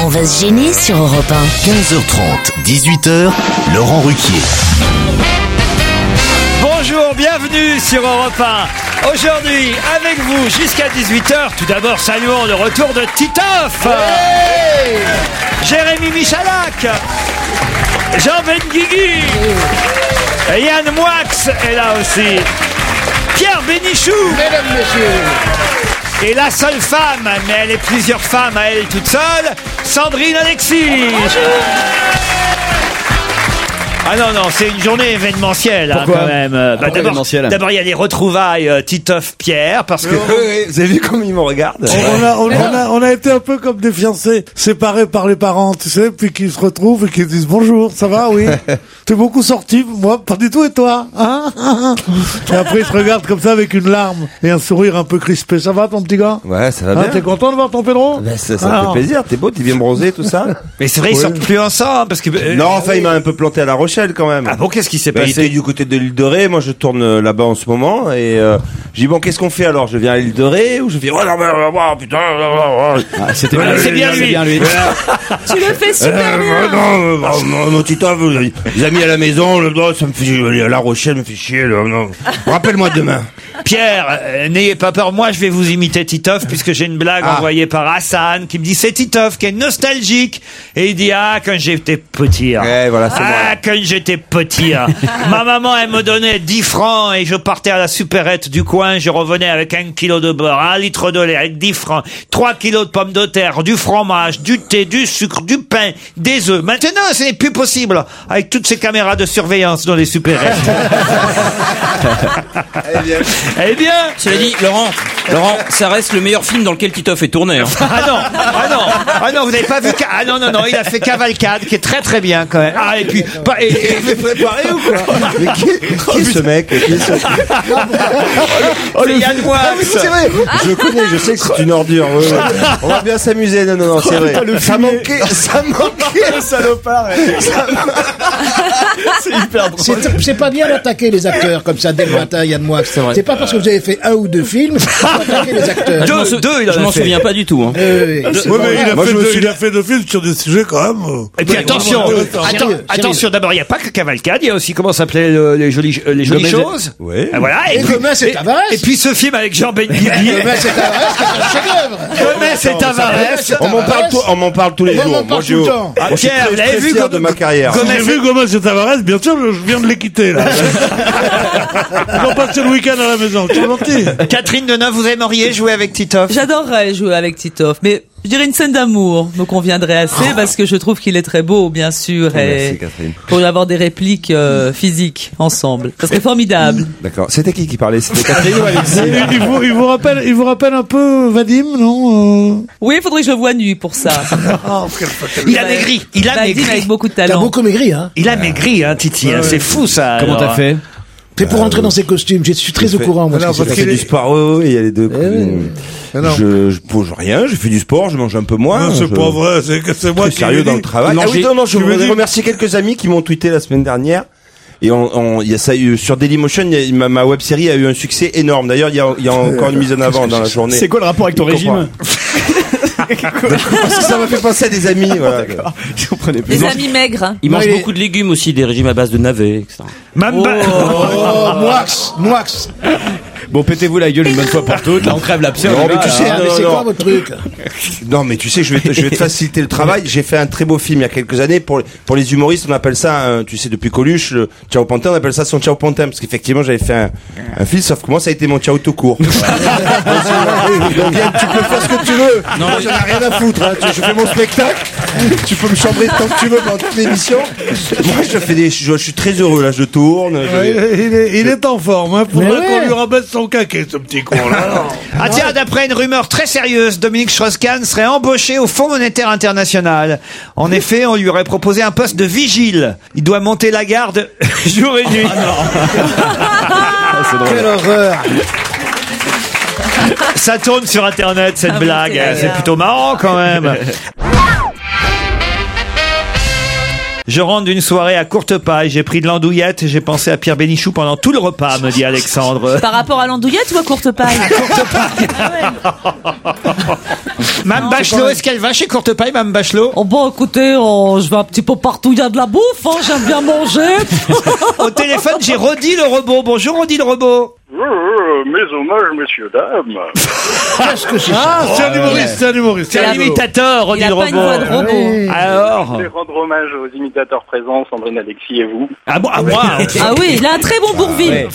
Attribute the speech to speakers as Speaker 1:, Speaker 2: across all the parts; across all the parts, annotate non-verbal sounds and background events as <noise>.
Speaker 1: On va se gêner sur Europe
Speaker 2: 15h30, 18h, Laurent Ruquier.
Speaker 3: Bonjour, bienvenue sur Europe 1. Aujourd'hui, avec vous jusqu'à 18h, tout d'abord saluons le retour de Titoff, Jérémy Michalak, Jean Benguigui, et Yann Moix est là aussi, Pierre Bénichou, mesdames, messieurs, et la seule femme, mais elle est plusieurs femmes à elle toute seule, Sandrine Alexis. Ah non, non, c'est une journée événementielle, hein,
Speaker 4: Pourquoi
Speaker 3: quand même. Euh, bah,
Speaker 4: Pourquoi
Speaker 3: d'abord-
Speaker 4: événementielle
Speaker 3: D'abord, il y a les retrouvailles euh, Titoff-Pierre, parce que...
Speaker 4: Vous avez vu comme il me regarde
Speaker 5: On a, on, on a, on a été un peu comme des fiancés, séparés par les parents, tu sais, puis qui se retrouvent et qui disent bonjour, ça va,
Speaker 4: <laughs>
Speaker 5: oui. T'es beaucoup sorti, moi, pas du tout, et toi hein <laughs> Et après, ils se regardent comme ça avec une larme et un sourire un peu crispé. Ça va, ton petit gars
Speaker 4: Ouais, ça va
Speaker 3: Ah,
Speaker 5: Hein,
Speaker 4: bien.
Speaker 5: T'es content de voir ton Pedro
Speaker 4: Ben, ça ça
Speaker 5: Alors.
Speaker 4: fait plaisir, t'es beau, t'es bien bronzé, tout ça
Speaker 3: <laughs> Mais c'est vrai, ils
Speaker 5: Oui.
Speaker 3: sortent plus ensemble, parce que... euh,
Speaker 4: Non, enfin, il m'a un peu planté à La Rochelle quand même.
Speaker 3: Ah bon, qu'est-ce qui s'est
Speaker 4: Ben, il était
Speaker 3: passé
Speaker 4: du côté de l'île de Ré, moi je tourne euh, là-bas en ce moment, et euh, j'ai dit, bon, qu'est-ce qu'on fait alors Je viens à l'île de Ré ou je viens. Oh non, mais, oh, oh, putain, oh, oh, oh.
Speaker 6: C'était
Speaker 3: Voilà, c'est Ah, bien
Speaker 7: <laughs>
Speaker 3: lui.
Speaker 7: Tu le fais super bien.
Speaker 4: Euh, non, euh, oh, mon, mon petit homme, les les amis à la maison, le oh, ça me fait chier, La Rochelle me fait chier, le- non. Rappelle-moi
Speaker 7: <laughs>
Speaker 4: demain.
Speaker 3: Pierre, euh, n'ayez pas peur, moi je vais vous imiter Titoff puisque j'ai une
Speaker 4: Ah.
Speaker 3: blague envoyée par Hassan qui me dit c'est Titoff qui est nostalgique et il dit ah quand j'étais petit. hein.
Speaker 4: Ouais, voilà, c'est
Speaker 3: ah quand j'étais petit.
Speaker 4: <laughs>
Speaker 3: hein. Ma maman elle me donnait 10 francs et je partais à la supérette du coin, je revenais avec un kilo de beurre, un litre de lait avec 10 francs, 3 kilos de pommes de terre, du fromage, du thé, du sucre, du pain, des œufs. Maintenant ce n'est plus possible avec toutes ces caméras de surveillance dans les
Speaker 4: <laughs>
Speaker 3: supérettes. eh bien
Speaker 6: Cela dit, Laurent, Laurent, ça reste le meilleur film dans lequel Titoff est tourné. hein.
Speaker 3: Ah non, ah non, ah non, vous n'avez pas vu. Ca- Ah non, non, non, il a fait Cavalcade, qui est très très bien quand même. Ah et puis, pas- et- et-
Speaker 4: préparé ou quoi <laughs> Mais qui,
Speaker 3: <laughs>
Speaker 4: qui est ce mec Qui est ce-
Speaker 3: c'est Yann Moix.
Speaker 4: Ah oui, c'est vrai. Je connais, je sais que c'est une ordure. ouais, ouais. On va bien s'amuser. Non, non, non, c'est vrai. Ça manquait,
Speaker 3: <laughs>
Speaker 4: ça manquait le salopard.
Speaker 8: C'est c'est pas bien d'attaquer les acteurs comme ça dès le matin, Yann Moix. C'est pas parce que vous avez fait un ou deux films qu'il faut attaquer les
Speaker 6: Ah,
Speaker 8: acteurs.
Speaker 6: je m'en
Speaker 3: Deux, deux, il en
Speaker 6: je
Speaker 3: a
Speaker 6: m'en
Speaker 3: fait.
Speaker 6: souviens pas du tout. hein.
Speaker 8: Euh, c'est
Speaker 5: Ouais,
Speaker 8: pas
Speaker 5: mais
Speaker 8: vrai.
Speaker 5: il a,
Speaker 4: Moi,
Speaker 5: fait
Speaker 4: je me
Speaker 5: deux,
Speaker 4: suis-
Speaker 5: il a fait deux films sur des sujets quand même. euh,
Speaker 8: Eh
Speaker 3: Et puis attention,
Speaker 5: vraiment
Speaker 3: attends-
Speaker 8: Sérieux,
Speaker 3: attention.
Speaker 8: sérieux.
Speaker 3: D'abord, il n'y a pas que Cavalcade, il y a aussi comment s'appelaient euh, les jolies, euh, les jolies
Speaker 6: Gomez et-
Speaker 3: choses.
Speaker 4: Ouais.
Speaker 3: Ah, voilà.
Speaker 8: Eh Et Gomez et
Speaker 3: et-
Speaker 8: Tavares. Eh,
Speaker 3: Et puis ce film avec Jean Ben Benguigui.
Speaker 8: Mais c'est un vrai, c'est un chef-d'œuvre.
Speaker 3: Gomez et Tavares.
Speaker 8: c'est
Speaker 4: On m'en
Speaker 8: un
Speaker 4: parle,
Speaker 8: reste.
Speaker 4: tout- on m'en parle tous les
Speaker 8: On
Speaker 4: jours.
Speaker 8: m'en parle
Speaker 4: Moi,
Speaker 8: tout
Speaker 4: je-
Speaker 8: le temps.
Speaker 4: Moi, je suis
Speaker 3: Pierre,
Speaker 4: très-
Speaker 3: vous l'avez
Speaker 4: très
Speaker 3: vu
Speaker 4: fier
Speaker 3: comme-
Speaker 4: de ma carrière.
Speaker 3: comme-
Speaker 5: J'ai vu Gomez et Tavares, bien sûr, je viens de les quitter,
Speaker 4: <laughs>
Speaker 5: là. Ils ont passé le week-end à la maison, tu es gentil.
Speaker 3: Catherine Deneuve, vous aimeriez jouer avec Titoff
Speaker 7: J'adorerais jouer avec Titoff, mais je dirais une scène d'amour me conviendrait
Speaker 3: Oh.
Speaker 7: assez parce que je trouve qu'il est très beau, bien sûr, et
Speaker 4: Catherine.
Speaker 7: pour avoir des répliques euh, physiques ensemble. Ça serait formidable.
Speaker 3: Mm.
Speaker 4: D'accord. C'était qui qui parlait C'était Catherine ou Alexis
Speaker 5: Il, il vous, il, vous rappelle, il vous rappelle un peu Vadim, non euh
Speaker 7: Oui, il faudrait que je le voie nu pour
Speaker 3: <laughs>
Speaker 7: ça.
Speaker 3: Oh, Il a maigri, il a
Speaker 7: Vadim
Speaker 3: maigri.
Speaker 7: Bah, avec beaucoup de
Speaker 8: T'as
Speaker 7: talent.
Speaker 8: beaucoup maigri, hein.
Speaker 3: Il a maigri, hein, Titi. hein, C'est fou ça.
Speaker 6: Comment
Speaker 3: alors, hein.
Speaker 6: t'as fait
Speaker 8: C'est pour entrer dans ses costumes. Je suis très au courant, moi. de
Speaker 4: Non,
Speaker 8: ce
Speaker 4: j'ai
Speaker 8: qui
Speaker 4: fait
Speaker 8: s'est
Speaker 4: du
Speaker 8: passé.
Speaker 4: sport. ouais, ouais, Il y a les
Speaker 5: Eh
Speaker 4: deux. Je, je pose rien. Je fais du sport. Je mange un peu moins.
Speaker 5: Non,
Speaker 4: je-
Speaker 5: Ah, C'est pas vrai, c'est que c'est moi
Speaker 4: plus
Speaker 5: qui.
Speaker 4: sérieux
Speaker 5: l'ai
Speaker 4: dans
Speaker 5: dit.
Speaker 4: le travail.
Speaker 5: Non,
Speaker 4: ah oui,
Speaker 5: j'ai-
Speaker 4: non, non, je
Speaker 5: tu me
Speaker 4: voudrais
Speaker 5: dis-
Speaker 4: remercier quelques amis qui m'ont tweeté la semaine dernière. Et on, on- il y a ça, eu- sur Dailymotion, il y a- ma, ma web série a eu un succès énorme. D'ailleurs, il y a, il y a encore une mise en avant dans la journée.
Speaker 9: C'est quoi le rapport avec ton
Speaker 4: Je
Speaker 9: régime
Speaker 4: Parce que ça m'a fait penser à
Speaker 5: <laughs>
Speaker 4: des
Speaker 5: Ah,
Speaker 4: amis. voilà.
Speaker 9: Je comprenais plus.
Speaker 7: Les amis maigres. hein.
Speaker 6: Il mange
Speaker 8: il est-
Speaker 6: beaucoup de légumes aussi, des régimes à base de navets, etc.
Speaker 3: Mamba-
Speaker 8: Oh, Moix, Moix.
Speaker 9: Bon, pétez-vous la gueule une bonne fois pour toutes. Là, on crève l'absurde.
Speaker 4: Non, mais tu sais,
Speaker 8: Ah, mais
Speaker 4: non,
Speaker 8: C'est
Speaker 4: non.
Speaker 8: quoi votre truc
Speaker 4: Non, mais tu sais, je vais, te, je
Speaker 5: <laughs>
Speaker 4: vais te faciliter le travail. J'ai fait un très beau film il y a quelques années. Pour, pour les humoristes, on appelle ça, un- tu sais, depuis Coluche, le Ciao Pantin, on appelle ça son Ciao Pantin. Parce qu'effectivement, j'avais fait un, un film, sauf que moi, ça a été mon Ciao
Speaker 5: <laughs>
Speaker 4: tout court. Donc, Ah, Yann, tu peux faire ce que tu veux. Non, j'en ai rien à foutre. hein. Tu- Je fais mon spectacle. Tu peux me chambrer tant que tu veux pendant toute l'émission. Moi, je fais des, je, je suis très heureux là, je tourne. je-
Speaker 5: Ouais, Il est, il est en forme, hein, pour
Speaker 8: Mais
Speaker 5: pas
Speaker 8: ouais.
Speaker 5: qu'on lui rabaisse son caquet, ce petit con-là.
Speaker 3: Ah tiens, d'après une rumeur très sérieuse, Dominique Strauss-Kahn serait embauché au Fonds monétaire international. En effet, on lui aurait proposé un poste de vigile. Il doit monter la garde <laughs> jour et nuit.
Speaker 8: Ah Quelle horreur.
Speaker 3: Ça tourne sur Internet, cette
Speaker 7: Ah,
Speaker 3: blague.
Speaker 7: monter la
Speaker 3: C'est
Speaker 7: garde.
Speaker 3: plutôt marrant quand même. Je rentre d'une soirée à courte paille, j'ai pris de l'andouillette et j'ai pensé à Pierre Bénichou pendant tout le repas, me dit Alexandre.
Speaker 7: Par rapport à l'andouillette ou à courte paille
Speaker 9: Mme Bachelot, est-ce qu'elle va chez Courtepaille, Mme Bachelot
Speaker 7: Oh bon, écoutez, oh, je vais un petit peu partout, il y a de la bouffe, hein, j'aime bien manger.
Speaker 3: <laughs> Au téléphone, j'ai Rodi le robot. Bonjour Rodi
Speaker 9: <laughs>
Speaker 3: le robot.
Speaker 1: mes hommages, messieurs,
Speaker 4: <laughs>
Speaker 1: dames.
Speaker 5: Ah, c'est
Speaker 9: Oh.
Speaker 5: un humoriste, c'est un humoriste.
Speaker 3: C'est
Speaker 7: Il a-
Speaker 3: l'imitateur,
Speaker 7: il
Speaker 3: Rodi
Speaker 7: a
Speaker 3: le
Speaker 7: pas une voix de
Speaker 3: robot.
Speaker 7: robot.
Speaker 1: Je
Speaker 3: Alors
Speaker 1: voulais rendre hommage aux imitateurs présents, Sandrine Alexis et vous.
Speaker 3: à moi, à moi.
Speaker 7: Ah oui, il a un très bon bourvil.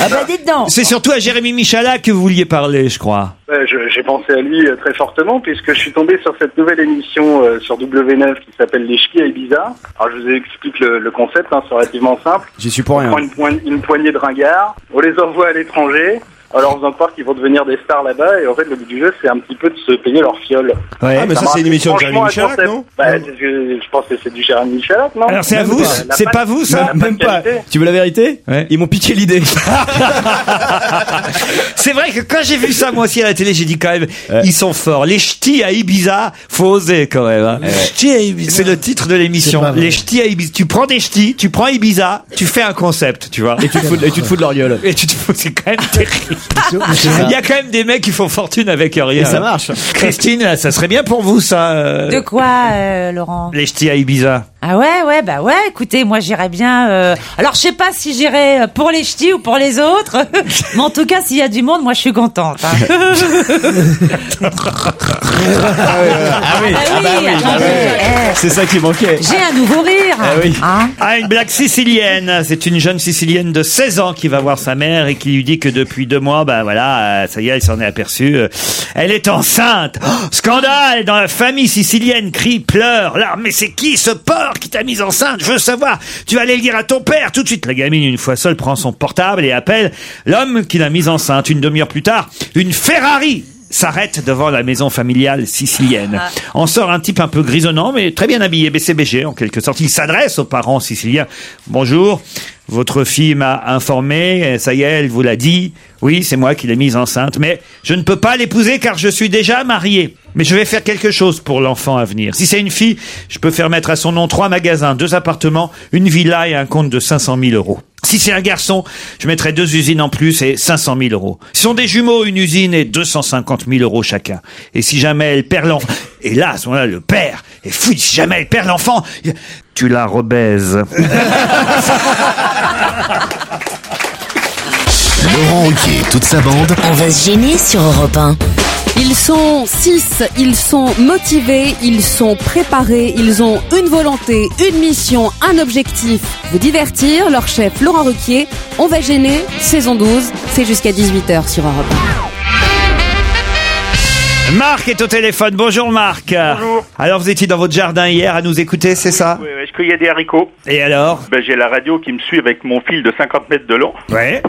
Speaker 10: Ah bah dites donc.
Speaker 3: C'est surtout à Jérémy Michalak que vous vouliez parler,
Speaker 9: <laughs>
Speaker 3: je crois.
Speaker 1: Ouais, je- J'ai pensé à lui euh, très fortement puisque je suis tombé sur cette nouvelle émission euh, sur W9 qui s'appelle Les Ch'tis à Ibiza. Alors je vous explique le, le concept, hein, c'est relativement simple.
Speaker 9: J'y suis pour
Speaker 1: On
Speaker 9: rien.
Speaker 1: prend une, poigne- une poignée de ringards, on les envoie à l'étranger, alors faisant croire qu'ils vont devenir des stars là-bas et en fait le but du jeu c'est un petit peu de se payer leur fiole.
Speaker 4: Ah, mais ça, c'est une émission de Jérémy
Speaker 1: Franchement, un
Speaker 4: Michalak,
Speaker 1: concept-
Speaker 4: non
Speaker 1: bah, c'est ce que- Je pense que c'est du Jérémy Michalak, non
Speaker 3: Alors c'est à
Speaker 1: Même
Speaker 3: vous,
Speaker 1: pas. La
Speaker 3: c'est
Speaker 1: patte-
Speaker 3: pas vous ça
Speaker 1: la patte
Speaker 9: Même pas.
Speaker 1: qualité.
Speaker 9: Tu veux la vérité Ils m'ont piqué
Speaker 3: <laughs>
Speaker 9: l'idée.
Speaker 3: Ah, C'est vrai que quand j'ai vu ça moi aussi à la télé, j'ai dit quand même, ils sont forts. Les ch'tis à Ibiza, faut oser quand même. hein. C'est le titre de
Speaker 8: C'est
Speaker 3: l'émission.
Speaker 8: pas vrai.
Speaker 3: Les ch'tis à Ibiza. Tu prends des ch'tis, tu prends Ibiza, tu fais un concept, tu vois.
Speaker 9: Et tu te fous de- et tu te fous de leur gueule.
Speaker 3: Et tu te fous, c'est quand même terrible. Il y a quand même des mecs qui font fortune avec rien. hein.
Speaker 9: Et ça marche.
Speaker 3: Christine, ça serait bien pour vous ça. euh,
Speaker 10: De quoi, euh, Laurent
Speaker 3: Les ch'tis à Ibiza.
Speaker 10: Ah ouais, ouais, bah ouais, écoutez, moi j'irais bien. euh, Alors je sais pas si j'irais euh, pour les ch'tis ou pour les autres, <laughs> mais en tout cas, s'il y a du monde, moi je suis contente. hein.
Speaker 9: <laughs> Ah oui,
Speaker 10: Ah oui, attendez, eh,
Speaker 9: c'est ça qui manquait.
Speaker 10: J'ai un nouveau rire.
Speaker 9: Ah oui.
Speaker 10: hein.
Speaker 3: Ah, une blague sicilienne. C'est une jeune sicilienne de 16 ans qui va voir sa mère et qui lui dit que depuis deux mois, bah voilà, euh, ça y est, elle s'en est aperçue. euh, Elle est enceinte. Oh, scandale dans la famille sicilienne. Crie, pleure. Là, mais c'est qui ce porc qui t'a mise enceinte Je veux savoir. Tu vas aller le dire à ton père tout de suite. La gamine, une fois seule, prend son portable et appelle l'homme qui l'a mise enceinte. Une demi-heure plus tard, une Ferrari s'arrête devant la maison familiale sicilienne. En sort un type un peu grisonnant, mais très bien habillé, BCBG en quelque sorte. Il s'adresse aux parents siciliens. Bonjour, votre fille m'a informé, ça y est, elle vous l'a dit. Oui, c'est moi qui l'ai mise enceinte, mais je ne peux pas l'épouser car je suis déjà marié. Mais je vais faire quelque chose pour l'enfant à venir. Si c'est une fille, je peux faire mettre à son nom trois magasins, deux appartements, une villa et un compte de 500 000 euros. Si c'est un garçon, je mettrai deux usines en plus et 500 000 euros. Si sont des jumeaux, une usine et 250 000 euros chacun. Et si jamais elle perd l'enfant, et là, à ce moment-là, le père, et fouille, si jamais elle perd l'enfant, il- tu la rebaises.
Speaker 2: Laurent Ruquier et toute sa bande.
Speaker 11: On va se gêner sur Europe 1.
Speaker 10: Ils sont six, ils sont motivés, ils sont préparés, ils ont une volonté, une mission, un objectif, vous divertir, leur chef Laurent Ruquier, on va gêner, saison 12, c'est jusqu'à 18h sur Europe
Speaker 3: Marc est au téléphone. Bonjour Marc.
Speaker 1: Bonjour.
Speaker 3: Alors vous étiez dans votre jardin hier à nous écouter, c'est ça
Speaker 1: Ouais, ouais, Est-ce qu'il y a des haricots
Speaker 3: Et alors
Speaker 1: ben, J'ai la radio qui me suit avec mon fil de 50 mètres de long.
Speaker 3: Ouais.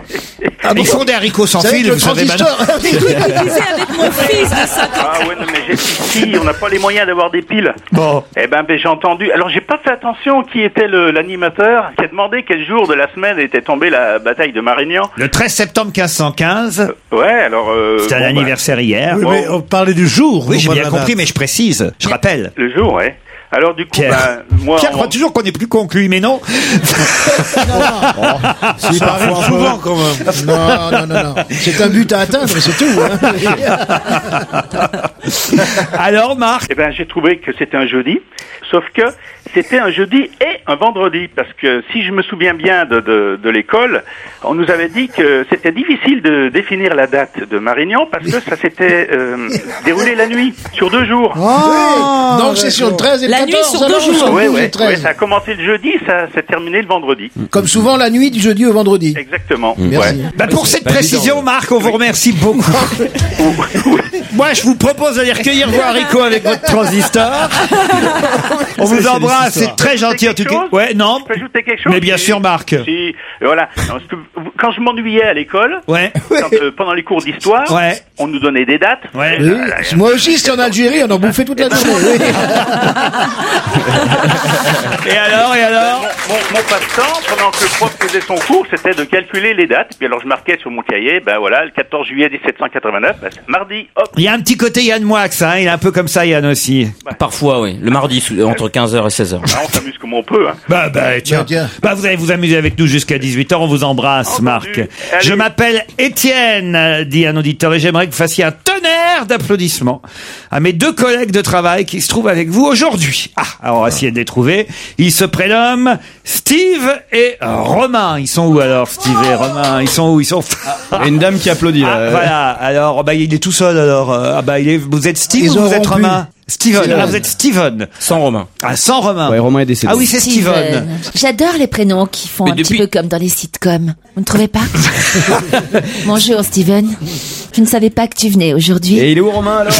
Speaker 9: Ils font des haricots sans
Speaker 8: C'est vrai que
Speaker 9: fil,
Speaker 8: le
Speaker 9: vous savez maintenant.
Speaker 8: transistor.
Speaker 9: <laughs>
Speaker 12: <laughs>
Speaker 7: avec mon fils de 5 ans.
Speaker 1: Ah ouais, non, mais j'ai- ici, on n'a pas les moyens d'avoir des piles.
Speaker 3: Bon.
Speaker 1: Eh ben, ben j'ai entendu. Alors, j'ai pas fait attention qui était le- l'animateur qui a demandé quel jour de la semaine était tombée la bataille de Marignan.
Speaker 3: Le 13 septembre 1515,
Speaker 1: Ouais, alors. Euh,
Speaker 3: c'était
Speaker 1: bon,
Speaker 3: l'anniversaire hier.
Speaker 5: Oui, mais on parlait du jour.
Speaker 3: Oui, j'ai
Speaker 5: non pas
Speaker 3: bien
Speaker 5: de la
Speaker 3: compris,
Speaker 5: date.
Speaker 3: mais je précise, je rappelle.
Speaker 1: bah, le jour, ouais. Alors, du coup,
Speaker 3: Pierre.
Speaker 1: ben, moi.
Speaker 3: Pierre
Speaker 1: on-
Speaker 3: croit toujours qu'on est plus con que lui, mais non.
Speaker 5: Ça arrive souvent quand même.
Speaker 8: Non, <laughs> non, non, non. C'est un but à atteindre, c'est tout. hein.
Speaker 1: <laughs>
Speaker 3: <laughs> Alors Marc,
Speaker 1: Eh ben, j'ai trouvé que c'était un jeudi, sauf que c'était un jeudi et un vendredi, parce que si je me souviens bien de, de, de l'école, on nous avait dit que c'était difficile de définir la date de Marignan parce que ça s'était euh, déroulé la nuit, sur deux jours.
Speaker 8: Oui. Donc c'est sur le 13 et le
Speaker 7: Ah, La
Speaker 8: 14.
Speaker 7: nuit sur
Speaker 8: alors,
Speaker 7: deux jours.
Speaker 8: sur le
Speaker 1: Ouais,
Speaker 8: 12 et le
Speaker 1: ouais, ouais,
Speaker 8: 13.
Speaker 1: ça a commencé le jeudi, ça s'est terminé le vendredi.
Speaker 8: Comme souvent la nuit du jeudi au vendredi.
Speaker 1: Exactement.
Speaker 8: Merci.
Speaker 3: bah pour cette précision, Marc, on vous remercie
Speaker 1: <laughs>
Speaker 3: beaucoup. Moi, je vous propose d'aller recueillir vos haricots avec votre
Speaker 1: <laughs>
Speaker 3: transistor. On vous embrasse, c'est très gentil en tout
Speaker 1: quelque
Speaker 3: cas.
Speaker 1: chose
Speaker 3: Ouais, non.
Speaker 1: Je peux ajouter quelque chose
Speaker 3: Mais bien
Speaker 1: Si-
Speaker 3: sûr, Marc. <laughs>
Speaker 1: si- voilà. Non, parce que Quand je m'ennuyais à l'école,
Speaker 3: Ouais.
Speaker 1: quand, euh, pendant les cours d'histoire,
Speaker 3: Ouais.
Speaker 1: on nous donnait des dates. euh,
Speaker 3: Ouais.
Speaker 8: Oui. Moi aussi, c'était en Algérie, on en bouffait toute la journée. oui.
Speaker 3: Et alors, et alors
Speaker 1: Mon, mon, mon passe-temps, pendant que le prof faisait son cours, c'était de calculer les dates. Puis alors je marquais sur mon cahier, ben voilà, le 14 juillet 1789, ben, c'est mardi. Oh,
Speaker 3: Il y a un petit côté Yann Moix, hein, il est un peu comme ça Yann aussi.
Speaker 6: Bah, Parfois, oui. Le mardi, sous- entre 15h et 16h.
Speaker 1: Ah, On s'amuse comme on peut. Hein.
Speaker 3: Bah, bah, tiens. Bah, vous allez vous amuser avec nous jusqu'à 18h. On vous embrasse, Marc. Je m'appelle Étienne, euh, dit un auditeur, et j'aimerais que vous fassiez un tonnerre d'applaudissements à mes deux collègues de travail qui se trouvent avec vous aujourd'hui. Ah, alors, on va essayer de les trouver. Ils se prénomment Steve et Romain. Ils sont où alors, Steve et Romain Ils sont où Ils sont. une dame qui applaudit, Voilà. Alors, bah, il est tout seul, alors. euh, Ah, bah, il est... vous êtes Steve
Speaker 9: Ils
Speaker 3: ou
Speaker 9: ont
Speaker 3: vous êtes
Speaker 9: rompu.
Speaker 3: Romain Steven.
Speaker 9: Steven.
Speaker 3: Ah, vous êtes Steven. Sans Romain. Ah, sans Romain.
Speaker 9: Ouais, Romain est décédé.
Speaker 3: Ah oui, c'est Steven.
Speaker 11: J'adore les prénoms qui font
Speaker 3: Mais
Speaker 11: un petit
Speaker 3: depuis-
Speaker 11: peu comme dans les sitcoms. Vous ne
Speaker 9: <laughs>
Speaker 11: trouvez pas Bonjour Steven. Je ne savais pas que tu venais aujourd'hui.
Speaker 9: Et il est où Romain alors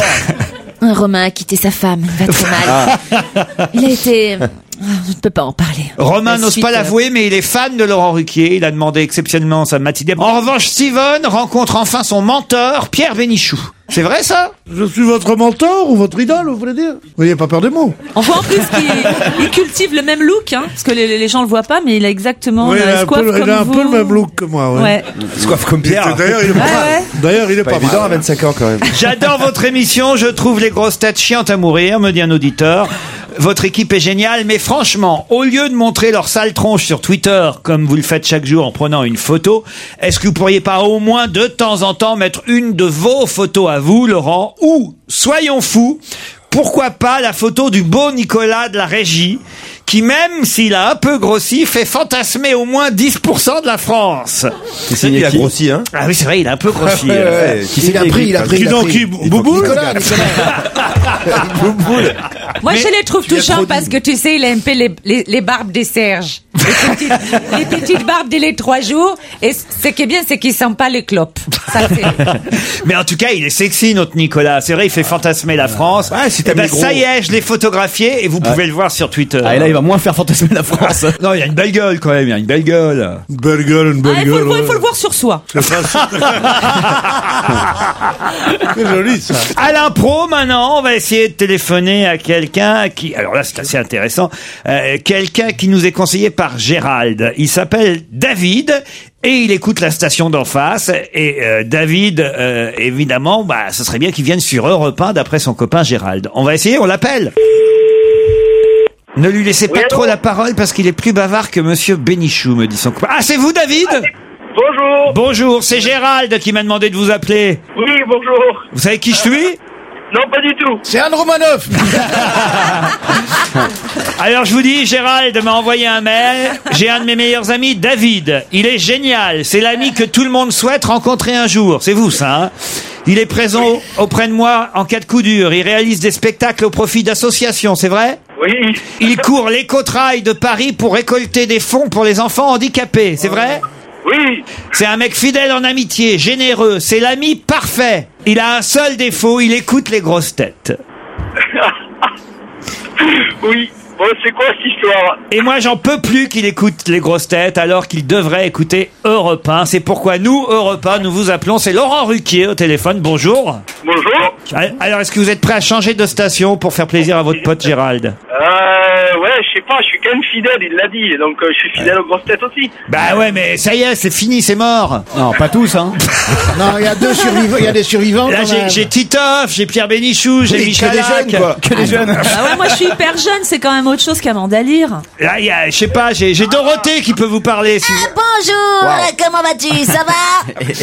Speaker 11: <laughs> Un Romain a quitté sa femme. Il va très mal. Il a été... Ah, Je ne peux pas en parler.
Speaker 3: Romain
Speaker 11: La
Speaker 3: n'ose
Speaker 11: suite,
Speaker 3: pas
Speaker 11: euh,
Speaker 3: l'avouer, mais il est fan de Laurent Ruquier. Il a demandé exceptionnellement sa matinée. En revanche, Steven rencontre enfin son mentor, Pierre Bénichou. C'est vrai ça
Speaker 5: Je suis votre mentor ou votre idole, vous voulez dire Vous n'ayez pas peur des mots.
Speaker 7: On voit en plus qu'il il cultive le même look, hein, parce que les, les gens le voient pas, mais il a exactement
Speaker 5: Oui,
Speaker 7: euh,
Speaker 5: il a, un
Speaker 7: se coiffe
Speaker 5: peu, il
Speaker 7: comme
Speaker 5: a un peu
Speaker 7: vous.
Speaker 5: le même look que moi. Ouais.
Speaker 7: Ouais.
Speaker 4: Il se coiffe comme Pierre.
Speaker 5: D'ailleurs, il est pas
Speaker 4: Ouais,
Speaker 11: Ah
Speaker 5: mal. D'ailleurs, il est pas,
Speaker 4: pas évident
Speaker 5: mal.
Speaker 4: à 25 ans quand même.
Speaker 3: J'adore votre émission, je trouve les grosses têtes chiantes à mourir, me dit un auditeur. Votre équipe est géniale, mais franchement, au lieu de montrer leur sale tronche sur Twitter, comme vous le faites chaque jour en prenant une photo, est-ce que vous pourriez pas au moins de temps en temps mettre une de vos photos à vous, Laurent, ou, soyons fous, pourquoi pas la photo du beau Nicolas de la régie, qui même s'il a un peu grossi, fait fantasmer au moins 10% de la France.
Speaker 4: C'est signé Il a qui grossi, hein
Speaker 3: Ah oui, c'est vrai, il a un peu
Speaker 4: <laughs>
Speaker 3: grossi.
Speaker 4: Ouais,
Speaker 3: euh.
Speaker 4: ouais. Qui c'est qui écrit, ça Dis donc, qui, Bouboule
Speaker 8: Nicolas, Nicolas.
Speaker 4: Bouboule.
Speaker 13: Moi, je les trouve touchants parce que tu sais, il aime les, les, les barbes des Serges. Les petites, les petites barbes dès les trois jours. Et ce qui est bien, c'est qu'ils sentent pas les clopes. Ça, c'est-
Speaker 3: <laughs> Mais en tout cas, il est sexy, notre Nicolas. C'est vrai, il fait fantasmer la France.
Speaker 9: t'as
Speaker 3: Eh ben,
Speaker 9: mis gros.
Speaker 3: ça y est, je l'ai photographié et vous pouvez le voir sur Twitter.
Speaker 9: Ah, et là, il va moins faire fantasmer la France.
Speaker 3: <laughs> non, il a une belle gueule quand même, il a une belle gueule.
Speaker 5: Une belle gueule, une
Speaker 7: Ah, il faut, le voir- il faut le voir sur soi.
Speaker 5: C'est joli ça.
Speaker 3: Alain Pro, maintenant, on va essayer de téléphoner à quelqu'un qui, alors là, c'est assez intéressant, Euh, quelqu'un qui nous est conseillé par Gérald. Il s'appelle David et il écoute la station d'en face. Et euh, David, euh, évidemment, bah, ce serait bien qu'il vienne sur Europe 1 d'après son copain Gérald. On va essayer, on l'appelle. Ne lui laissez pas trop la parole parce qu'il est plus bavard que Monsieur Bénichou, me dit son copain. Ah, c'est vous, David
Speaker 14: Bonjour.
Speaker 3: Bonjour, c'est Gérald qui m'a demandé de vous appeler.
Speaker 14: Oui, bonjour.
Speaker 3: Vous savez qui je suis
Speaker 14: Non, pas du tout.
Speaker 8: C'est Anne Romanoff.
Speaker 3: <laughs> Alors je vous dis, Gérald m'a envoyé un mail. J'ai un de mes meilleurs amis, David. Il est génial. C'est l'ami que tout le monde souhaite rencontrer un jour. C'est vous ça. hein il est présent auprès de moi en cas de coup dur. Il réalise des spectacles au profit d'associations. C'est vrai
Speaker 14: Oui.
Speaker 3: Il court l'éco-trail de Paris pour récolter des fonds pour les enfants handicapés. C'est vrai
Speaker 14: Oui.
Speaker 3: C'est un mec fidèle en amitié, généreux. C'est l'ami parfait. Il a un seul défaut. Il écoute les grosses têtes.
Speaker 14: Oui. Bon, c'est quoi cette histoire
Speaker 3: Et moi, j'en peux plus qu'il écoute les grosses têtes alors qu'il devrait écouter Europe 1. C'est pourquoi nous, Europe 1, nous vous appelons. C'est Laurent Ruquier au téléphone. Bonjour.
Speaker 14: Bonjour.
Speaker 3: Alors, est-ce que vous êtes prêt à changer de station pour faire plaisir à votre pote Gérald
Speaker 14: Euh, ouais, je sais pas, je suis quand même fidèle, il l'a dit, donc euh, je suis fidèle aux grosses têtes aussi.
Speaker 3: Bah ouais, mais ça y est, c'est fini, c'est mort. Non, pas tous, <laughs> hein.
Speaker 8: Non, il y a deux survivants, il y a des survivants.
Speaker 3: Là,
Speaker 8: quand
Speaker 3: j'ai-
Speaker 8: même.
Speaker 3: j'ai Titoff, j'ai Pierre Bénichou, j'ai
Speaker 8: Oui, que
Speaker 3: Michel bah
Speaker 8: des jeunes, quoi. Que des jeunes.
Speaker 7: Ah ouais, moi je suis hyper jeune, c'est quand même autre chose qu'à Mandalire.
Speaker 3: Là, il y a, je sais pas, j'ai j'ai Dorothée qui peut vous parler. Si vous-
Speaker 11: Ah, Bonjour,
Speaker 3: Wow.
Speaker 11: comment vas-tu Ça
Speaker 3: <laughs>
Speaker 11: va Allez,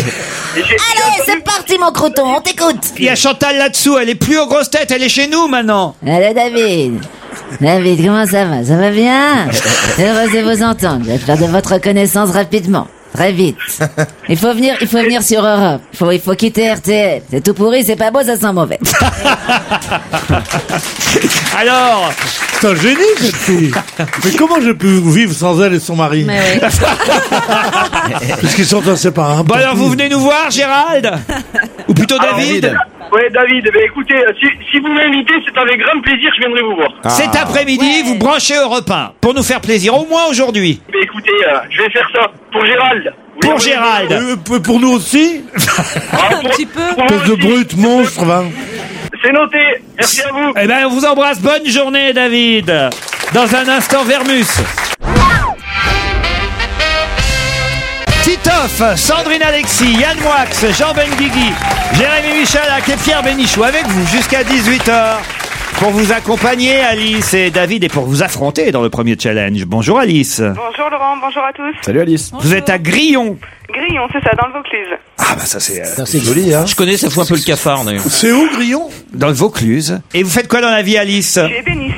Speaker 11: c'est parti mon croton, Ah, on t'écoute.
Speaker 3: Il y a Chantal là-dessous, elle est plus aux grosses têtes, elle est chez nous maintenant.
Speaker 11: Allô David David, comment ça va Ça va bien Heureuse de vous entendre. Je vais faire de votre connaissance rapidement. Très vite. Il faut venir, il faut venir sur Europe. Il faut, il faut quitter RTL. C'est tout pourri, c'est pas beau, ça sent
Speaker 7: <laughs>
Speaker 11: mauvais.
Speaker 3: Alors
Speaker 5: C'est un génie
Speaker 3: <laughs>
Speaker 5: cette fille Mais comment j'ai pu vivre sans elle et son mari <laughs> Puisqu'ils sont inséparables.
Speaker 3: Bon alors, vous venez nous voir, Gérald Ou plutôt David
Speaker 14: Ouais, David,
Speaker 1: eh
Speaker 14: ben écoutez,
Speaker 1: euh,
Speaker 14: si, si vous m'invitez, c'est avec grand plaisir, je viendrai vous voir.
Speaker 3: Cet après-midi, vous branchez Europe 1 pour nous faire plaisir, au moins aujourd'hui.
Speaker 14: Ben écoutez, euh, je vais faire ça pour Gérald.
Speaker 3: Pour Gérald.
Speaker 5: Euh, pour- Pour nous
Speaker 3: <laughs>
Speaker 5: aussi
Speaker 14: Un petit peu.
Speaker 5: Espèce de brute, monstre, va.
Speaker 14: C'est noté. Merci à vous.
Speaker 3: Eh ben, on vous embrasse. Bonne journée, David. Dans un instant, Vermus. Titoff, Sandrine Alexis, Yann Moix, Jean Benguigui, Jérémy Michalak et Pierre Bénichou avec vous jusqu'à 18h pour vous accompagner, Alice et David, et pour vous affronter dans le premier challenge. Bonjour, Alice.
Speaker 15: Bonjour Laurent, bonjour à tous.
Speaker 3: Salut, Alice. Vous êtes à Grillon.
Speaker 15: Grillon, c'est ça, dans le Vaucluse.
Speaker 3: Ah, bah, ça, c'est. euh,
Speaker 6: c'est joli, hein. Je connais, ça fout un peu le cafard, d'ailleurs.
Speaker 3: C'est où, Grillon Dans le Vaucluse. Et vous faites quoi dans la vie, Alice Je suis ébéniste.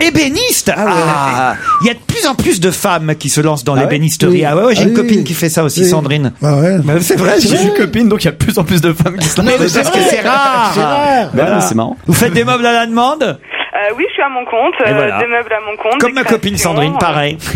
Speaker 3: Ébéniste Ah Il y a de plus en plus de femmes qui se lancent dans l'ébénisterie.
Speaker 9: Oui.
Speaker 3: Ah ouais, ouais, j'ai
Speaker 9: Ah
Speaker 3: une
Speaker 9: oui,
Speaker 3: copine
Speaker 9: oui.
Speaker 3: qui fait ça aussi,
Speaker 9: Oui. Ah
Speaker 3: Sandrine. Mais C'est vrai,
Speaker 9: j'ai une copine, donc il y a de plus en plus de femmes qui se
Speaker 3: Mais
Speaker 9: lancent.
Speaker 3: parce que c'est rare.
Speaker 9: Bah,
Speaker 3: Voilà.
Speaker 9: C'est marrant.
Speaker 3: Vous faites des meubles à la demande
Speaker 15: Euh, oui, je suis à mon compte,
Speaker 3: Et
Speaker 15: euh,
Speaker 3: voilà.
Speaker 15: des meubles à mon compte.
Speaker 3: Comme
Speaker 15: des
Speaker 3: ma copine
Speaker 15: créations,
Speaker 3: Sandrine,
Speaker 15: euh,
Speaker 3: pareil.
Speaker 15: <laughs>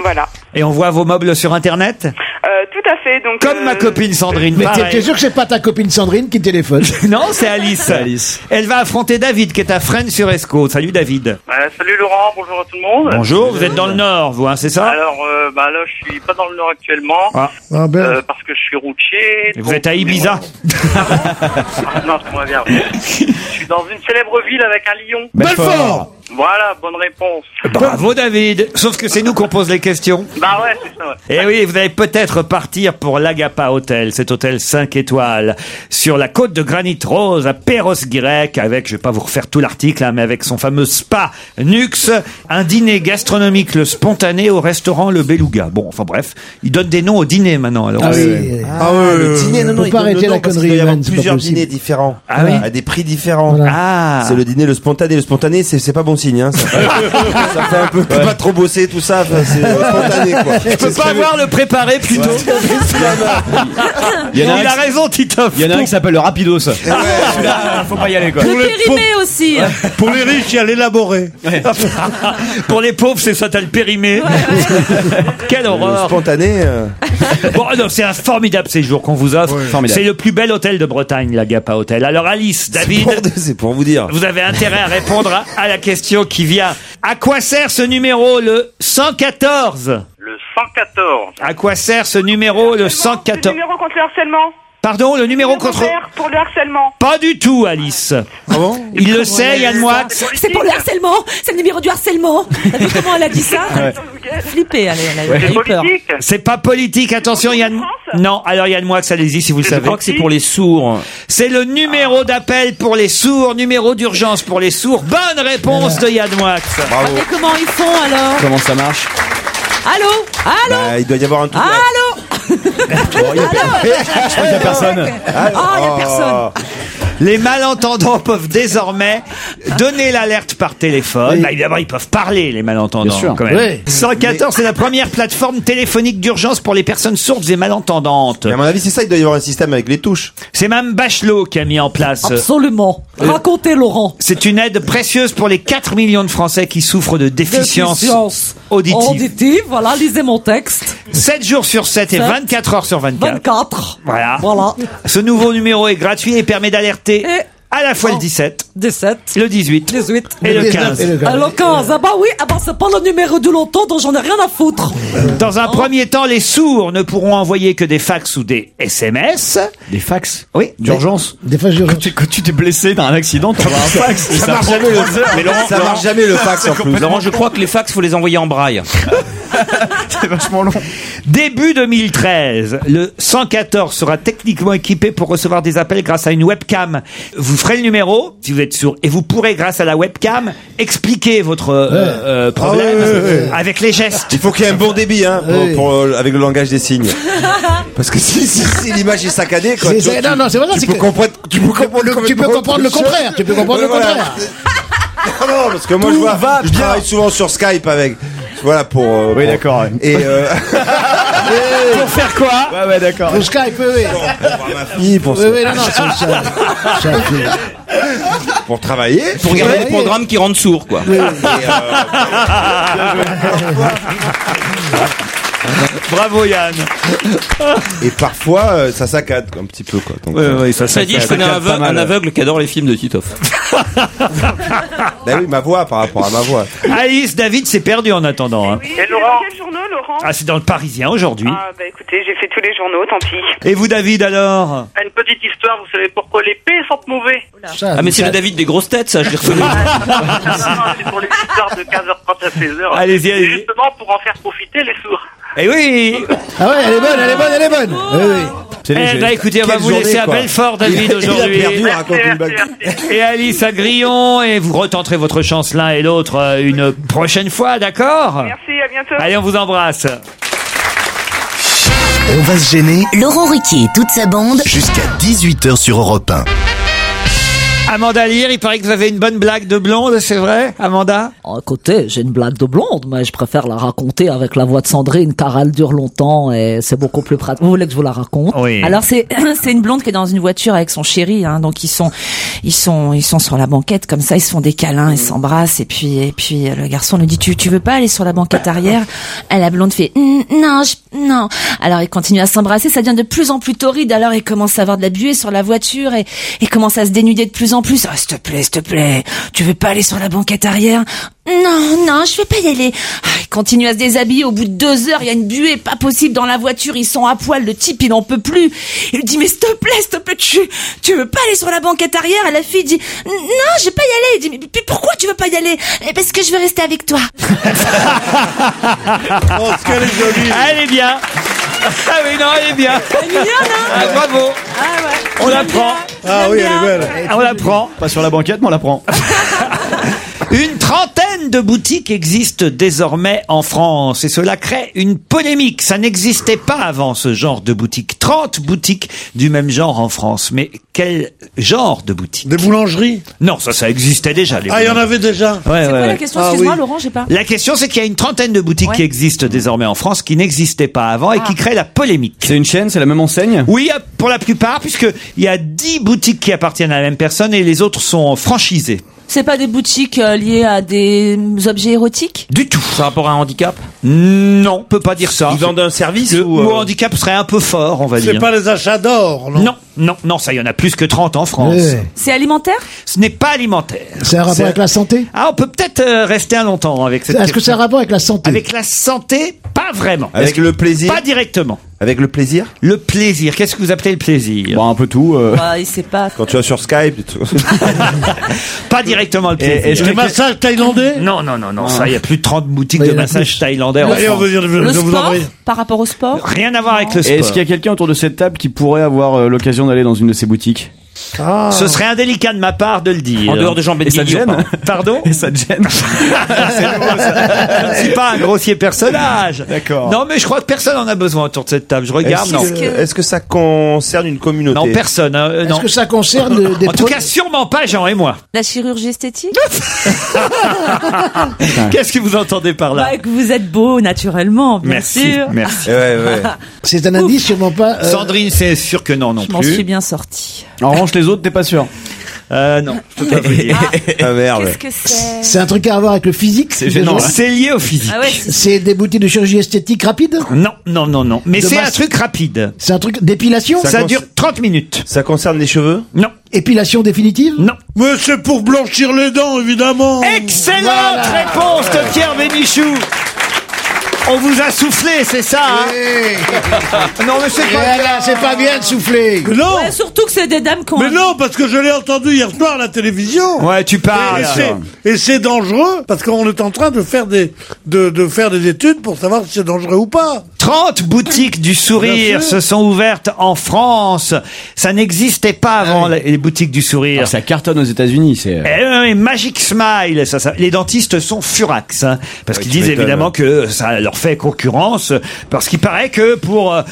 Speaker 15: Voilà.
Speaker 3: Et on voit vos meubles sur Internet
Speaker 15: Euh, tout à fait. Donc, euh,
Speaker 3: Comme ma copine Sandrine,
Speaker 8: Mais t'es-
Speaker 3: pareil.
Speaker 8: t'es sûr
Speaker 3: <laughs>
Speaker 8: que c'est pas ta copine Sandrine qui téléphone
Speaker 3: Non, c'est Alice. Elle va affronter David, qui est à Fresnes sur Escaut. Salut David.
Speaker 14: Euh, salut Laurent, bonjour à tout le monde.
Speaker 3: Bonjour, vous êtes dans le Nord, vous, hein, c'est ça
Speaker 14: Alors, euh, bah là, je suis pas dans le nord actuellement.
Speaker 3: Ah.
Speaker 5: Ah, ben.
Speaker 14: euh, parce que je suis routier.
Speaker 3: Vous êtes à Ibiza
Speaker 14: Ah, non, c'est moins bien. je suis dans une célèbre ville avec un lion.
Speaker 3: Belfort
Speaker 14: Voilà, bonne réponse.
Speaker 3: Bravo David Sauf que c'est nous qu'on pose les questions.
Speaker 14: Bah ouais, c'est ça. ouais.
Speaker 3: Et oui, vous allez peut-être partir pour l'Agapa Hotel, cet hôtel 5 étoiles, sur la côte de Granit Rose, à Perros Guirec, avec, je vais pas vous refaire tout l'article, hein, mais avec son fameux spa Nux, un dîner gastronomique le spontané au restaurant Le Beluga. Bon, enfin bref, il donne des noms au dîner maintenant. Alors
Speaker 8: Ah oui,
Speaker 3: c'est-
Speaker 8: Ah, ah ouais, le ouais, dîner, ouais. non, non, il donne le nom parce qu'il doit y avoir
Speaker 4: plusieurs dîners différents.
Speaker 3: Ah oui.
Speaker 4: À des prix différents.
Speaker 3: Ah.
Speaker 4: C'est le dîner, le spontané. Le spontané, c'est c'est pas bon signe, hein. Ça fait,
Speaker 3: <laughs>
Speaker 4: ça fait un peu pas trop bosser, tout ça. Enfin, C'est euh, spontané, quoi.
Speaker 3: Je peux pas avoir le préparé plutôt.
Speaker 9: Il y en a un
Speaker 3: Il a
Speaker 9: qui-
Speaker 3: raison, Titoff.
Speaker 9: Il y en a un qui s'appelle le Rapidos.
Speaker 3: Ah,
Speaker 9: Celui-là, Ah, faut pas y aller, quoi.
Speaker 5: Pour les- pour-
Speaker 7: aussi.
Speaker 5: Pour les riches, il y a l'élaboré.
Speaker 3: <laughs> Pour les pauvres, c'est ça, t'as le périmé. <laughs> Quelle horreur.
Speaker 4: Spontané. euh,
Speaker 3: Bon, non, c'est un formidable séjour qu'on vous offre.
Speaker 4: Formidable.
Speaker 3: C'est le plus bel hôtel de Bretagne, la Gapa Hotel. Alors, Alice, David.
Speaker 4: C'est pour vous dire.
Speaker 3: Vous avez intérêt à répondre à, à la question qui vient. À quoi sert ce numéro, le 114
Speaker 14: Le 114.
Speaker 3: À quoi sert ce numéro, le
Speaker 15: Le
Speaker 3: 114
Speaker 15: numéro contre le harcèlement.
Speaker 3: Pardon, le numéro
Speaker 15: Numéro
Speaker 3: contre...
Speaker 15: vert pour le harcèlement.
Speaker 3: Pas du tout, Alice. Il le sait, Yann Moix.
Speaker 13: C'est pour le harcèlement, c'est le numéro du harcèlement. T'as vu comment elle a dit ça Flippée, elle, elle, elle a eu peur.
Speaker 3: C'est pas politique, attention Yann. Non, alors Yann Moix, allez-y si vous le savez. Je crois que c'est pour
Speaker 6: les sourds.
Speaker 3: C'est le numéro d'appel pour les sourds, numéro d'urgence pour les sourds. Bonne réponse de Yann Moix. Bravo.
Speaker 7: Et comment ils font alors
Speaker 9: Comment ça marche
Speaker 7: Allô Allô
Speaker 4: Bah, il doit y avoir un truc. là.
Speaker 7: Allô
Speaker 9: Je crois
Speaker 3: Euh,
Speaker 9: qu'il y a personne.
Speaker 7: Ah,
Speaker 4: Oh.
Speaker 7: y a personne.
Speaker 3: Oh. Les malentendants peuvent désormais donner l'alerte par téléphone. Bah, évidemment, ils peuvent parler, les malentendants.
Speaker 9: Bien sûr.
Speaker 3: quand même.
Speaker 9: Oui.
Speaker 3: 114, c'est la première plateforme téléphonique d'urgence pour les personnes sourdes et malentendantes.
Speaker 4: Mais à mon avis, c'est ça, il doit y avoir un système avec les touches.
Speaker 3: C'est même Bachelot qui a mis en place. euh,
Speaker 7: Absolument. Racontez, Laurent.
Speaker 3: C'est une aide précieuse pour les 4 millions de Français qui souffrent de déficience,
Speaker 7: Déficience
Speaker 3: auditive.
Speaker 7: Auditive, voilà, lisez mon texte.
Speaker 3: 7 jours sur 7 et
Speaker 7: Sept.
Speaker 3: 24 heures sur 24.
Speaker 7: 24.
Speaker 3: Voilà.
Speaker 7: Voilà.
Speaker 3: Ce nouveau numéro est gratuit et permet d'alerter
Speaker 7: Et-
Speaker 3: à la fois le 17,
Speaker 7: 17.
Speaker 3: le 18,
Speaker 7: 18.
Speaker 3: et le 15.
Speaker 7: Alors 15, ah bah oui, ah bah c'est pas le numéro du longtemps dont j'en ai rien à
Speaker 16: <laughs>
Speaker 7: foutre.
Speaker 3: Dans un premier temps, les sourds ne pourront envoyer que des fax ou des SMS.
Speaker 9: Des fax
Speaker 3: Oui.
Speaker 9: D'urgence
Speaker 8: Des fois, je...
Speaker 9: Quand tu- quand tu t'es blessé dans un accident, t'envoies un fax.
Speaker 4: Ça marche jamais, le-
Speaker 9: Mais Laurent,
Speaker 4: ça
Speaker 9: Laurent,
Speaker 4: marche jamais, le fax, en
Speaker 9: c'est
Speaker 4: plus.
Speaker 6: Laurent, je crois que les fax, faut les envoyer en braille.
Speaker 9: C'est vachement long.
Speaker 3: Début 2013, le 114 sera techniquement équipé pour recevoir des appels grâce à une webcam. Vous ferez le numéro, si vous êtes sûr, et vous pourrez, grâce à la webcam, expliquer votre euh, euh, problème
Speaker 4: Ah ouais, ouais, ouais.
Speaker 3: avec les
Speaker 4: <laughs>
Speaker 3: gestes.
Speaker 4: Il faut qu'il y ait un bon débit, hein, pour- pour, euh, avec le langage des signes. Parce que si, si, si l'image est saccadée, quoi.
Speaker 8: C'est-
Speaker 4: tu vois,
Speaker 8: c'est-
Speaker 4: tu-
Speaker 8: non, non, c'est vrai,
Speaker 4: tu
Speaker 8: c'est
Speaker 4: peux
Speaker 8: que-
Speaker 4: comprendre, tu peux comprendre,
Speaker 8: le-
Speaker 4: comme-
Speaker 8: tu peux
Speaker 4: comme-
Speaker 8: comprendre le
Speaker 4: comme-
Speaker 8: contraire, tu peux comprendre le
Speaker 4: Voilà.
Speaker 8: contraire.
Speaker 4: Non, non, parce que moi, je vois, je travaille souvent sur Skype avec, voilà, pour, euh,
Speaker 9: Oui,
Speaker 4: pour-
Speaker 9: d'accord. ouais.
Speaker 4: et, euh,
Speaker 3: Pour faire quoi
Speaker 9: Ouais, ouais, d'accord.
Speaker 8: Pour Skype, oui.
Speaker 4: oui, <laughs> pour,
Speaker 8: Oui, oui, non, non, c'est-
Speaker 4: <laughs>
Speaker 8: c'est- c'est- c'est-
Speaker 4: pour travailler.
Speaker 6: Faut regarder des programmes qui rendent sourd, quoi.
Speaker 4: euh,
Speaker 3: Bravo Yann.
Speaker 4: Et parfois, euh, ça saccade, un petit peu, quoi. Donc, euh,
Speaker 6: Ça dit, je connais un aveugle, un aveugle qui adore les films de Titoff.
Speaker 4: bah oui, ma voix par rapport à ma voix.
Speaker 3: Alice, David s'est perdu en attendant. hein.
Speaker 15: Oui,
Speaker 14: Et
Speaker 15: c'est dans
Speaker 14: Laurent
Speaker 15: quel journaux, Laurent
Speaker 3: Ah, c'est dans le Parisien aujourd'hui.
Speaker 15: Ah, bah écoutez, j'ai fait tous les journaux, tant pis.
Speaker 3: Et vous David alors
Speaker 14: Une petite histoire, vous savez pourquoi les P sentent mauvais
Speaker 8: ça-
Speaker 6: Ah, mais c'est
Speaker 8: ça-
Speaker 6: le David des grosses têtes, ça, je l'ai reconnu.
Speaker 15: Ah,
Speaker 14: Non, non, c'est pour les histoires de 15h30 à 16h.
Speaker 3: Allez-y, allez-y.
Speaker 14: Justement pour en faire profiter les sourds.
Speaker 3: Et Eh oui
Speaker 8: Ah ouais, elle est bonne, elle est bonne, elle est bonne. Oui, oui.
Speaker 3: Eh ben écoutez, on va
Speaker 8: Quelle
Speaker 3: vous laisser
Speaker 8: journée,
Speaker 3: à
Speaker 8: quoi.
Speaker 3: Belfort,
Speaker 8: Il
Speaker 3: David,
Speaker 8: a- il a
Speaker 3: aujourd'hui.
Speaker 8: perdu, Merci, raconte une blague.
Speaker 3: Et Alice à Grillon, et vous retenterez votre chance l'un et l'autre euh, une prochaine fois, d'accord
Speaker 15: Merci, à bientôt.
Speaker 3: Allez, on vous embrasse.
Speaker 2: On va se gêner.
Speaker 17: Laurent Ruquier et toute sa bande.
Speaker 2: Jusqu'à 18h sur Europe 1.
Speaker 3: Amanda Lire, il paraît que vous avez une bonne blague de blonde, c'est vrai, Amanda
Speaker 16: Écoutez, j'ai une blague de blonde, mais je préfère la raconter avec la voix de Sandrine car elle dure longtemps et c'est beaucoup plus pratique. Vous voulez que je vous la raconte
Speaker 3: Oui.
Speaker 16: Alors c'est <clears throat> c'est une blonde qui est dans une voiture avec son chéri, hein, donc ils sont ils sont ils sont sur la banquette comme ça, ils se font des câlins, ils s'embrassent et puis et puis euh, le garçon lui dit tu tu veux pas aller sur la banquette arrière Et la blonde fait Hum, non je- non. Alors ils continuent à s'embrasser, ça devient de plus en plus torride. Alors ils commencent à avoir de la buée sur la voiture et et commencent à se dénuder de plus en plus. Ah, s'il te plaît, s'il te plaît, tu veux pas
Speaker 7: <laughs>
Speaker 16: aller sur la banquette arrière non, non, je vais pas y aller. Ah, il continue à se déshabiller. Au bout de deux heures, il y a une buée pas possible dans la voiture. Ils sont à poil. Le type, il en peut plus. Il lui dit, mais s'il te plaît, s'il te plaît, tu, tu veux pas aller sur la banquette arrière? Et la fille dit, non, je vais pas y aller. Il dit, mais puis pourquoi tu veux pas y aller? Eh, Parce que je veux rester avec toi.
Speaker 5: <laughs>
Speaker 3: oh, ce qu'elle est jolie Elle est bien Ah oui, non, elle est bien Elle est bien, ah, Bravo On la prend
Speaker 5: Ah oui, elle est belle.
Speaker 3: On la prend
Speaker 9: Pas sur la banquette, mais on la prend.
Speaker 3: <laughs> Une trentaine de boutiques existent désormais en France et cela crée une polémique. Ça n'existait pas avant ce genre de boutique. 30 boutiques du même genre en France. Mais quel genre de boutique Des boulangeries Non, ça, ça existait déjà. Les
Speaker 5: Ah, il y en
Speaker 3: boulangeries.
Speaker 5: avait déjà.
Speaker 3: Ouais, ouais, ouais.
Speaker 16: Laurent, j'ai pas.
Speaker 3: La question, c'est qu'il y a une trentaine de boutiques
Speaker 16: Ouais. Ah.
Speaker 3: qui existent désormais en France qui n'existaient pas avant et qui créent la polémique. C'est une chaîne, c'est la même enseigne Oui, euh, pour la plupart, puisqu'il y a 10 boutiques qui appartiennent à la même personne et les autres sont franchisées.
Speaker 16: <laughs> C'est pas des boutiques euh, liées à des euh, objets érotiques?
Speaker 3: Du tout. Ça rapport à un handicap Non, on peut pas dire ça. Ils vendent un service euh, Le mot handicap serait un peu fort, on va dire.
Speaker 5: C'est pas les achats d'or, non
Speaker 3: Non, non, non, ça, il y en a plus que 30 en France.
Speaker 5: Ouais.
Speaker 16: C'est alimentaire?
Speaker 3: Ce n'est pas alimentaire.
Speaker 8: C'est un rapport avec la santé
Speaker 3: Ah, on peut peut-être euh, rester un longtemps avec cette
Speaker 8: Est-ce que c'est
Speaker 3: question.
Speaker 8: un rapport avec la santé
Speaker 3: Avec la santé, pas vraiment.
Speaker 8: Avec
Speaker 3: Est-ce que-
Speaker 8: le plaisir
Speaker 3: Pas directement.
Speaker 4: Avec le plaisir
Speaker 3: Le plaisir. Qu'est-ce que vous appelez le plaisir
Speaker 4: Bah, un peu tout. euh,
Speaker 16: Bah, il sait pas.
Speaker 4: Quand tu vas sur Skype et tout.
Speaker 3: <laughs> Pas directement le
Speaker 4: Et-
Speaker 3: plaisir.
Speaker 4: est-ce que- Les massages
Speaker 3: thaïlandais Non, non, non, non. Ça, il y a plus de 30 boutiques
Speaker 4: Oui, il
Speaker 3: de
Speaker 4: y en a
Speaker 3: massages
Speaker 4: plus.
Speaker 3: thaïlandais en
Speaker 5: Allez, on
Speaker 3: France.
Speaker 5: veut dire, je-
Speaker 16: Le sport? Par rapport au sport?
Speaker 3: Rien à voir avec le
Speaker 9: Et Est-ce
Speaker 3: sport.
Speaker 9: qu'il y a quelqu'un autour de cette table qui pourrait avoir euh, l'occasion d'aller dans une de ces boutiques
Speaker 5: Ah.
Speaker 3: Ce serait indélicat de ma part de le dire.
Speaker 9: En dehors de Jean
Speaker 3: Et ça te
Speaker 9: Benguigui,
Speaker 3: gêne
Speaker 9: ou
Speaker 3: <laughs> Pardon Et ça te <laughs> gêne Je ne suis pas un grossier personnage. D'accord. Non, mais je crois que personne en a besoin autour de cette table. Je regarde.
Speaker 4: Est-ce
Speaker 3: non.
Speaker 4: que- est-ce que ça concerne une communauté
Speaker 3: Non, personne. hein, euh, non. En tout cas, sûrement pas Jean et moi.
Speaker 16: La chirurgie esthétique?
Speaker 3: Qu'est-ce que vous entendez par là
Speaker 16: Bah, que vous êtes beau, naturellement, bien sûr. <laughs>
Speaker 8: C'est un indice sûrement pas. euh,
Speaker 3: Sandrine, c'est sûr que non, non
Speaker 16: Je m'en
Speaker 3: plus.
Speaker 16: suis bien sortie.
Speaker 3: En revanche, les autres, t'es pas sûr euh, Non, je peux pas vous dire. <laughs> Ah merde.
Speaker 16: que c'est
Speaker 8: C'est un truc à voir avec le physique
Speaker 3: C'est gênant, hein. C'est lié au physique.
Speaker 16: Ah ouais,
Speaker 8: C'est des boutiques de chirurgie esthétique rapide
Speaker 3: Non, non, non, non. Mais
Speaker 8: De
Speaker 3: c'est un
Speaker 8: masse-
Speaker 3: truc rapide.
Speaker 8: C'est un truc d'épilation
Speaker 3: Ça dure 30 minutes.
Speaker 4: Ça concerne les cheveux
Speaker 3: Non.
Speaker 8: Épilation définitive
Speaker 3: Non.
Speaker 5: Mais c'est pour blanchir les dents, évidemment.
Speaker 3: Excellente réponse de Pierre Bénichou. On vous a soufflé, c'est ça hein <laughs> Non, mais c'est pas
Speaker 8: bien. C'est pas bien de souffler.
Speaker 5: Non.
Speaker 16: surtout que c'est des dames qui ont.
Speaker 5: Mais non, parce que je l'ai entendu hier soir à la télévision.
Speaker 3: Ouais, tu parles.
Speaker 5: Et, c'est- et c'est dangereux parce qu'on est en train de faire des de, de faire des études pour savoir si c'est dangereux ou pas.
Speaker 3: 30 boutiques du sourire
Speaker 5: Bien
Speaker 3: se
Speaker 5: sûr.
Speaker 3: sont ouvertes en France. Ça n'existait pas avant les les boutiques du sourire. ça cartonne aux États-Unis, c'est.
Speaker 9: euh,
Speaker 3: Eh Magic Smile, ça, ça- les dentistes sont furax, hein, parce
Speaker 9: Ouais,
Speaker 3: qu'ils
Speaker 9: tu
Speaker 3: disent
Speaker 9: m'étonnes.
Speaker 3: évidemment que ça leur fait concurrence, parce qu'il paraît que pour euh,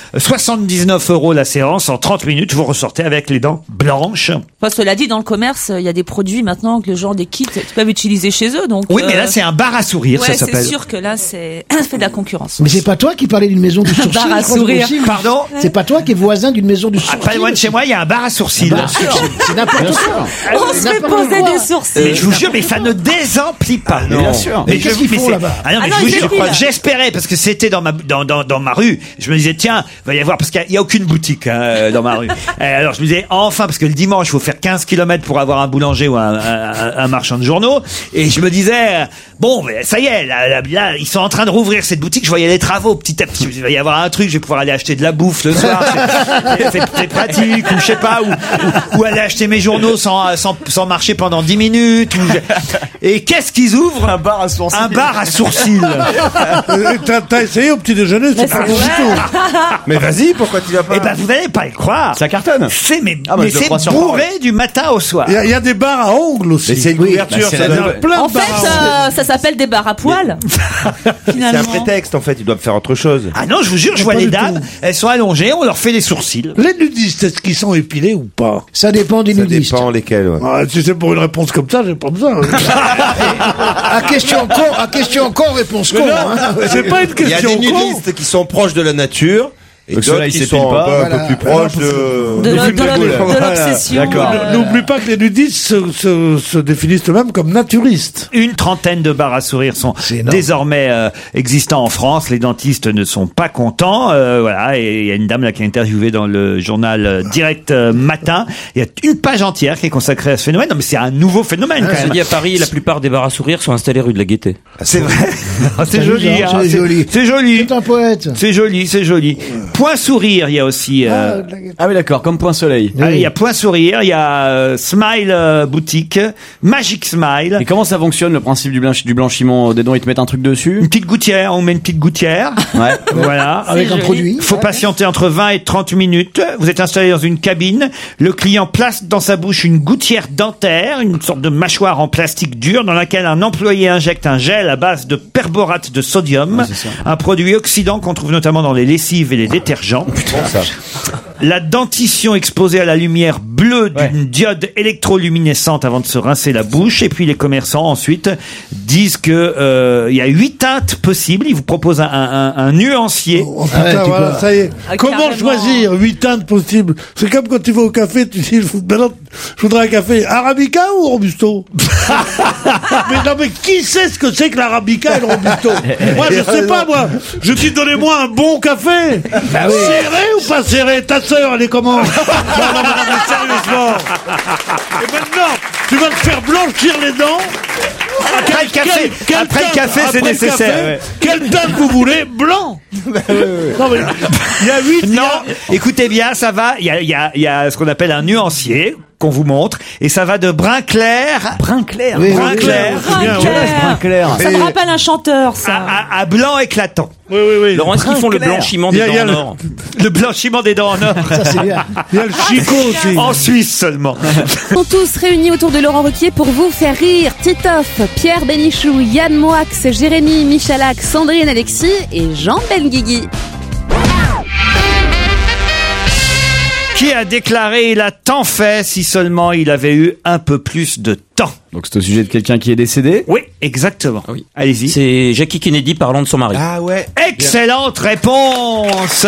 Speaker 3: 79 euros la séance, en 30 minutes, vous ressortez avec les dents blanches.
Speaker 16: Enfin, cela dit, dans le commerce, il y a des produits maintenant que le genre des kits, ils peuvent utiliser chez eux. Donc, euh,
Speaker 3: Oui, mais là, c'est un bar à sourire,
Speaker 16: ouais,
Speaker 3: ça s'appelle.
Speaker 16: C'est sûr que là, c'est <clears throat> ça fait de la concurrence.
Speaker 8: Mais c'est pas toi qui parlais d'une maison du sourcil
Speaker 16: Bar à
Speaker 8: je crois,
Speaker 16: sourire.
Speaker 8: aussi.
Speaker 16: Pardon
Speaker 8: C'est pas toi qui es voisin d'une maison du sourcil
Speaker 3: Ah, Pas loin de chez moi, il y a un bar à sourcils.
Speaker 8: Un bar à sourcils, c'est n'importe Bien quoi. sûr.
Speaker 3: Ah
Speaker 8: On
Speaker 3: oui,
Speaker 8: se fait
Speaker 3: n'importe
Speaker 8: poser
Speaker 3: quoi.
Speaker 8: des sourcils.
Speaker 3: Mais je vous jure, mais ça ne désemplit pas.
Speaker 9: non. Bien sûr.
Speaker 3: Mais
Speaker 9: Ah, Mais
Speaker 3: je
Speaker 9: qu'est-ce
Speaker 3: vous-
Speaker 9: qu'ils
Speaker 3: mais
Speaker 9: font
Speaker 3: c'est-
Speaker 9: là-bas
Speaker 3: Ah non, mais
Speaker 9: Ah non,
Speaker 3: je vous
Speaker 9: ils
Speaker 3: jure,
Speaker 9: défilent.
Speaker 3: j'espérais parce que c'était dans ma dans, dans, dans ma rue. Je me disais Euh,
Speaker 8: <laughs>
Speaker 3: tiens, va y avoir parce qu'il y a aucune boutique hein, dans ma rue. Euh, Alors je me disais enfin parce que le dimanche il faut faire 15 km pour avoir un boulanger ou un, un- un marchand de journaux. Et je me disais, euh, bon, mais ça y est, là, là, là, ils sont en train de rouvrir cette boutique. Je voyais les travaux petit à petit. Je me disais, Il va y avoir un truc, je vais pouvoir aller acheter de la bouffe le
Speaker 8: <laughs>
Speaker 3: soir. C'est- c'est- c'est- C'est pratique, ou je sais pas, ou, ou- ou aller acheter mes journaux sans, euh, sans, sans marcher pendant 10 minutes. ou je- Et qu'est-ce qu'ils ouvrent Un bar à sourcils. Un bar à <laughs>
Speaker 5: <laughs>
Speaker 3: sourcils.
Speaker 5: Euh, t'as- T'as essayé au petit déjeuner, c'est pas bon du tout.
Speaker 4: Mais vas-y, pourquoi tu vas pas
Speaker 3: Eh ben, vous n'allez pas le croire. Ça cartonne. C'est mais,
Speaker 5: Ah, moi,
Speaker 3: mais
Speaker 5: je le
Speaker 3: c'est
Speaker 5: crois sur
Speaker 3: bourré du matin au soir.
Speaker 5: Il y a- il y, a des bars à ongles aussi.
Speaker 4: Mais c'est une couverture,
Speaker 5: bah, c'est
Speaker 4: ça
Speaker 5: la
Speaker 4: donne-
Speaker 5: nouvelle. Plein
Speaker 18: En
Speaker 5: de barres
Speaker 18: fait, euh, ça s'appelle des bars à poils.
Speaker 4: C'est un
Speaker 18: Finalement.
Speaker 4: prétexte en fait, ils doivent faire autre chose.
Speaker 3: Ah non, je vous jure, je vois les dames, elles sont allongées, on leur fait des sourcils.
Speaker 5: Les nudistes, est-ce qu'ils sont épilés ou pas
Speaker 8: Ça dépend des
Speaker 5: nudistes. Ça
Speaker 4: dépend lesquels.
Speaker 5: si c'est pour une réponse comme ça, j'ai pas besoin.
Speaker 8: À question con, à question con, réponse con. hein.
Speaker 4: Ah, Il y a des nudistes qui sont proches de la nature. Et
Speaker 9: Donc
Speaker 4: d'autres
Speaker 9: ceux-là, ils
Speaker 4: qui
Speaker 9: s'épilent
Speaker 4: sont un
Speaker 9: pas.
Speaker 4: peu, un peu
Speaker 9: Voilà.
Speaker 4: plus proches de...
Speaker 5: De l'o- de l'o- de
Speaker 4: Voilà.
Speaker 5: l'obsession,
Speaker 4: D'accord.
Speaker 5: euh, N'oublie pas que les nudistes se, se- se définissent eux-mêmes comme naturistes.
Speaker 3: Une trentaine de bars à sourire sont désormais euh, existants en France. Les dentistes ne sont pas contents. Euh, voilà, et il y a une dame là qui a interviewé dans le journal euh, Direct euh, Matin. Il y a une page entière qui est consacrée à ce phénomène. Non, mais Ah, c'est un nouveau phénomène quand
Speaker 6: Je
Speaker 3: même.
Speaker 6: dis à Paris, la plupart des bars à sourire sont installés rue de la Gaîté.
Speaker 3: C'est vrai. Ah, c'est joli,
Speaker 6: bizarre,
Speaker 3: hein,
Speaker 6: c'est
Speaker 3: c'est
Speaker 6: joli.
Speaker 3: C'est joli.
Speaker 8: C'est un poète.
Speaker 3: C'est joli, c'est joli. Point sourire, il y a aussi. euh,
Speaker 9: Ah oui, d'accord, comme point soleil.
Speaker 3: Ah, Il y a Point Sourire, il y a euh, Smile euh, Boutique, Magic Smile.
Speaker 9: Et comment ça fonctionne le principe du, blanchi- du blanchiment des dons Ils te mettent un truc dessus Une
Speaker 3: petite gouttière, on met une petite gouttière.
Speaker 9: Ouais.
Speaker 3: <laughs> Voilà.
Speaker 9: C'est Avec un joli. produit.
Speaker 3: Faut patienter entre 20 et 30 minutes. Vous êtes installé dans une cabine. Le client place dans sa bouche une gouttière dentaire, une sorte de mâchoire en plastique dur dans laquelle un employé injecte un gel à base de perborate de sodium, un produit oxydant qu'on trouve notamment dans les lessives et les détergents. La dentition exposée à la lumière bleue d'une diode électroluminescente avant de se rincer la bouche. Et puis les commerçants ensuite disent que euh, il y a huit teintes possibles. Ils vous proposent un, un- un nuancier.
Speaker 5: Putain, voilà, ça y est. Comment choisir huit teintes possibles C'est comme quand tu vas au café, tu dis, je vous- ben non, je voudrais un café arabica ou robusto <laughs> Mais non, mais qui sait ce que c'est que l'arabica et
Speaker 3: <laughs>
Speaker 5: le robusto Moi, je sais pas, moi. Je dis, donnez-moi un bon café.
Speaker 3: Bah
Speaker 8: oui.
Speaker 5: Serré ou pas serré Ta sœur, elle
Speaker 3: <laughs>
Speaker 5: est comment Non, non, mais non, mais
Speaker 7: <laughs>
Speaker 5: sérieusement. Et maintenant, tu vas te faire blanchir les dents
Speaker 3: Après le café, après le
Speaker 5: teinte-
Speaker 3: café, c'est
Speaker 5: après le
Speaker 3: nécessaire,
Speaker 5: café,
Speaker 3: ouais. Bah
Speaker 5: Quelle teinte vous voulez
Speaker 3: <laughs>
Speaker 5: Blanc Non, mais
Speaker 3: <laughs> Il y a huit. Non, écoutez bien, ça va. Il y a, il y a- il y a ce qu'on appelle un nuancier qu'on vous montre et ça va de brun clair. Brun clair.
Speaker 9: Oui,
Speaker 3: brun
Speaker 9: oui,
Speaker 3: clair.
Speaker 9: oui, c'est bien, Brun ouais. clair. Brun clair.
Speaker 16: Ça me rappelle un chanteur, ça.
Speaker 3: À, à- à blanc éclatant.
Speaker 5: Oui, oui, oui.
Speaker 6: Laurent, est-ce qu'ils font le blanchiment des dents
Speaker 5: <laughs>
Speaker 6: en or
Speaker 3: le, le blanchiment des dents en or.
Speaker 8: c'est bien.
Speaker 5: Il y a le chicot aussi.
Speaker 3: En Suisse seulement.
Speaker 10: Ils sont tous réunis autour de Laurent Ruquier pour vous faire rire. Titoff, Pierre Bénichou, Yann Moix, Jérémy Michalak, Sandrine Alexis et Jean Benguigui.
Speaker 3: <laughs> Qui a déclaré il a tant fait si seulement il avait eu un peu plus de temps.
Speaker 9: Donc c'est au sujet de quelqu'un qui est décédé
Speaker 3: Oui, exactement. Allez-y.
Speaker 6: C'est Jackie Kennedy parlant de son mari.
Speaker 4: Ah ouais.
Speaker 3: Excellente réponse.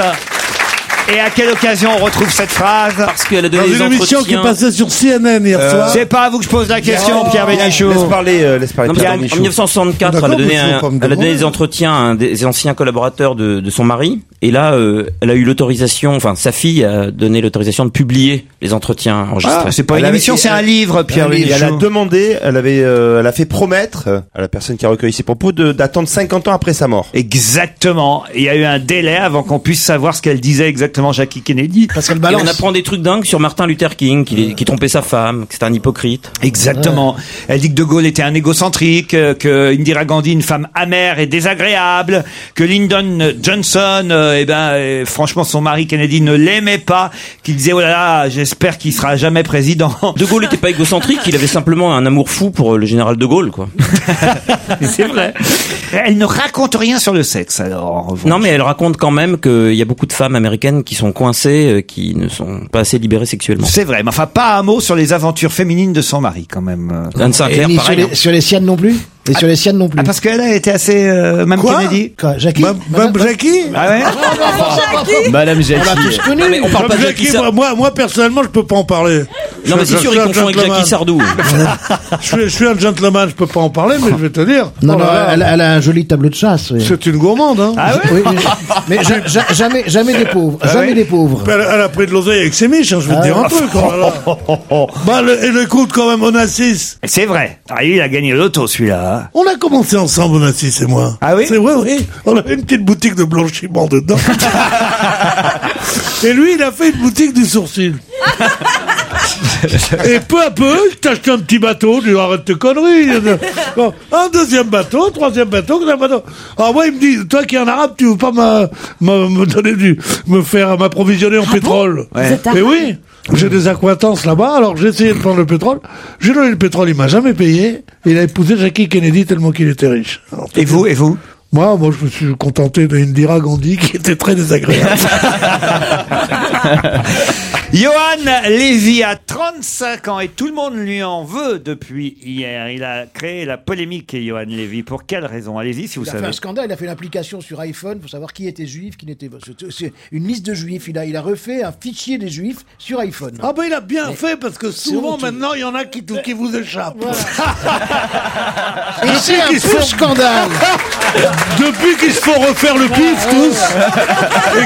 Speaker 3: Et à quelle occasion on retrouve cette phrase Parce
Speaker 6: qu'elle a
Speaker 5: Dans une émission qui passait sur CNN hier
Speaker 3: Euh,
Speaker 5: soir.
Speaker 3: C'est pas à vous que je pose la question, Pierre Bénichou.
Speaker 4: Laisse parler, euh, laisse parler
Speaker 6: Non, mais
Speaker 4: Pierre
Speaker 6: en, en
Speaker 4: Bénichou.
Speaker 3: Ah,
Speaker 6: 1964, elle a
Speaker 4: D'accord,
Speaker 6: donné,
Speaker 4: mais sinon,
Speaker 6: un-
Speaker 4: pas me
Speaker 6: elle a donné
Speaker 4: demander.
Speaker 3: hein.
Speaker 6: des entretiens à un des anciens collaborateurs de, de son mari. Et là, euh, elle a eu l'autorisation, enfin, sa fille a donné l'autorisation de publier les entretiens enregistrés.
Speaker 3: Ah, c'est pas une
Speaker 4: Elle
Speaker 3: émission,
Speaker 4: avait-
Speaker 3: c'est un
Speaker 4: elle-
Speaker 3: livre,
Speaker 4: un
Speaker 3: Pierre
Speaker 4: livre. Et Elle a
Speaker 3: Bénichou.
Speaker 4: demandé, elle avait, euh, elle a fait promettre euh, à la personne qui a recueilli ses propos de- d'attendre 50 ans après sa mort.
Speaker 3: Exactement. Il y a eu un délai avant qu'on puisse savoir ce qu'elle disait exactement, Jackie Kennedy.
Speaker 8: Parce qu'elle
Speaker 6: Et on apprend des trucs dingues sur Martin Luther King, qui, qui trompait sa femme, que c'était un hypocrite.
Speaker 3: Exactement. Elle dit que De Gaulle était un égocentrique, euh, que Indira Gandhi une femme amère et désagréable, que Lyndon Johnson, euh, eh ben, euh, franchement, son mari Kennedy ne l'aimait pas, qu'il disait oh là là, j'espère qu'il sera jamais président. <laughs>
Speaker 6: De Gaulle n'était pas égocentrique, il avait simplement un amour fou pour euh, le général de Gaulle, quoi.
Speaker 3: <laughs> C'est vrai. Elle ne raconte rien sur le sexe, alors.
Speaker 6: Non, mais elle raconte quand même qu'il y a beaucoup de femmes américaines qui sont coincées, euh, qui ne sont pas assez libérées sexuellement.
Speaker 3: C'est vrai, mais enfin pas un mot sur les aventures féminines de son mari quand même.
Speaker 6: Anne Sinclair,
Speaker 8: Et ni sur
Speaker 6: pareil,
Speaker 8: les,
Speaker 6: hein.
Speaker 8: sur les siennes non plus Et sur les siennes non plus.
Speaker 3: Ah, parce qu'elle a été assez. euh, Mme
Speaker 8: Quoi
Speaker 3: Kennedy.
Speaker 8: Quoi, Jackie bah,
Speaker 5: Mme Jackie
Speaker 3: Ah ouais
Speaker 5: bah,
Speaker 9: Madame
Speaker 5: On l'a
Speaker 9: Jackie.
Speaker 5: tous connu.
Speaker 9: Non, mais on parle pas de
Speaker 5: Mme
Speaker 9: Jackie
Speaker 5: Jackie,
Speaker 9: Sar-
Speaker 5: moi, moi, moi, personnellement, je peux pas en parler. Je
Speaker 9: mais
Speaker 5: suis
Speaker 9: c'est
Speaker 5: un-
Speaker 9: sûr,
Speaker 5: je
Speaker 9: il
Speaker 5: suis un
Speaker 9: confond avec Jackie
Speaker 5: gentleman.
Speaker 9: Sardou.
Speaker 5: <laughs> je, suis, je suis un gentleman, je peux pas en parler, mais je vais te dire.
Speaker 8: Non, non,
Speaker 5: Oh là là.
Speaker 8: elle, elle a un joli tableau de chasse. oui.
Speaker 5: C'est une gourmande, hein
Speaker 8: Ah ouais Oui, oui, mais ja- ja- jamais, jamais des pauvres,
Speaker 5: Ah
Speaker 8: jamais
Speaker 5: ouais
Speaker 8: des pauvres.
Speaker 5: Elle, elle a pris de l'oseille avec ses miches, hein, je vais te
Speaker 8: Ah
Speaker 5: dire un
Speaker 8: ouais.
Speaker 5: truc. oh là là. bah, le, et le coude, quand même, on a 6.
Speaker 3: C'est vrai. Ah, il a gagné l'auto, celui-là. hein.
Speaker 5: On a commencé ensemble, Onassis et moi. Ah oui C'est vrai, oui. On avait une petite boutique de blanchiment dedans. et lui, il a fait une boutique
Speaker 3: <laughs>
Speaker 5: du sourcil. et peu à peu, il t'a acheté un petit bateau. Tu dis, arrête tes conneries. Bon, un deuxième bateau, troisième bateau, quatrième bateau. Alors moi, il me dit, toi qui es un arabe, tu veux pas m'a- m'a- me donner du, me faire m'approvisionner en pétrole.
Speaker 3: Ah Vous êtes
Speaker 5: Mais
Speaker 3: arabe
Speaker 5: oui. J'ai des acquaintances là-bas, alors j'ai essayé de prendre le pétrole. J'ai donné le pétrole, il m'a jamais payé. Il a épousé Jackie Kennedy tellement qu'il était riche.
Speaker 3: et vous, et vous
Speaker 5: Moi, moi, je me suis contenté d'Indira Gandhi qui était très désagréable.
Speaker 3: Johan Lévy a 35 ans et tout le monde lui en veut depuis hier. Il a créé la polémique, Johan Lévy. Pour quelle raison Allez-y si vous
Speaker 8: il a
Speaker 3: savez.
Speaker 8: fait un scandale, il a fait une application sur iPhone pour savoir qui était juif, qui n'était pas. C'est- C'est une liste de juifs. Il a, il a refait un fichier des juifs sur iPhone.
Speaker 5: Ah ben il a bien
Speaker 8: Mais
Speaker 5: fait parce que
Speaker 8: c'est
Speaker 5: souvent
Speaker 8: honteux.
Speaker 5: maintenant il y en a qui, tout- qui vous échappent.
Speaker 8: Et c'est un
Speaker 5: Depuis qu'ils
Speaker 8: peu
Speaker 5: sont-
Speaker 3: <laughs>
Speaker 8: scandale.
Speaker 5: Depuis qu'ils se font refaire le pif tous et,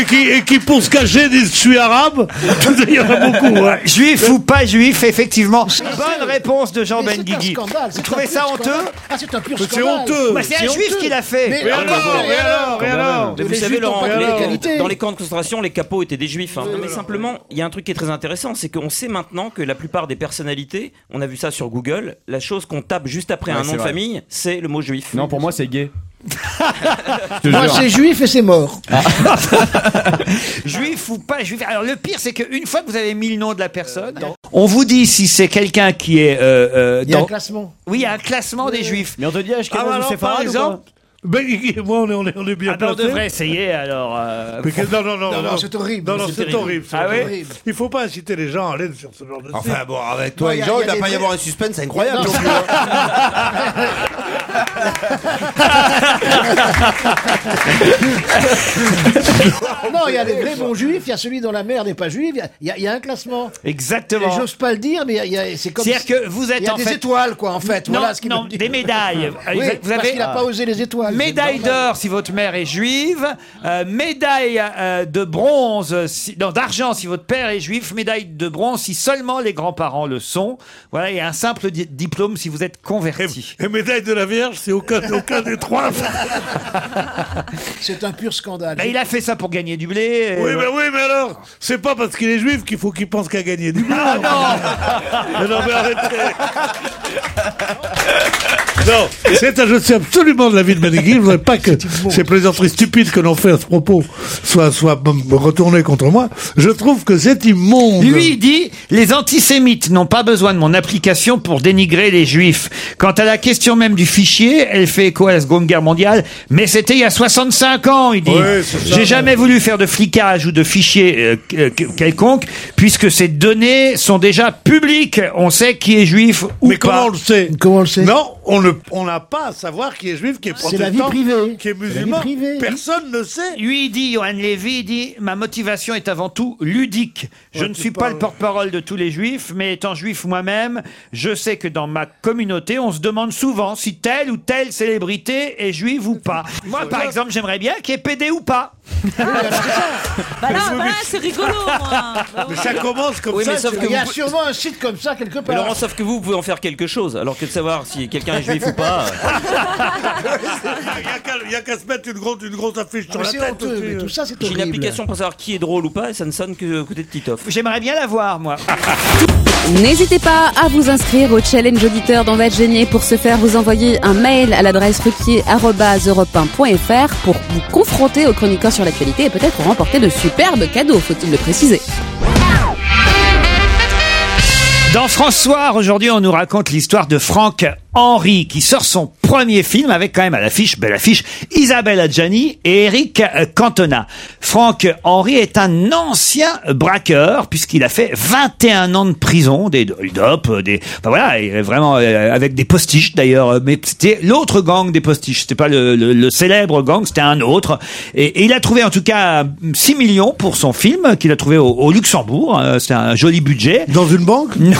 Speaker 5: et qui, et qui pour se cacher disent je suis arabe, <laughs> il y en a beaucoup. hein. ouais.
Speaker 3: Juif ou pas juif, effectivement. Bonne réponse de Jean Ben
Speaker 8: Mais c'est un
Speaker 3: Guigui.
Speaker 8: scandale,
Speaker 3: Vous
Speaker 8: Ah, c'est
Speaker 3: trouvez
Speaker 8: un
Speaker 3: ça
Speaker 8: pur
Speaker 3: honteux
Speaker 8: scandale. Ah, c'est un pur
Speaker 3: Mais c'est
Speaker 8: scandale.
Speaker 3: honteux. Bah, c'est un juif
Speaker 8: honteux.
Speaker 3: qui l'a fait.
Speaker 8: Mais,
Speaker 3: Mais
Speaker 6: Ah,
Speaker 8: alors,
Speaker 3: alors,
Speaker 8: et alors,
Speaker 3: et alors
Speaker 6: Mais vous
Speaker 8: Les
Speaker 6: savez,
Speaker 8: Juifs n'ont
Speaker 6: Laurent,
Speaker 8: pas que des
Speaker 6: les-
Speaker 8: qualités.
Speaker 6: dans les camps de concentration, les capots étaient des juifs. hein. Non, mais simplement, il y a un truc qui est très intéressant, c'est qu'on sait maintenant que la plupart des personnalités, on a vu ça sur Google, la chose qu'on tape juste après
Speaker 9: Ouais,
Speaker 6: un
Speaker 9: c'est
Speaker 6: nom de
Speaker 9: vrai.
Speaker 6: famille, c'est le mot juif.
Speaker 9: Non, pour moi, c'est
Speaker 6: <laughs>
Speaker 9: gay. Je te
Speaker 8: Moi,
Speaker 9: jure. Ah.
Speaker 8: c'est juif et c'est mort.
Speaker 3: Juif ou pas juif. Alors le pire, c'est qu'une fois que vous avez mis le nom de la personne, on vous dit si c'est quelqu'un qui est euh, euh,
Speaker 8: Il y a un
Speaker 3: dans-
Speaker 8: classement.
Speaker 3: Oui, il y a un classement des juifs.
Speaker 9: Mais on te dit, ah, je
Speaker 5: bah
Speaker 3: Ah,
Speaker 9: connais
Speaker 3: alors,
Speaker 9: c'est
Speaker 3: par
Speaker 9: pas
Speaker 3: exemple,
Speaker 5: Ben, Guigui et moi on est, on est, on est bien
Speaker 3: ah, ben, on
Speaker 5: placés.
Speaker 3: devrait essayer alors. euh,
Speaker 5: Mais que- non, non, non,
Speaker 8: Non, non, c'est horrible,
Speaker 5: Non, non,
Speaker 8: c'est
Speaker 5: c'est
Speaker 8: terrible.
Speaker 5: horrible. c'est
Speaker 3: Ah ouais
Speaker 5: horrible. Il faut pas inciter les gens à aller sur ce genre de site.
Speaker 4: Enfin bon, avec toi
Speaker 8: Non, y
Speaker 4: et
Speaker 8: a-
Speaker 4: Jean,
Speaker 8: y a
Speaker 4: il va
Speaker 8: des
Speaker 4: pas y
Speaker 8: vrais-
Speaker 4: avoir un suspense incroyable.
Speaker 8: Non,
Speaker 4: non
Speaker 8: c'est-
Speaker 4: plus, hein.
Speaker 8: <laughs> Non, il y a les vrais bons juifs, il y a celui dans la merde et pas juif. Il y a- il y, a- il y a un classement. Et
Speaker 3: Exactement.
Speaker 8: J'ose pas le dire, mais il y a- il y a- c'est comme.
Speaker 3: C'est-à-dire que vous êtes
Speaker 8: Il y a
Speaker 3: en
Speaker 8: des
Speaker 3: fait-
Speaker 8: étoiles, quoi, en fait.
Speaker 3: Non,
Speaker 8: voilà ce qu'il
Speaker 3: non,
Speaker 8: me dit.
Speaker 3: des médailles.
Speaker 8: <laughs> Oui,
Speaker 3: Exact- vous
Speaker 8: parce
Speaker 3: avez Ah.
Speaker 8: qu'il a pas osé les étoiles.
Speaker 3: médaille
Speaker 8: C'est normal.
Speaker 3: d'or si votre mère est juive, euh, médaille euh, de bronze, si- non, d'argent si votre père est juif, médaille de bronze si seulement les grands-parents le sont. Voilà, et un simple di- diplôme si vous êtes converti.
Speaker 5: Et médaille de la Vierge, c'est aucun, aucun des
Speaker 3: <laughs>
Speaker 5: trois.
Speaker 8: <laughs> C'est un pur scandale.
Speaker 3: Bah, il a fait ça pour gagner du blé. euh,
Speaker 5: Oui, mais oui, mais alors, c'est pas parce qu'il est juif qu'il faut qu'il pense qu'à gagner du blé. Ah <laughs> non Mais non, mais arrêtez Non, c'est un- je suis absolument de l'avis de Benegui. Je voudrais pas que ces plaisanteries stupides que l'on fait à ce propos soient, soient m- retournées contre moi. Je trouve que c'est immonde.
Speaker 3: Lui, il dit Les antisémites n'ont pas besoin de mon application pour dénigrer les juifs. Quant à la question même du fichier, elle fait écho à la Seconde Guerre mondiale, mais c'était il y a 65 ans, il dit.
Speaker 5: Ouais, c'est ça.
Speaker 3: J'ai jamais voulu faire de flicage ou de fichier euh, euh, quelconque, puisque ces données sont déjà publiques. On sait qui est juif ou
Speaker 5: mais comment
Speaker 3: pas.
Speaker 5: on le sait
Speaker 8: Comment on le sait
Speaker 5: Non, on ne, on n'a pas à savoir qui est juif, qui est protestant,
Speaker 8: C'est la vie privée.
Speaker 5: qui est
Speaker 8: C'est la vie
Speaker 5: musulman.
Speaker 8: privée. <laughs>
Speaker 5: <laughs> Personne ne sait.
Speaker 3: Lui, il dit, Johan Lévy, il dit Ma motivation est avant tout ludique. Je
Speaker 5: Ouais,
Speaker 3: ne
Speaker 5: tu
Speaker 3: suis pas
Speaker 5: parles.
Speaker 3: le porte-parole de tous les juifs, mais étant juif moi-même, je sais que dans ma communauté, on se demande souvent si telle ou telle célébrité est juive ou
Speaker 5: <laughs>
Speaker 3: pas. Moi, par exemple, j'aimerais bien qu'il y ait PD ou pas.
Speaker 18: Bah là, bah là, c'est rigolo,
Speaker 5: <laughs>
Speaker 18: moi. Bah oui.
Speaker 5: Mais ça commence comme
Speaker 6: Oui,
Speaker 5: ça.
Speaker 6: mais sauf
Speaker 5: tu-
Speaker 6: que
Speaker 8: Il y a
Speaker 6: vous-
Speaker 8: sûrement un site comme ça quelque
Speaker 6: Mais
Speaker 8: part.
Speaker 6: Laurent, sauf que vous, vous pouvez en faire quelque chose, alors que de savoir si quelqu'un est juif ou pas.
Speaker 5: <laughs>
Speaker 6: euh,
Speaker 5: Il n'y a qu'à- il y a qu'à se mettre une grosse, une grosse affiche
Speaker 8: Non, Ah,
Speaker 5: sur
Speaker 8: mais
Speaker 5: la
Speaker 8: c'est
Speaker 5: tête.
Speaker 8: honteux,
Speaker 5: aussi. euh.
Speaker 8: mais tout ça, c'est
Speaker 6: J'ai une
Speaker 8: horrible.
Speaker 6: application pour savoir qui est drôle ou pas, et ça ne sonne que côté de Titoff.
Speaker 3: J'aimerais bien l'avoir,
Speaker 6: <laughs>
Speaker 3: moi.
Speaker 10: N'hésitez pas à vous inscrire au challenge auditeur d'On va être gêné. Pour ce faire, vous envoyez un mail à l'adresse ruquier.europe1.fr pour vous confronter aux chroniqueurs sur l'actualité et peut-être remporter de superbes cadeaux, faut-il le préciser.
Speaker 3: Dans François, aujourd'hui, on nous raconte l'histoire de Franck Henry qui sort son premier film avec quand même à l'affiche, belle affiche, Isabelle Adjani et Eric euh, Cantona. Franck Henry est un ancien braqueur puisqu'il a fait 21 ans de prison, des hold-up, des... Enfin voilà, il est vraiment euh, avec des postiches d'ailleurs, euh, mais c'était l'autre gang des postiches, c'était pas le, le- le célèbre gang, c'était un autre. Et, et il a trouvé en tout cas 6 millions pour son film qu'il a trouvé au, au Luxembourg, euh, c'est un joli budget.
Speaker 5: Dans une banque
Speaker 3: Non.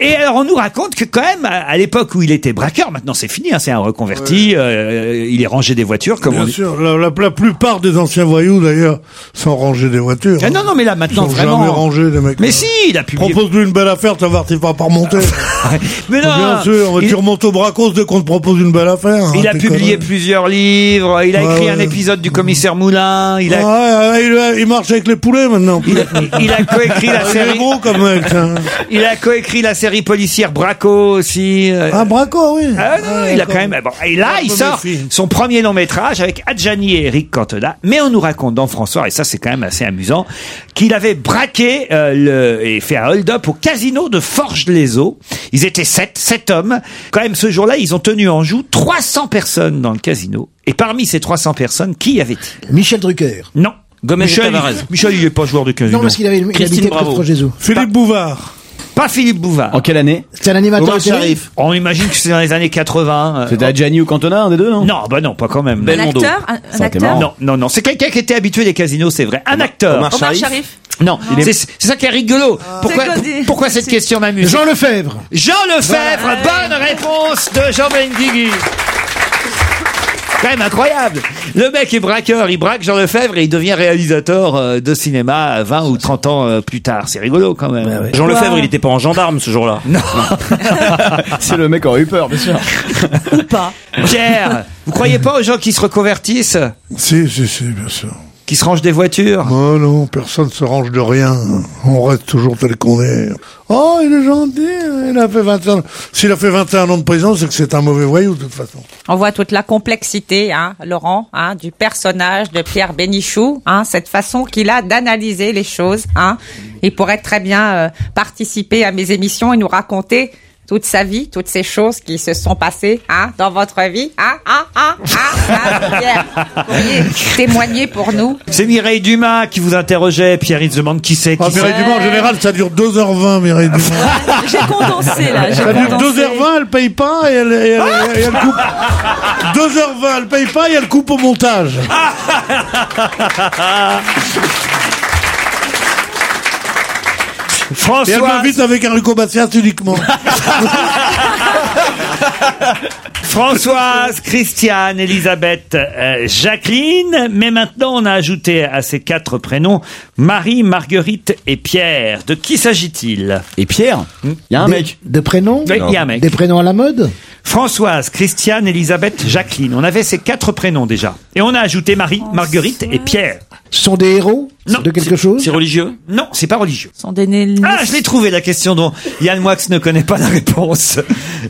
Speaker 3: Et alors on nous raconte que quand même, à à l'époque où il était braqueur, maintenant c'est fini, hein, c'est un reconverti, euh, il est rangé des voitures, comme on
Speaker 5: Bien
Speaker 3: dit.
Speaker 5: sûr, la, la- la plupart des anciens voyous d'ailleurs sont rangés des voitures.
Speaker 3: Ah non, non, mais là maintenant
Speaker 5: Ils sont
Speaker 3: vraiment.
Speaker 5: jamais rangés les mecs.
Speaker 3: Mais si, il a publié.
Speaker 5: Propose-lui une belle affaire, ça va, t'es pas par monter.
Speaker 3: <laughs> mais non,
Speaker 5: Bien sûr,
Speaker 3: il-
Speaker 5: tu remontes au bracos dès qu'on te propose une belle affaire. hein,
Speaker 3: Il a
Speaker 5: t'es
Speaker 3: publié
Speaker 5: connu.
Speaker 3: plusieurs livres, il a
Speaker 5: Ouais,
Speaker 3: écrit
Speaker 5: ouais.
Speaker 3: un épisode du commissaire Moulin, il a,
Speaker 5: Ah ouais, ouais, il, a- il marche avec les poulets maintenant. Il a,
Speaker 3: il a coécrit
Speaker 5: <laughs>
Speaker 3: la série.
Speaker 5: gros comme mec. hein.
Speaker 3: il a coécrit la série policière Braco aussi. euh.
Speaker 5: Ah, braco, oui.
Speaker 3: Ah non, il
Speaker 5: Ouais,
Speaker 3: a
Speaker 5: d'accord. Ah,
Speaker 3: quand même. bon, et là,
Speaker 5: Un
Speaker 3: il
Speaker 5: peu
Speaker 3: sort
Speaker 5: méfie.
Speaker 3: son premier long métrage avec Adjani et Eric Cantona. Mais on nous raconte dans François, et ça c'est quand même assez amusant, qu'il avait braqué euh, le, et fait un hold-up au casino de Forges-les-Eaux. Ils étaient sept, sept hommes. Quand même, ce jour-là, ils ont tenu en joue 300 personnes dans le casino. Et parmi ces 300 personnes, qui y avait-il
Speaker 8: Michel Drucker.
Speaker 3: Non.
Speaker 8: Gomez et
Speaker 3: Michel,
Speaker 8: Tavares.
Speaker 3: Michel, il est pas joueur de casino.
Speaker 8: Non, parce qu'il avait il habitait près de Jésus.
Speaker 5: Philippe Bouvard.
Speaker 3: Pas Philippe Bouvard.
Speaker 9: En quelle année
Speaker 8: C'est un animateur
Speaker 9: Omar
Speaker 8: de télé
Speaker 9: Sharif.
Speaker 3: On imagine que c'est dans les années 80. euh,
Speaker 9: C'était Adjani ou Cantona, un des deux, non
Speaker 3: Non, bah non, pas quand même.
Speaker 9: Belmondo. Un acteur Un- un Ça aurait été acteur marrant.
Speaker 3: Non, non, non. C'est quelqu'un qui était habitué des casinos, c'est vrai. Un acteur.
Speaker 9: Omar Omar Sharif Sharif
Speaker 3: Non,
Speaker 9: Il est-
Speaker 3: c'est c'est ça qui est rigolo. Pourquoi,
Speaker 9: C'est codé.
Speaker 3: pourquoi cette question m'amuse
Speaker 8: Jean Lefebvre.
Speaker 3: Jean Lefebvre, bonne réponse de Jean Benguigui. Quand même incroyable. Le mec est braqueur, il braque Jean Lefebvre et il devient réalisateur euh, de cinéma 20 ou 30 ans euh, plus tard. C'est rigolo quand
Speaker 9: Bah
Speaker 3: même.
Speaker 6: Jean Lefebvre, il était pas en gendarme ce jour-là.
Speaker 3: Non.
Speaker 9: <laughs> C'est le mec qui aurait eu peur, bien sûr.
Speaker 3: <laughs> ou pas. Pierre, vous croyez pas aux gens qui se reconvertissent
Speaker 5: Si, si, si, bien sûr.
Speaker 3: Qui se rangent des voitures
Speaker 5: Oh non, personne se range de rien. On reste toujours tel qu'on est. Oh, il est gentil, il a fait 21 ans. S'il a fait 21 ans de prison, c'est que c'est un mauvais voyou, de toute façon.
Speaker 18: On voit toute la complexité, hein, Laurent, hein, du personnage de Pierre Bénichou, hein, cette façon qu'il a d'analyser les choses. Hein. Il pourrait très bien euh, participer à mes émissions et nous raconter toute sa vie, toutes ces choses qui se sont passées hein, dans votre vie. Hein, hein, hein, hein, hein, Pierre, vous
Speaker 8: <laughs>
Speaker 18: pourriez témoigner pour nous.
Speaker 3: C'est Mireille Dumas qui vous interrogeait. Pierre, il se demande qui c'est. Qui
Speaker 5: Ah,
Speaker 3: c'est.
Speaker 5: Mireille Dumas, en général, ça dure 2h20, Mireille <laughs> Dumas.
Speaker 18: J'ai condensé là.
Speaker 5: Ça dure 2h20, elle paye pas et elle, et elle- et elle coupe. 2h20, elle paye pas et elle coupe au montage.
Speaker 7: <laughs>
Speaker 5: Et elle
Speaker 3: Françoise,
Speaker 5: m'invite avec un rucobatias uniquement. <laughs>
Speaker 3: Françoise, Christiane, Elisabeth, euh, Jacqueline. Mais maintenant, on a ajouté à ces quatre prénoms Marie, Marguerite et Pierre. De qui s'agit-il
Speaker 9: Et Pierre
Speaker 3: Il
Speaker 9: y a un
Speaker 8: Des-
Speaker 9: mec.
Speaker 8: Des prénoms
Speaker 3: Oui, il y a un mec.
Speaker 8: Des prénoms à la mode
Speaker 3: Françoise, Christiane, Elisabeth, Jacqueline. On avait ces quatre prénoms déjà. Et on a ajouté Marie, Marguerite et Pierre.
Speaker 8: Ce sont des héros
Speaker 3: Non.
Speaker 8: De quelque chose
Speaker 3: religieux Non, c'est pas religieux.
Speaker 16: Sans donner le-
Speaker 3: Ah, je l'ai trouvé la question dont Yann Moix ne connaît pas la réponse.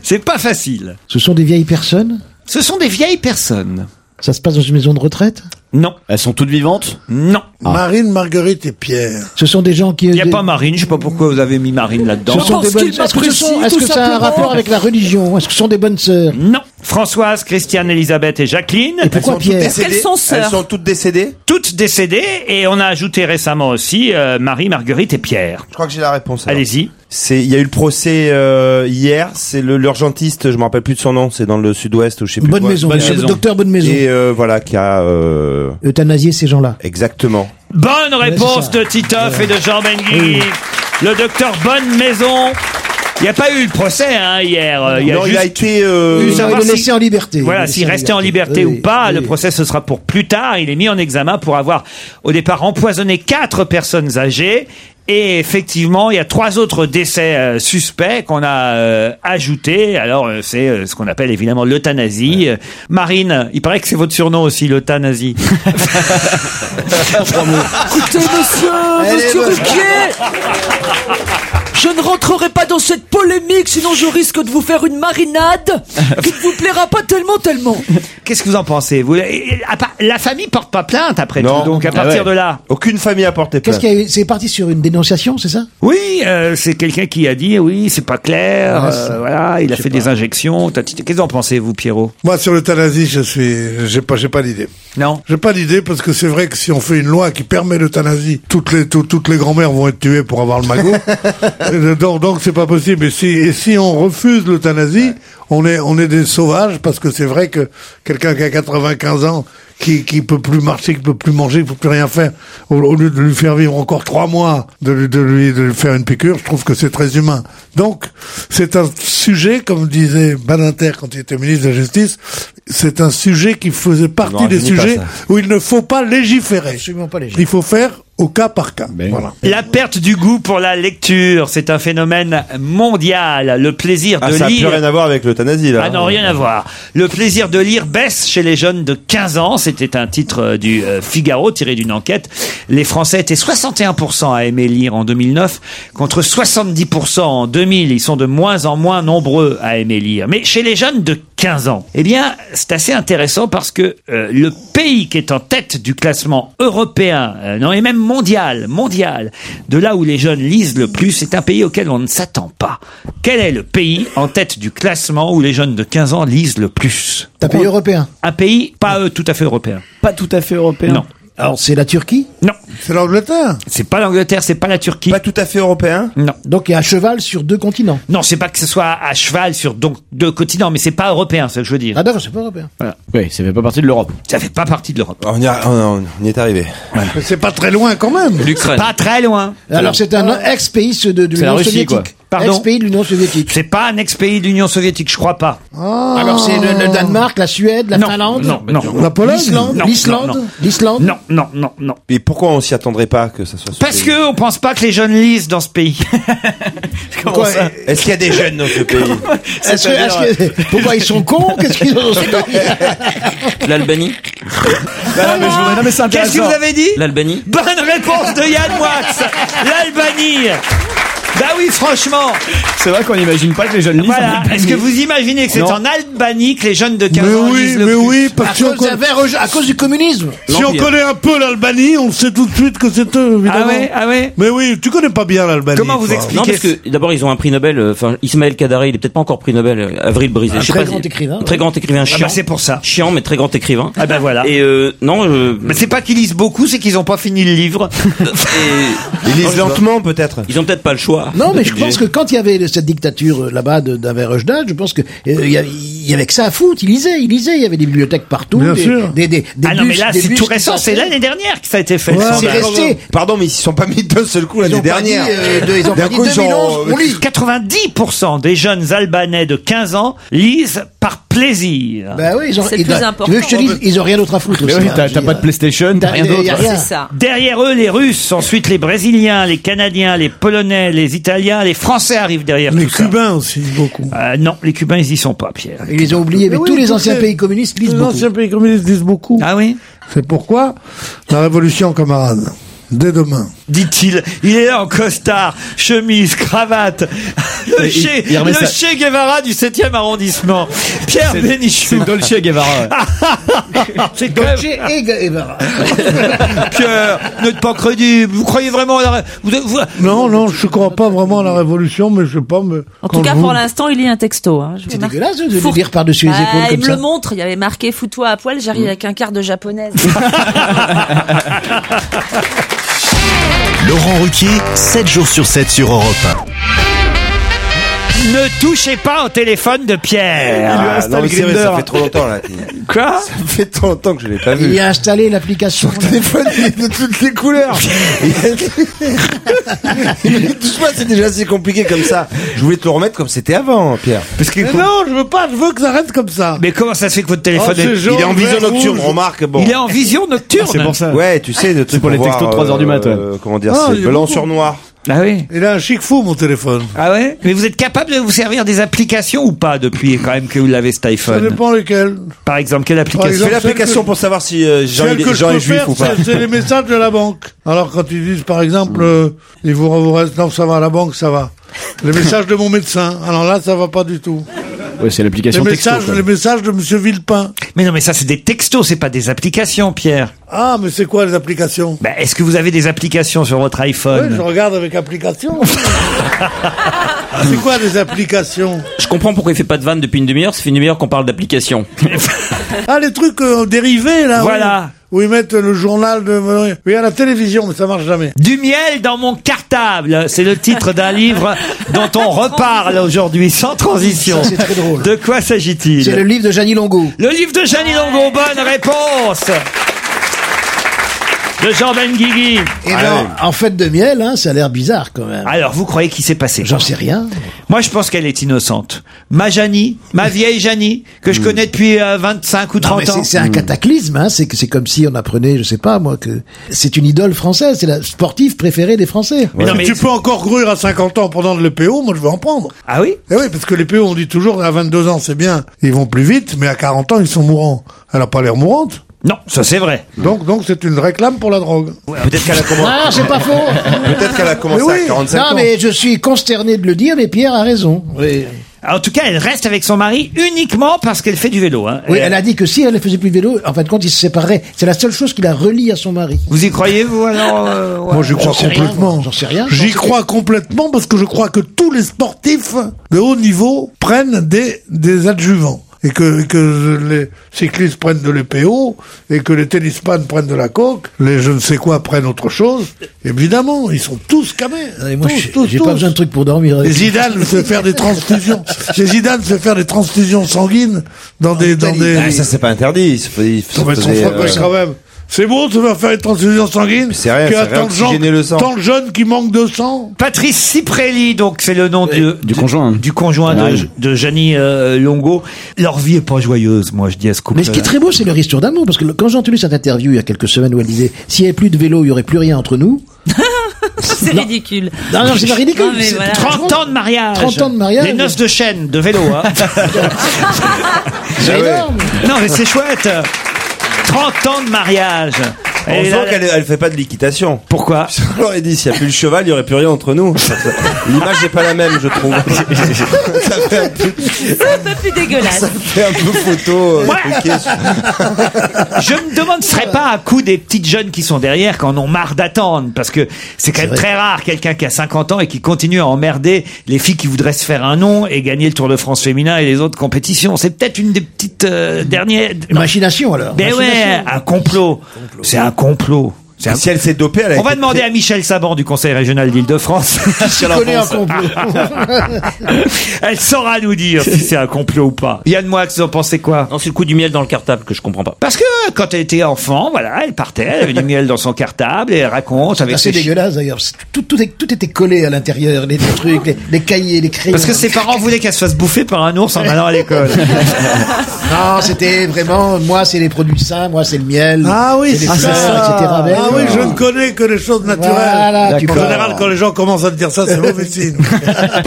Speaker 3: C'est pas facile.
Speaker 8: Ce sont des vieilles personnes
Speaker 3: Ce sont des vieilles personnes.
Speaker 8: Ça se passe dans une maison de retraite Ah.
Speaker 3: Non.
Speaker 9: Elles sont toutes vivantes
Speaker 3: Non.
Speaker 5: Marine, Marguerite et Pierre.
Speaker 8: Ce sont des gens qui...
Speaker 3: Il n'y a pas Marine, je sais pas pourquoi vous avez mis Marine là-dedans.
Speaker 8: Ce sont des bonnes... Est-ce que, ce sont- est-ce que ça a un rapport avec la religion Est-ce que ce sont des bonnes sœurs
Speaker 3: Non. Françoise, Christiane, Elisabeth et Jacqueline.
Speaker 8: Et pourquoi
Speaker 4: Elles sont toutes
Speaker 8: Pierre
Speaker 4: décédées.
Speaker 8: Elles sont sœurs.
Speaker 4: Elles sont toutes décédées
Speaker 3: Toutes décédées et on a ajouté récemment aussi euh, Marie, Marguerite et Pierre.
Speaker 4: Je crois que j'ai la réponse. alors.
Speaker 3: Allez-y.
Speaker 4: C'est, il y a eu le procès euh, hier. C'est le l'urgentiste, je me rappelle plus de son nom. C'est dans le Sud-Ouest ou je sais plus.
Speaker 8: Bonne
Speaker 4: quoi.
Speaker 8: maison, monsieur, le docteur Bonne maison.
Speaker 4: Et euh, voilà qui a euh,
Speaker 8: Euthanasier ces gens-là.
Speaker 4: exactement.
Speaker 3: Bonne réponse de Titoff et de Jean Benguigui. Le docteur Bonne Maison. Il n'y a pas eu le procès hein, hier. euh, Il y a
Speaker 4: non, il a
Speaker 3: juste-
Speaker 4: été. euh,
Speaker 3: Juste savoir
Speaker 8: il est
Speaker 3: si-
Speaker 8: laissé en liberté. Il
Speaker 3: Voilà,
Speaker 8: est
Speaker 3: s'il
Speaker 8: laissé
Speaker 3: restait en liberté,
Speaker 8: Oui,
Speaker 3: ou pas,
Speaker 8: oui.
Speaker 3: le procès ce sera pour plus tard. Il est mis en examen pour avoir au départ empoisonné quatre personnes âgées. Et effectivement, il y a trois autres décès euh, suspects qu'on a euh, ajoutés. Alors, euh, c'est euh, ce qu'on appelle évidemment l'euthanasie. Euh, Marine, il paraît que c'est votre surnom aussi,
Speaker 8: <laughs>
Speaker 3: l'euthanasie.
Speaker 18: Écoutez, monsieur,
Speaker 16: Monsieur Ruquier, je ne rentrerai pas dans cette polémique, sinon je risque de vous faire
Speaker 3: <laughs>
Speaker 16: une marinade qui ne vous plaira pas tellement, tellement.
Speaker 3: Qu'est-ce que vous en pensez vous Et- et- à part- La famille porte pas plainte après
Speaker 4: Non.
Speaker 3: tout, donc à
Speaker 4: Ah
Speaker 3: partir de
Speaker 4: ouais.
Speaker 3: là.
Speaker 4: Aucune famille a porté
Speaker 8: Qu'est-ce
Speaker 4: plainte.
Speaker 8: qu'il y a eu C'est parti sur une dénonciation, c'est ça
Speaker 3: Oui, euh, c'est quelqu'un qui a dit oui, c'est pas clair.
Speaker 4: Ah,
Speaker 5: Ouais,
Speaker 3: euh,
Speaker 5: c'est-
Speaker 3: voilà, il a
Speaker 5: je sais
Speaker 3: fait des
Speaker 5: pas.
Speaker 3: injections. tatiti. Qu'est-ce que vous en pensez, vous, Pierrot
Speaker 5: Moi, sur l'euthanasie, je suis, j'ai pas, j'ai pas d'idée.
Speaker 3: Non.
Speaker 5: J'ai pas d'idée parce que c'est vrai que si on fait une loi qui permet l'euthanasie, toutes les, tout- toutes les grand-mères vont être tuées pour avoir le magot. Et donc, donc c'est pas possible. Et si, et si on refuse l'euthanasie, on est, on est des sauvages parce que c'est vrai que quelqu'un qui a 95 ans, qui, qui peut plus marcher, qui peut plus manger, qui peut plus rien faire, au, au lieu de lui faire vivre encore trois mois, de lui, de lui, de lui faire une piqûre, je trouve que c'est très humain. Donc, c'est un sujet, comme disait Badinter quand il était ministre de la Justice, c'est un sujet qui faisait partie
Speaker 4: Non,
Speaker 5: des
Speaker 4: je dis pas
Speaker 5: sujets
Speaker 4: ça.
Speaker 5: où il ne faut pas légiférer.
Speaker 8: pas
Speaker 5: Il faut faire au cas par cas.
Speaker 4: Ben.
Speaker 5: Voilà.
Speaker 3: La perte du goût pour la lecture, c'est un phénomène mondial. Le plaisir
Speaker 4: Ah,
Speaker 3: de
Speaker 4: ça n'a plus
Speaker 3: lire.
Speaker 4: rien à voir avec l'euthanasie, là. hein.
Speaker 3: Ah non, rien à voir. Le plaisir de lire baisse chez les jeunes de 15 ans. C'était un titre euh, du euh, Figaro tiré d'une enquête. Les Français étaient 61% à aimer lire en 2009 contre 70% en 2000. Ils sont de moins en moins nombreux à aimer lire. Mais chez les jeunes de 15 ans, eh bien, c'est assez intéressant parce que euh, le pays qui est en tête du classement européen, euh, non, et même mondial, mondial, de là où les jeunes lisent le plus, c'est un pays auquel on ne s'attend pas. Quel est le pays en tête du classement où les jeunes de 15 ans lisent le plus
Speaker 8: Un pays européen
Speaker 3: Un pays, pas euh, tout à fait européen.
Speaker 8: Pas tout à fait européen
Speaker 3: Non.
Speaker 8: Alors c'est la Turquie
Speaker 3: Non.
Speaker 5: C'est l'Angleterre
Speaker 3: C'est pas l'Angleterre, c'est pas la Turquie.
Speaker 4: Pas tout à fait européen
Speaker 3: Non.
Speaker 8: Donc il y a un cheval sur deux continents.
Speaker 3: Non, c'est pas que ce soit à cheval sur donc, deux continents, mais c'est pas européen, c'est ce que je veux dire.
Speaker 8: Ah d'accord, c'est pas européen.
Speaker 3: Oui, ça fait pas partie de l'Europe. Ça fait pas partie de l'Europe.
Speaker 4: On y, a- on- on- on y est arrivé.
Speaker 5: Mais C'est pas très loin quand même.
Speaker 3: L'Ukraine. Pas très loin.
Speaker 8: Alors c'est un ex-pays de, de l'Union soviétique.
Speaker 3: Pardon.
Speaker 8: Ex-pays de l'Union soviétique.
Speaker 3: C'est pas un ex-pays de l'Union soviétique, je crois pas.
Speaker 8: Ah, Alors c'est le, le Danemark, la Suède, la Finlande
Speaker 3: non, non.
Speaker 8: La Pologne L'Islande
Speaker 3: Non, non,
Speaker 8: L'Islande
Speaker 3: non.
Speaker 8: L'Islande
Speaker 3: Non, non, non, non.
Speaker 4: Et pourquoi on s'y attendrait pas que ça soit ce
Speaker 3: Parce
Speaker 4: pays
Speaker 3: que on pense pas que les jeunes lisent dans ce pays. <laughs>
Speaker 4: Pourquoi- Est-ce qu'il y a des jeunes dans ce pays
Speaker 8: Bah Est-ce que- est-ce que- <laughs> Pourquoi ils sont cons Qu'est-ce qu'ils ont
Speaker 6: L'Albanie
Speaker 5: Ah,
Speaker 3: Qu'est-ce que vous avez dit
Speaker 6: L'Albanie
Speaker 3: Bonne réponse de Yann Moix L'Albanie Bah oui, franchement
Speaker 9: C'est vrai qu'on n'imagine pas que les jeunes lisent. en
Speaker 3: Voilà,
Speaker 9: Albanie.
Speaker 3: est-ce que vous imaginez que c'est
Speaker 9: Non.
Speaker 3: en Albanie que les jeunes de 15
Speaker 9: Mais
Speaker 3: ans
Speaker 9: oui,
Speaker 3: lisent le
Speaker 9: mais
Speaker 3: plus
Speaker 9: oui,
Speaker 5: parce
Speaker 8: à cause, des verres rouges, à cause du communisme
Speaker 5: Si on connaît un peu l'Albanie, on sait tout de suite que c'est eux, évidemment.
Speaker 3: Ah ouais, ah ouais.
Speaker 5: Mais oui, tu connais pas bien l'Albanie. toi.
Speaker 6: Non, parce que d'abord, ils ont un prix Nobel. euh, Enfin, Ismaël Kadaré, il est peut-être pas encore prix Nobel. euh, Avril Brisé.
Speaker 8: Un
Speaker 6: je sais
Speaker 8: très
Speaker 6: pas
Speaker 8: grand
Speaker 6: si-
Speaker 8: écrivain,
Speaker 6: Très
Speaker 8: ouais.
Speaker 6: grand écrivain chiant.
Speaker 3: Ah, bah, c'est pour ça.
Speaker 6: Chiant, mais très grand écrivain.
Speaker 3: Ah ben voilà.
Speaker 6: Et euh, non, je.
Speaker 3: Mais c'est pas qu'ils lisent beaucoup, c'est qu'ils ont pas fini le livre.
Speaker 4: Ils lisent lentement, peut-être.
Speaker 6: Ils ont peut-être pas le choix.
Speaker 8: Non, mais
Speaker 6: d'être
Speaker 8: je pense
Speaker 6: obligés.
Speaker 8: que quand il y avait cette dictature euh, là-bas de- d'Averroesdal, je pense que euh, il y, avait- il y avait que ça à foutre. Il lisait, il lisait. Il y avait des bibliothèques partout.
Speaker 5: Bien
Speaker 8: des,
Speaker 5: sûr.
Speaker 8: Des, des, des
Speaker 3: Ah non,
Speaker 8: bus,
Speaker 3: mais là,
Speaker 8: des
Speaker 3: c'est
Speaker 8: bus
Speaker 3: tout
Speaker 8: qui
Speaker 3: récent. C'est
Speaker 8: passaient.
Speaker 3: l'année dernière que ça a été fait. le
Speaker 8: Ouais,
Speaker 3: sondage.
Speaker 8: c'est resté.
Speaker 4: Pardon, mais ils se sont pas mis d'un seul coup l'année
Speaker 8: ont pas dit,
Speaker 4: dernière.
Speaker 8: euh, de- ils ont
Speaker 4: D'un
Speaker 8: pas dit
Speaker 4: coup,
Speaker 8: 2011,
Speaker 3: euh,
Speaker 8: on lit.
Speaker 3: 90% des jeunes Albanais de 15 ans lisent par plaisir.
Speaker 8: Bah oui, ils ont,
Speaker 7: C'est
Speaker 8: ils
Speaker 7: plus
Speaker 8: doivent-
Speaker 7: important.
Speaker 8: Tu veux que je te dise, ils ont rien d'autre à foutre.
Speaker 9: Mais
Speaker 8: aussi,
Speaker 9: oui,
Speaker 8: hein,
Speaker 9: t'as
Speaker 8: je
Speaker 9: t'as
Speaker 8: dis,
Speaker 9: pas de
Speaker 8: euh,
Speaker 9: PlayStation,
Speaker 8: t'as-
Speaker 9: t'as rien
Speaker 8: y a
Speaker 9: d'autre.
Speaker 8: rien.
Speaker 7: C'est ça.
Speaker 3: Derrière eux, les Russes, ensuite les Brésiliens, les Canadiens, les Polonais, les Italiens, les Français arrivent derrière
Speaker 5: Les
Speaker 3: tout ça.
Speaker 5: Cubains aussi, beaucoup.
Speaker 3: Euh, non, les Cubains, ils y sont pas, Pierre.
Speaker 8: Ils les ont oubliés, mais
Speaker 5: Mais oui,
Speaker 8: tous les
Speaker 5: tous
Speaker 8: anciens
Speaker 5: les-
Speaker 8: pays communistes lisent
Speaker 5: Les
Speaker 8: beaucoup.
Speaker 5: anciens pays communistes disent beaucoup.
Speaker 3: Ah oui
Speaker 5: C'est pourquoi la révolution, camarade, dès demain.
Speaker 3: Dit-il, il est là en costard, chemise, cravate, le,
Speaker 9: Et il-
Speaker 3: Che-
Speaker 9: il remet
Speaker 3: le
Speaker 9: sa-
Speaker 3: Che Guevara du 7e arrondissement, Pierre Bénichou.
Speaker 9: C'est Dolce Guevara. ouais.
Speaker 3: <laughs> C'est quand même-
Speaker 8: Dolce et Gabbana.
Speaker 3: <laughs> Pierre, ne pas crédule. Vous croyez vraiment à la... ré- vous- vous-
Speaker 5: Non, non, je crois pas vraiment à la révolution, mais je sais pas. Mais
Speaker 16: En tout cas, pour l'instant, il lit un texto. hein. Je vous
Speaker 8: C'est
Speaker 16: marque.
Speaker 8: dégueulasse de le
Speaker 16: Four-
Speaker 8: dire par-dessus les
Speaker 16: Bah,
Speaker 8: épaules
Speaker 16: il
Speaker 8: comme
Speaker 16: me
Speaker 8: ça. Mm.
Speaker 16: le montre, il y avait marqué Fous-toi à poil, j'arrive avec un quart de japonaise.
Speaker 2: Laurent Ruquier, 7 jours sur 7 sur Europe
Speaker 3: Ne touchez pas au téléphone de Pierre.
Speaker 9: lui
Speaker 4: Ah,
Speaker 9: installe
Speaker 4: non, mais c'est vrai,
Speaker 9: Grindr.
Speaker 4: ça fait trop longtemps, là.
Speaker 3: Quoi
Speaker 4: Ça fait trop longtemps que je l'ai pas
Speaker 8: Il
Speaker 4: vu.
Speaker 8: y a installé l'application. là.
Speaker 4: téléphone il est de toutes les couleurs. <laughs> Il me touche pas, c'est déjà assez compliqué comme ça. Je voulais te le remettre comme c'était avant, Pierre. Parce que
Speaker 5: Mais non, je veux pas, je veux que ça reste comme ça.
Speaker 3: Mais comment ça se fait que votre téléphone
Speaker 5: Oh,
Speaker 3: est...
Speaker 5: c'est
Speaker 4: il est en
Speaker 5: jaune,
Speaker 4: vision
Speaker 5: vert,
Speaker 4: nocturne,
Speaker 5: rouge.
Speaker 4: remarque. Bon.
Speaker 3: Il est en vision nocturne.
Speaker 9: Ah, C'est pour ça.
Speaker 4: Ouais, tu sais, le truc
Speaker 9: pour les
Speaker 4: voir,
Speaker 9: textos de trois heures du mat, ouais.
Speaker 4: euh, Comment dire,
Speaker 5: Ah,
Speaker 4: c'est
Speaker 5: il y a
Speaker 4: blanc
Speaker 5: beaucoup.
Speaker 4: sur noir.
Speaker 3: Ah oui.
Speaker 5: Il a un chic fou, mon téléphone.
Speaker 3: Ah ouais Mais vous êtes capable de vous servir des applications ou pas depuis quand même que vous l'avez cet
Speaker 5: Ça
Speaker 3: iPhone
Speaker 5: dépend lesquels.
Speaker 3: Par exemple, quelle application
Speaker 5: Par
Speaker 4: Je
Speaker 5: exemple,
Speaker 4: fais l'application
Speaker 5: celle que-
Speaker 4: pour savoir si euh, Jean
Speaker 5: Celle
Speaker 4: il est-
Speaker 5: que je
Speaker 4: Jean
Speaker 5: peux
Speaker 4: est juif
Speaker 5: faire,
Speaker 4: ou pas.
Speaker 5: c'est-
Speaker 4: <laughs>
Speaker 5: c'est les messages de la banque. Alors quand ils disent, par exemple, euh, il vous, vous reste, non, ça va, à la banque, ça va. Les messages de mon médecin. Alors là, ça va pas du tout.
Speaker 9: Ouais, c'est
Speaker 5: Les
Speaker 9: l'application texto.
Speaker 5: messages,
Speaker 9: quoi.
Speaker 5: les messages de Monsieur Villepin.
Speaker 3: Mais non, mais ça, c'est des textos, c'est pas des applications, Pierre.
Speaker 5: Ah, mais c'est quoi les applications
Speaker 3: Bah, Est-ce que vous avez des applications sur votre
Speaker 5: Ouais,
Speaker 3: iPhone
Speaker 5: je regarde avec
Speaker 9: <laughs>
Speaker 5: application. Ah, c'est quoi des applications
Speaker 6: Je comprends pourquoi il fait pas de vanne depuis une demi-heure. Ça fait une demi-heure qu'on parle d'application.
Speaker 5: Ah, les trucs euh, dérivés, là.
Speaker 3: Voilà.
Speaker 5: Où, où ils mettent le journal de. Oui, à la télévision, mais ça marche jamais.
Speaker 3: Du miel dans mon cartable, c'est le titre d'un livre dont on reparle aujourd'hui sans transition.
Speaker 8: Ça, c'est très drôle.
Speaker 3: De quoi s'agit-il
Speaker 8: C'est le livre de Gianni Longo.
Speaker 3: Le livre de Jeannie Longo, bonne réponse De Jean Benguigui.
Speaker 8: Et ben, en fait de miel, hein, ça a l'air bizarre quand même.
Speaker 3: Alors, vous croyez qu'il s'est passé
Speaker 8: J'en sais rien.
Speaker 3: Moi, je pense qu'elle est innocente. Ma Janie, ma vieille Janie, que je connais depuis euh, 25 ou
Speaker 8: Hmm. Non,
Speaker 3: 30
Speaker 8: mais c'est-
Speaker 3: ans. Hmm.
Speaker 8: c'est
Speaker 2: Hmm.
Speaker 8: un cataclysme, hein. c'est que- c'est comme si on apprenait, je sais pas moi, que c'est une idole française, c'est la sportive préférée des Français.
Speaker 3: Mais non, mais-
Speaker 5: Tu peux encore gruire à 50 ans pendant le PO, moi je vais en prendre.
Speaker 3: Ah oui
Speaker 5: Eh oui, parce que les PO, on dit toujours à 22 ans, c'est bien, ils vont plus vite, mais à 40 ans, ils sont mourants. Elle a pas l'air mourante.
Speaker 3: Non, ça c'est vrai.
Speaker 5: Donc, donc c'est une réclame pour la drogue.
Speaker 4: Peut-être qu'elle a commencé.
Speaker 8: Ah, c'est pas faux.
Speaker 4: Peut-être qu'elle a commencé
Speaker 8: Mais oui.
Speaker 4: à 45
Speaker 8: non,
Speaker 4: ans.
Speaker 8: mais je suis consterné de le dire, mais Pierre a raison. Oui,
Speaker 3: En tout cas, elle reste avec son mari uniquement parce qu'elle fait du vélo. hein.
Speaker 8: Oui,
Speaker 3: Et-
Speaker 8: elle a dit que si elle ne faisait plus de vélo, en fin de compte, ils se sépareraient. C'est la seule chose qui la relie à son mari.
Speaker 3: euh, Vous y croyez, vous, alors euh, ouais.
Speaker 5: Moi, je crois
Speaker 8: J'en sais rien,
Speaker 5: complètement.
Speaker 8: j'en sais rien.
Speaker 5: J'y crois complètement parce que je crois que tous les sportifs de haut niveau prennent des, des adjuvants. Et que, et que les cyclistes prennent de l'EPO, et que les tennisman prennent de la coke, les je ne sais quoi prennent autre chose. Évidemment, ils sont tous camés.
Speaker 8: Et moi,
Speaker 5: Tous,
Speaker 8: j'ai
Speaker 5: tous,
Speaker 8: j'ai
Speaker 5: tous.
Speaker 8: pas besoin de trucs pour dormir.
Speaker 5: Les Zidane se faire des transfusions. Les Zidane se faire des transfusions sanguines dans des, dans des,
Speaker 4: Ah, ça, c'est pas interdit. Il se fais- il se
Speaker 5: non, mais son
Speaker 4: faisait,
Speaker 5: froc, ouais,
Speaker 4: euh,
Speaker 5: quand même. C'est bon, tu vas faire une transfusion sanguine
Speaker 4: C'est rien,
Speaker 5: qu'il y a
Speaker 4: c'est rien,
Speaker 5: tant de gens-
Speaker 4: oxygéner le sang.
Speaker 5: Tant de jeunes qui manquent de sang
Speaker 3: Patrice Ciprelli, donc c'est le nom du, du
Speaker 9: conjoint.
Speaker 3: du conjoint de, de Gianni euh, Longo. Leur vie est pas joyeuse, moi je dis à ce couple.
Speaker 8: Mais ce qui est très beau, c'est leur histoire d'amour. Parce que le- quand j'ai entendu cette interview il y a quelques semaines où elle disait s'il n'y avait plus de vélo, il n'y aurait plus rien entre nous.
Speaker 7: C'est ridicule.
Speaker 8: Non, non, c'est pas ridicule.
Speaker 7: Non, mais
Speaker 8: C'est-
Speaker 7: voilà.
Speaker 3: 30 ans de mariage.
Speaker 8: 30 ans de mariage.
Speaker 3: Les noces de chêne, de vélo. hein.
Speaker 8: C'est énorme.
Speaker 3: non mais c'est chouette. 30 ans de mariage. Et
Speaker 4: Heureusement
Speaker 3: là-
Speaker 4: qu'elle elle fait pas de l'équitation.
Speaker 3: Pourquoi
Speaker 4: <laughs> On aurait dit, s'il n'y a plus le cheval, il n'y aurait plus rien
Speaker 3: <laughs>
Speaker 4: entre nous. L'image n'est pas la même, je trouve. ça, fait un peu,
Speaker 7: Un peu plus dégueulasse.
Speaker 4: ça fait un peu photo. euh,
Speaker 3: Ouais.
Speaker 12: <laughs>
Speaker 4: truquée sur-
Speaker 3: Je me demande, ce serait pas à coup des petites jeunes qui sont derrière, qui en ont marre d'attendre, parce que c'est quand même très rare quelqu'un qui a 50 ans et qui continue à emmerder les filles qui voudraient se faire un nom et gagner le Tour de France féminin et les autres compétitions. C'est peut-être une des petites
Speaker 8: Mmh.
Speaker 3: euh, dernières.
Speaker 8: Une Machination alors.
Speaker 5: Bah,
Speaker 3: Ben ouais,
Speaker 8: Machination.
Speaker 3: un complot. C'est un complot. C'est un-
Speaker 4: Si elle s'est dopée, elle a
Speaker 3: On va
Speaker 4: été
Speaker 3: demander à Michel Saban du Conseil régional <laughs> d'Île-de-France.
Speaker 8: Je connais
Speaker 3: <laughs>
Speaker 8: un complot.
Speaker 3: Elle saura nous dire si c'est un complot ou pas. Yann Moix, vous en pensez quoi
Speaker 6: Non, c'est le coup du miel dans le cartable que je comprends pas.
Speaker 3: Parce que quand elle était enfant, voilà, elle partait, elle avait du miel dans son cartable et elle raconte avec
Speaker 8: Ah, C'est
Speaker 3: ses chi-
Speaker 8: dégueulasse d'ailleurs. C'est- Tout, tout, est- tout était collé à l'intérieur, les, les trucs, les, les cahiers, les crayons.
Speaker 3: Parce que ses parents voulaient qu'elle se fasse bouffer par un ours en allant à l'école.
Speaker 8: <laughs> Non, c'était vraiment, moi c'est les produits sains, moi c'est le miel.
Speaker 5: Ah oui,
Speaker 8: c'est
Speaker 5: c'est
Speaker 8: les fleurs,
Speaker 5: ça.
Speaker 8: etc. Ben
Speaker 5: Ah oui, je
Speaker 8: voilà.
Speaker 5: ne connais que les choses naturelles.
Speaker 8: Voilà, tu
Speaker 5: en
Speaker 8: peux.
Speaker 5: général, quand les gens commencent à te dire ça, <laughs> c'est mauvais signe.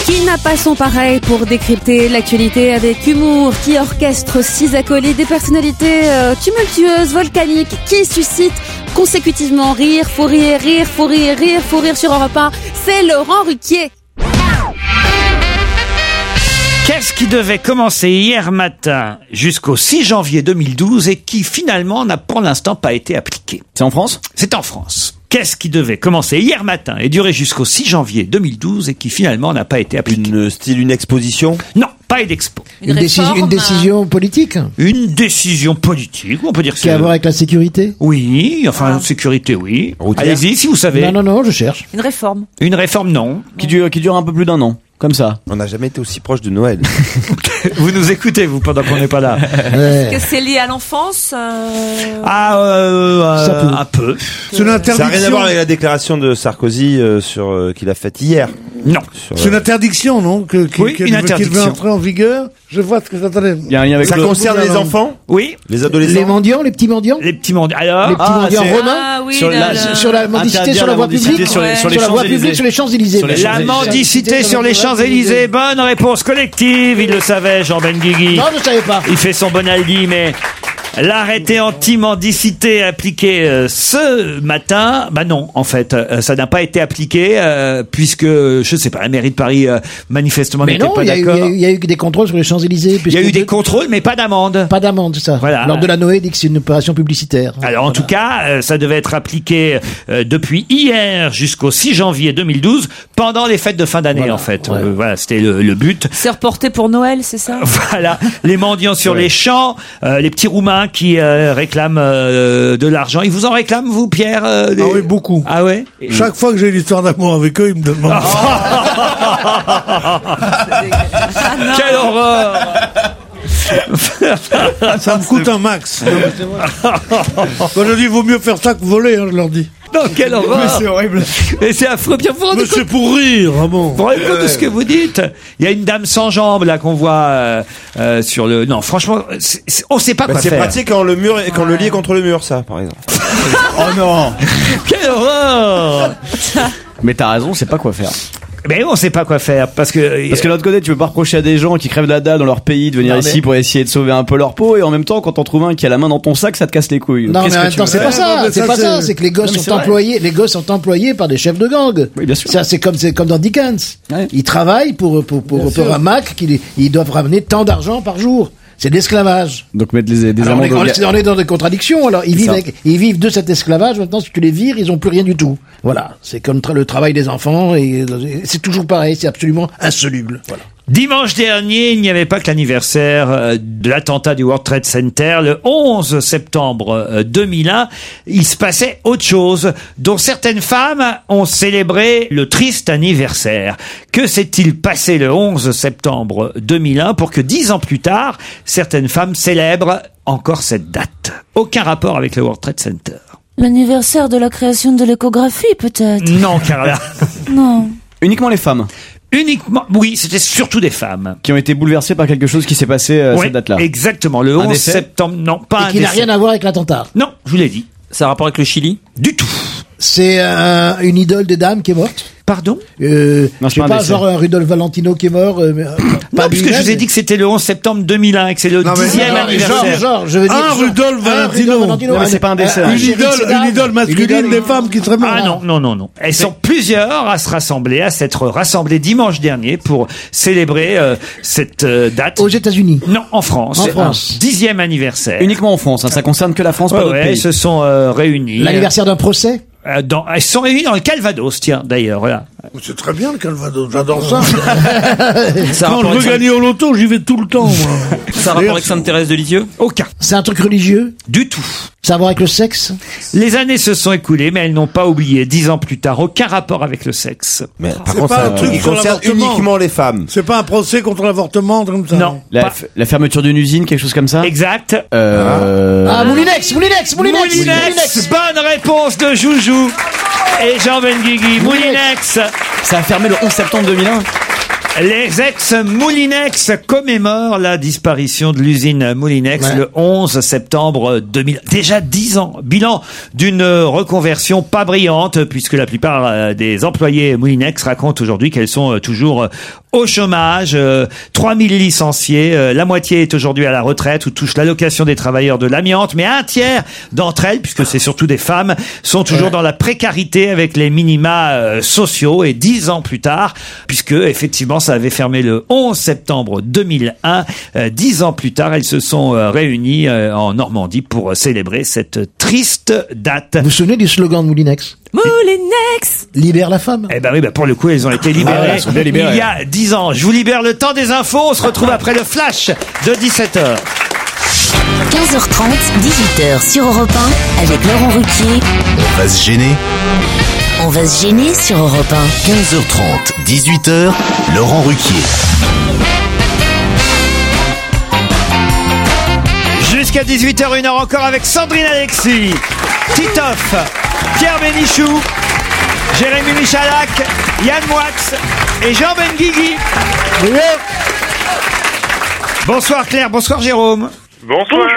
Speaker 10: Qui n'a pas son pareil pour décrypter l'actualité avec humour Qui orchestre six acolytes, des personnalités euh, tumultueuses, volcaniques Qui suscite consécutivement rire, faux rire, rire, faux rire, rire, faux rire sur Europe 1 C'est Laurent Ruquier
Speaker 3: Qu'est-ce qui devait commencer hier matin jusqu'au 6 janvier 2012 et qui finalement n'a pour l'instant pas été appliqué
Speaker 9: C'est en France
Speaker 3: C'est en France. Qu'est-ce qui devait commencer hier matin et durer jusqu'au 6 janvier 2012 et qui finalement n'a pas été appliqué
Speaker 4: une, euh, style, une exposition.
Speaker 3: Non, pas une hein. expo.
Speaker 8: Une, euh, décision,
Speaker 7: réforme,
Speaker 8: une décision politique
Speaker 3: Une décision politique, on peut dire
Speaker 8: qui a Ah. à
Speaker 3: c'est-
Speaker 8: voir avec la sécurité
Speaker 3: Oui, enfin sécurité, oui.
Speaker 4: Routière.
Speaker 3: Allez-y si vous savez.
Speaker 8: Non, non, non, je cherche.
Speaker 7: Une réforme.
Speaker 3: Une réforme, non.
Speaker 9: Qui dure, qui dure un peu plus d'un an. Comme ça.
Speaker 4: On n'a jamais été aussi proche
Speaker 3: <laughs>
Speaker 4: de Noël.
Speaker 3: Vous nous écoutez, vous, pendant qu'on n'est pas
Speaker 8: <laughs>
Speaker 3: là.
Speaker 8: Ouais.
Speaker 7: Que c'est lié à l'enfance euh,
Speaker 3: Ah, euh, euh,
Speaker 8: Ça peut.
Speaker 3: un peu.
Speaker 5: C'est une
Speaker 4: Ça n'a rien à
Speaker 5: interdiction.
Speaker 4: voir avec la déclaration de Sarkozy euh, sur euh, qu'il a faite hier.
Speaker 3: Non.
Speaker 4: Sur,
Speaker 5: C'est une
Speaker 4: euh,
Speaker 5: interdiction, non que, qui,
Speaker 3: Oui,
Speaker 5: qui-
Speaker 3: une
Speaker 5: qui
Speaker 3: interdiction.
Speaker 5: veut entrer en vigueur. Je vois ce que j'attendais.
Speaker 9: Il y a un lien avec
Speaker 4: ça
Speaker 9: le-
Speaker 4: concerne les
Speaker 5: Bout de la
Speaker 4: enfants,
Speaker 3: Oui,
Speaker 4: les
Speaker 8: Les
Speaker 4: adolescents.
Speaker 8: mendiants, les petits mendiants
Speaker 3: les petits mondes. Alors,
Speaker 8: Les petits
Speaker 9: Ah,
Speaker 8: mendiants
Speaker 9: c'est-
Speaker 8: romains
Speaker 7: Ah oui,
Speaker 9: Sur
Speaker 7: là,
Speaker 9: la-
Speaker 7: là.
Speaker 8: sur la mendicité,
Speaker 9: Interdire
Speaker 8: sur la voie
Speaker 9: mendicité
Speaker 8: publique,
Speaker 9: sur les-
Speaker 7: ouais.
Speaker 9: sur les
Speaker 8: Sur la voie
Speaker 9: Champs-Élysées.
Speaker 8: publique, sur les Champs-Élysées.
Speaker 9: Sur les
Speaker 3: la
Speaker 9: Champs-Élysées.
Speaker 3: mendicité sur les Champs-Élysées. Bonne réponse collective, il le savait, Jean Benguigui.
Speaker 8: Non, je savais pas.
Speaker 3: Il fait son Bonaldi, mais L'arrêté anti-mendicité appliqué euh, ce matin, bah non, en fait, euh, ça n'a pas été appliqué euh, puisque, je sais pas, la mairie de Paris euh, manifestement
Speaker 8: Mais
Speaker 3: n'était
Speaker 8: non,
Speaker 3: pas
Speaker 8: il y, a eu- il y a
Speaker 3: d'accord.
Speaker 8: eu- il y a eu des contrôles sur les Champs-Élysées.
Speaker 3: Il y a eu des contrôles, mais pas d'amende.
Speaker 8: Pas d'amende, c'est ça.
Speaker 3: Voilà.
Speaker 8: Lors de la Noé, dit que c'est une opération publicitaire.
Speaker 3: Alors en tout cas, euh, ça devait être appliqué euh, depuis hier jusqu'au 6 janvier 2012, pendant les fêtes de fin d'année en fait. Euh, voilà, c'était le, le but.
Speaker 16: C'est reporté pour Noël, c'est ça
Speaker 3: <laughs> Voilà, les mendiants sur les champs, euh, les petits roumains qui euh, réclament euh, de l'argent. Ils vous en réclament, vous, Pierre euh, <laughs> des-
Speaker 5: Ah oui, beaucoup.
Speaker 3: Ah ouais Ah.
Speaker 5: Chaque fois que j'ai une histoire d'amour avec eux, ils me demandent.
Speaker 3: Quelle horreur
Speaker 5: <laughs> Ça me coûte un max. <laughs> Quand je dis vaut mieux faire ça que voler, hein, je leur dis.
Speaker 3: Non, quelle horreur
Speaker 5: Mais c'est horrible.
Speaker 3: Et c'est affreux, bien vous
Speaker 5: Mais c'est pour rire, vraiment.
Speaker 3: Vous vous rendez compte de ce que vous dites Il y a une dame sans jambes là qu'on voit euh, euh, sur le. Non, franchement, c'est- Oh, c'est- on sait pas
Speaker 4: Bah,
Speaker 3: quoi
Speaker 4: c'est
Speaker 3: faire. Ah.
Speaker 4: pratique quand le mur, est- quand le lit est contre le mur, ça, par
Speaker 3: <laughs>
Speaker 4: exemple.
Speaker 9: Oh non
Speaker 3: Quelle horreur
Speaker 8: <laughs>
Speaker 9: Mais t'as raison, c'est pas quoi faire.
Speaker 3: Mais on sait pas quoi faire parce que euh,
Speaker 9: parce que de l'autre côté, tu peux pas reprocher à des gens qui crèvent la dalle dans leur pays de venir
Speaker 8: Non, mais-
Speaker 9: ici pour essayer de sauver un peu leur peau et en même temps, quand t'en trouves un qui a la main dans ton sac, ça te casse les couilles.
Speaker 8: Non,
Speaker 9: Qu'est-ce
Speaker 8: mais en
Speaker 9: que
Speaker 8: même
Speaker 9: tu
Speaker 8: temps,
Speaker 9: veux
Speaker 8: c'est pas
Speaker 9: faire
Speaker 8: ça. C'est pas ça. C'est que les
Speaker 9: Non,
Speaker 8: gosses
Speaker 9: mais
Speaker 8: sont
Speaker 9: c'est vrai.
Speaker 8: employés. Les gosses sont employés par des chefs de gang. Ça, c'est comme c'est comme dans Dickens. Ils travaillent pour pour pour, pour
Speaker 9: sûr.
Speaker 8: un mac qu'ils ils doivent ramener tant d'argent par jour. C'est de l'esclavage.
Speaker 9: Donc mettre les, des
Speaker 8: Alors, on,
Speaker 9: amendes
Speaker 8: est,
Speaker 9: au
Speaker 8: on
Speaker 9: gars.
Speaker 8: est- on est dans des contradictions. Alors ils
Speaker 9: C'est
Speaker 8: vivent
Speaker 9: ça.
Speaker 8: avec- ils vivent de cet esclavage. Maintenant, si tu les vires, ils ont plus rien du tout. Voilà. C'est comme tra- le travail des enfants et, et c'est toujours pareil. C'est absolument insoluble. Voilà.
Speaker 3: Dimanche dernier, il n'y avait pas que l'anniversaire euh, de l'attentat du World Trade Center. Le 11 septembre euh, 2001, il se passait autre chose, dont certaines femmes ont célébré le triste anniversaire. Que s'est-il passé le 11 septembre 2001 pour que dix ans plus tard, certaines femmes célèbrent encore cette date Aucun rapport avec le World Trade Center.
Speaker 16: L'anniversaire de la création de l'échographie, peut-être
Speaker 3: Non, Carla.
Speaker 13: Mm.
Speaker 16: Non.
Speaker 9: <laughs> Uniquement les femmes.
Speaker 3: Uniquement, oui, c'était surtout des femmes.
Speaker 9: Qui ont été bouleversées par quelque chose qui s'est passé à
Speaker 3: Oui,
Speaker 9: cette date-là.
Speaker 3: Exactement, le
Speaker 9: Un
Speaker 3: 11
Speaker 9: décès
Speaker 3: septembre, non, pas
Speaker 8: et
Speaker 3: un
Speaker 8: qui n'a
Speaker 3: décès.
Speaker 8: rien à voir avec l'attentat.
Speaker 3: <laughs> Non, je vous l'ai dit.
Speaker 6: Ça a rapport avec le Chili
Speaker 3: Du tout.
Speaker 8: C'est euh, une idole des dames qui est morte.
Speaker 3: Pardon
Speaker 8: euh,
Speaker 9: Non,
Speaker 8: Je sais
Speaker 9: c'est pas un
Speaker 8: pas,
Speaker 9: décès.
Speaker 8: genre un Rudolf Valentino qui est mort. euh, mais, euh,
Speaker 3: Non,
Speaker 8: pas
Speaker 3: parce que je
Speaker 8: lui-même,
Speaker 3: vous ai dit que c'était le 11 septembre 2001 et que c'est le
Speaker 8: Non, mais-
Speaker 3: dixième
Speaker 8: non, mais genre,
Speaker 3: anniversaire.
Speaker 8: genre, je veux dire-
Speaker 5: Un
Speaker 8: genre-
Speaker 5: Rudolf
Speaker 8: un Rudolf Valentino, Euh,
Speaker 5: Valentino. Euh,
Speaker 9: Non, mais c'est pas un décès.
Speaker 5: Une idole, une idole masculine des femmes qui serait morte.
Speaker 3: Ah non, non, non, non. Elles sont plusieurs à se rassembler, à s'être rassemblées dimanche dernier pour célébrer euh, cette euh, date. Aux
Speaker 8: États-Unis
Speaker 3: Non, en France.
Speaker 9: En
Speaker 3: C'est
Speaker 9: France.
Speaker 3: un Dixième anniversaire.
Speaker 9: Uniquement en France, hein, ça concerne que la France,
Speaker 3: Ouais,
Speaker 9: pas d'autres
Speaker 3: ouais,
Speaker 9: pays.
Speaker 3: ils se sont euh, réunis.
Speaker 8: L'anniversaire d'un procès
Speaker 3: Euh, dans, elles se sont réunies dans le Calvados, tiens, d'ailleurs. Voilà.
Speaker 5: C'est très bien le Calvados, j'adore ça.
Speaker 6: Ça a
Speaker 5: Quand
Speaker 6: rapport
Speaker 5: je veux
Speaker 6: avec
Speaker 5: gagner au loto, j'y vais tout le temps. moi.
Speaker 6: Ça a rapport avec Sainte-Thérèse de Lisieux
Speaker 3: Aucun.
Speaker 8: C'est un truc religieux
Speaker 3: Du tout.
Speaker 8: Ça a à voir avec le sexe
Speaker 3: Les années se sont écoulées, mais elles n'ont pas oublié. Dix ans plus tard, aucun rapport avec le sexe.
Speaker 4: Mais par
Speaker 5: C'est
Speaker 4: contre,
Speaker 5: pas
Speaker 4: ça,
Speaker 5: un truc
Speaker 4: il
Speaker 5: sur
Speaker 4: concerne
Speaker 5: l'avortement.
Speaker 4: uniquement les femmes.
Speaker 5: C'est pas un procès contre l'avortement, comme ça.
Speaker 3: Non.
Speaker 9: La,
Speaker 3: Pas-
Speaker 9: f- la fermeture d'une usine, quelque chose comme ça
Speaker 3: Exact.
Speaker 9: Euh...
Speaker 8: Ah, Moulinex, Moulinex, Moulinex,
Speaker 3: Moulinex, bonne réponse de Joujou et Jean Benguigui. Moulinex.
Speaker 9: Ça a fermé le 11 septembre 2001
Speaker 3: Les ex-Moulinex commémorent la disparition de l'usine Moulinex
Speaker 8: Ouais.
Speaker 3: le 11 septembre 2000. Déjà 10 ans. Bilan d'une reconversion pas brillante puisque la plupart euh, des employés Moulinex racontent aujourd'hui qu'elles sont euh, toujours euh, au chômage. Euh, 3000 licenciés. euh, La moitié est aujourd'hui à la retraite ou touche l'allocation des travailleurs de l'amiante. Mais un tiers d'entre elles, puisque c'est surtout des femmes, sont toujours dans la précarité avec les minima euh, sociaux. Et 10 ans plus tard, puisque effectivement ça avait fermé le 11 septembre 2001. Euh, dix ans plus tard, elles se sont euh, réunies euh, en Normandie pour euh, célébrer cette triste date.
Speaker 8: Vous vous souvenez du slogan de Moulinex
Speaker 16: Moulinex
Speaker 8: Libère la femme.
Speaker 3: Eh ben oui, ben pour le coup, elles ont été libérées,
Speaker 9: Ah ouais, elles sont bien libérées.
Speaker 3: il y a dix ans. Je vous libère le temps des infos. On se retrouve après le flash de 17h.
Speaker 17: 15h30, 18h sur Europe 1 avec Laurent Ruquier.
Speaker 2: On va se gêner.
Speaker 17: On va se gêner sur Europe
Speaker 2: 15h30,
Speaker 17: 1.
Speaker 2: 18h, Laurent Ruquier.
Speaker 3: Jusqu'à 18h, une heure encore avec Sandrine Alexis, Titoff, Pierre Bénichou, Jérémy Michalak, Yann Moix et Jean Benguigui. Bonsoir Claire, bonsoir Jérôme.
Speaker 14: Bonsoir.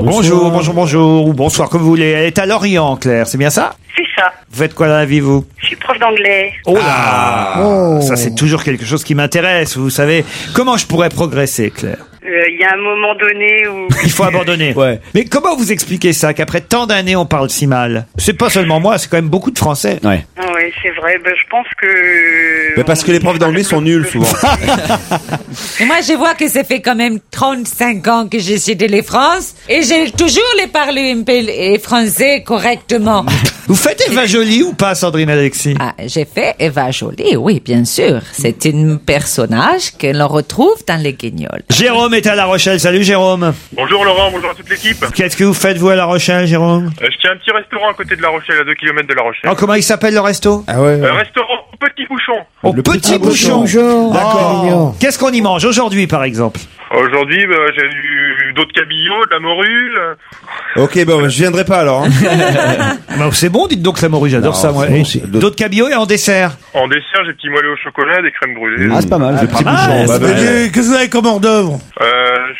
Speaker 3: Bonjour, bonjour, bonjour, ou bonsoir comme vous voulez. Elle est à Lorient, Claire, c'est bien ça
Speaker 15: C'est ça.
Speaker 3: Vous faites quoi dans la vie, vous
Speaker 15: Je suis prof d'anglais.
Speaker 3: Oh là
Speaker 4: Oh.
Speaker 3: Ça, c'est toujours quelque chose qui m'intéresse, vous savez. Comment je pourrais progresser, Claire
Speaker 15: Euh, Il y a un moment donné où.
Speaker 3: Il faut
Speaker 4: <laughs>
Speaker 3: abandonner. Mais comment vous expliquez ça qu'après tant d'années on parle si mal C'est pas seulement moi, c'est quand même beaucoup de Français.
Speaker 15: Oui, c'est vrai. Ben, je pense que.
Speaker 4: Mais parce que les profs d'anglais sont nuls
Speaker 13: <laughs>
Speaker 4: souvent.
Speaker 3: <laughs>
Speaker 13: Et moi, je vois que ça fait quand même 35 ans que j'ai cédé les France et j'ai toujours les parlé un peu les français correctement. Ah,
Speaker 3: Vous faites Eva <laughs> Jolie ou pas, Sandrine Alexis
Speaker 13: J'ai fait Eva Jolie, oui, bien sûr. C'est un personnage que l'on retrouve dans les guignols.
Speaker 3: Jérôme est à La Rochelle. Salut Jérôme.
Speaker 14: Bonjour Laurent, bonjour à toute l'équipe.
Speaker 3: Qu'est-ce que vous faites vous à La Rochelle, Jérôme
Speaker 14: Euh, je tiens un petit restaurant à côté de La Rochelle, à 2 km de La Rochelle.
Speaker 3: Oh, Comment il s'appelle le resto Ah
Speaker 14: Un restaurant au Petit Bouchon.
Speaker 3: Au petit bouchon.
Speaker 14: Bouchon.
Speaker 3: D'accord. Qu'est-ce qu'on y mange aujourd'hui, par exemple
Speaker 14: Aujourd'hui, ben, j'ai du d'autres cabillots, de la morue. le-
Speaker 4: ok, bon, je viendrai pas alors. hein.
Speaker 3: <laughs> Bah, c'est bon, dites donc la morue, j'adore
Speaker 4: Non,
Speaker 3: ça. Moi.
Speaker 4: c'est bon,
Speaker 3: Et
Speaker 4: c'est-
Speaker 3: D'autres cabillots et en dessert.
Speaker 14: En dessert, j'ai petit moelleux au chocolat, des crèmes brûlées.
Speaker 3: Ah, pas mal,
Speaker 5: Bah,
Speaker 3: c'est pas
Speaker 5: mais
Speaker 3: mal.
Speaker 5: Qu'est-ce que vous avez comme hors d'œuvre
Speaker 14: Euh,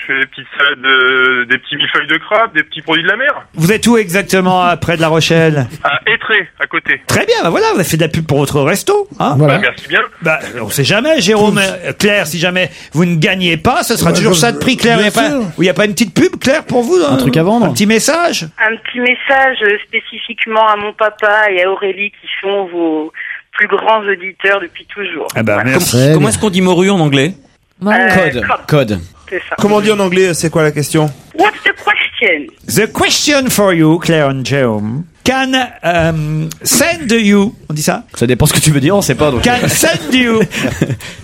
Speaker 14: je fais des petites salades, euh, des petits millefeuilles de crabe, des petits produits de la mer.
Speaker 3: Vous êtes où exactement à- près de La Rochelle
Speaker 14: À Étré, à côté.
Speaker 3: Très bien, bah voilà, vous avez fait de la pub pour votre resto. hein.
Speaker 14: Bah, merci bien.
Speaker 3: Bah, on sait jamais, Jérôme. Euh, Claire, si jamais vous ne gagnez pas, ce sera
Speaker 14: Bah,
Speaker 3: toujours
Speaker 14: je-
Speaker 3: ça de prix, Claire. Il
Speaker 14: bien
Speaker 3: n'y a, pas-
Speaker 14: sûr.
Speaker 3: ou y a pas une petite pub, Claire, pour vous Un truc à vendre Un petit message
Speaker 15: Un petit message euh, spécifiquement à mon papa et à Aurélie qui sont vos plus grands auditeurs depuis toujours.
Speaker 3: Eh Ah ben, bah,
Speaker 6: Comment- Comment est-ce qu'on dit morue en anglais
Speaker 19: Euh,
Speaker 4: Code.
Speaker 6: Code.
Speaker 15: C'est ça.
Speaker 4: Comment on dit en anglais euh, C'est quoi la question
Speaker 15: What's the question?
Speaker 3: The question for you, Claire and Jérôme. Can um, send you, on dit ça
Speaker 9: Ça dépend ce que tu veux dire, on sait pas. Donc... <laughs>
Speaker 3: Can send you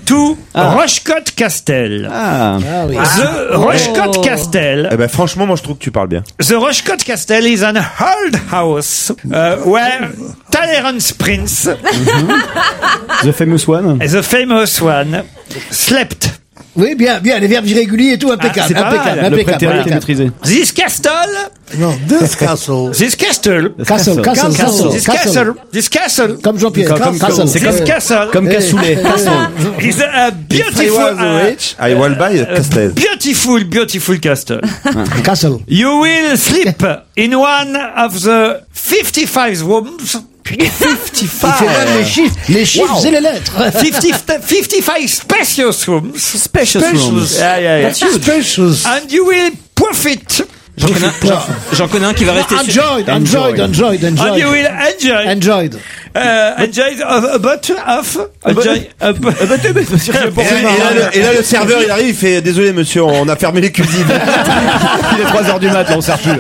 Speaker 3: to Rochecotte Castel.
Speaker 9: Ah.
Speaker 4: Ah oui.
Speaker 3: The Rochecotte Castel.
Speaker 4: Eh ben, franchement, moi, je trouve que tu parles bien.
Speaker 3: The Rochecotte Castel is an old house uh, where Tolerance Prince,
Speaker 9: Mm-hmm. The Famous One.
Speaker 3: <laughs> the famous one, slept.
Speaker 8: Oui, bien, bien, les verbes irréguliers et tout, impeccable,
Speaker 3: Ah, c'est pas
Speaker 8: impeccable,
Speaker 3: mal. Le
Speaker 8: impeccable.
Speaker 3: prétérit
Speaker 8: impeccable.
Speaker 3: est maîtrisé. This castle
Speaker 5: Non, this castle.
Speaker 3: <laughs> This castle.
Speaker 8: Castle, castle, castle,
Speaker 3: This
Speaker 8: castle.
Speaker 3: castle. This castle.
Speaker 8: Comme Jean-Pierre, Comme- comme- castle.
Speaker 3: This
Speaker 8: c'est comme-
Speaker 3: castle. Eh.
Speaker 8: comme Cassoulet.
Speaker 3: <laughs> Castle. Is a
Speaker 4: If I
Speaker 3: beautiful.
Speaker 4: was
Speaker 3: uh,
Speaker 4: rich, I will buy a castle.
Speaker 3: Beautiful, beautiful castle. castle. You will sleep in one of the 55 rooms. 55.
Speaker 8: Il fait même les chiffres- les chiffres et les lettres.
Speaker 3: 50 55 spacious rooms. Spacious,
Speaker 6: rooms.
Speaker 3: Yeah, yeah, yeah.
Speaker 6: That's huge.
Speaker 3: And you will profit.
Speaker 6: J'en connais, un- j'en- j'en connais un qui va rester. sur-
Speaker 8: Enjoyed, enjoyed, enjoyed,
Speaker 3: And
Speaker 8: enjoyed.
Speaker 3: you will enjoy.
Speaker 8: Enjoyed.
Speaker 3: Euh, enjoy a, a bot of. Enjoy a bot. <laughs>
Speaker 4: Et là, et là, le- Eh ben, et là, le serveur, il arrive, il fait Désolé, monsieur, on a fermé les cuisines. <laughs> il est 3h du mat, là, on sert plus.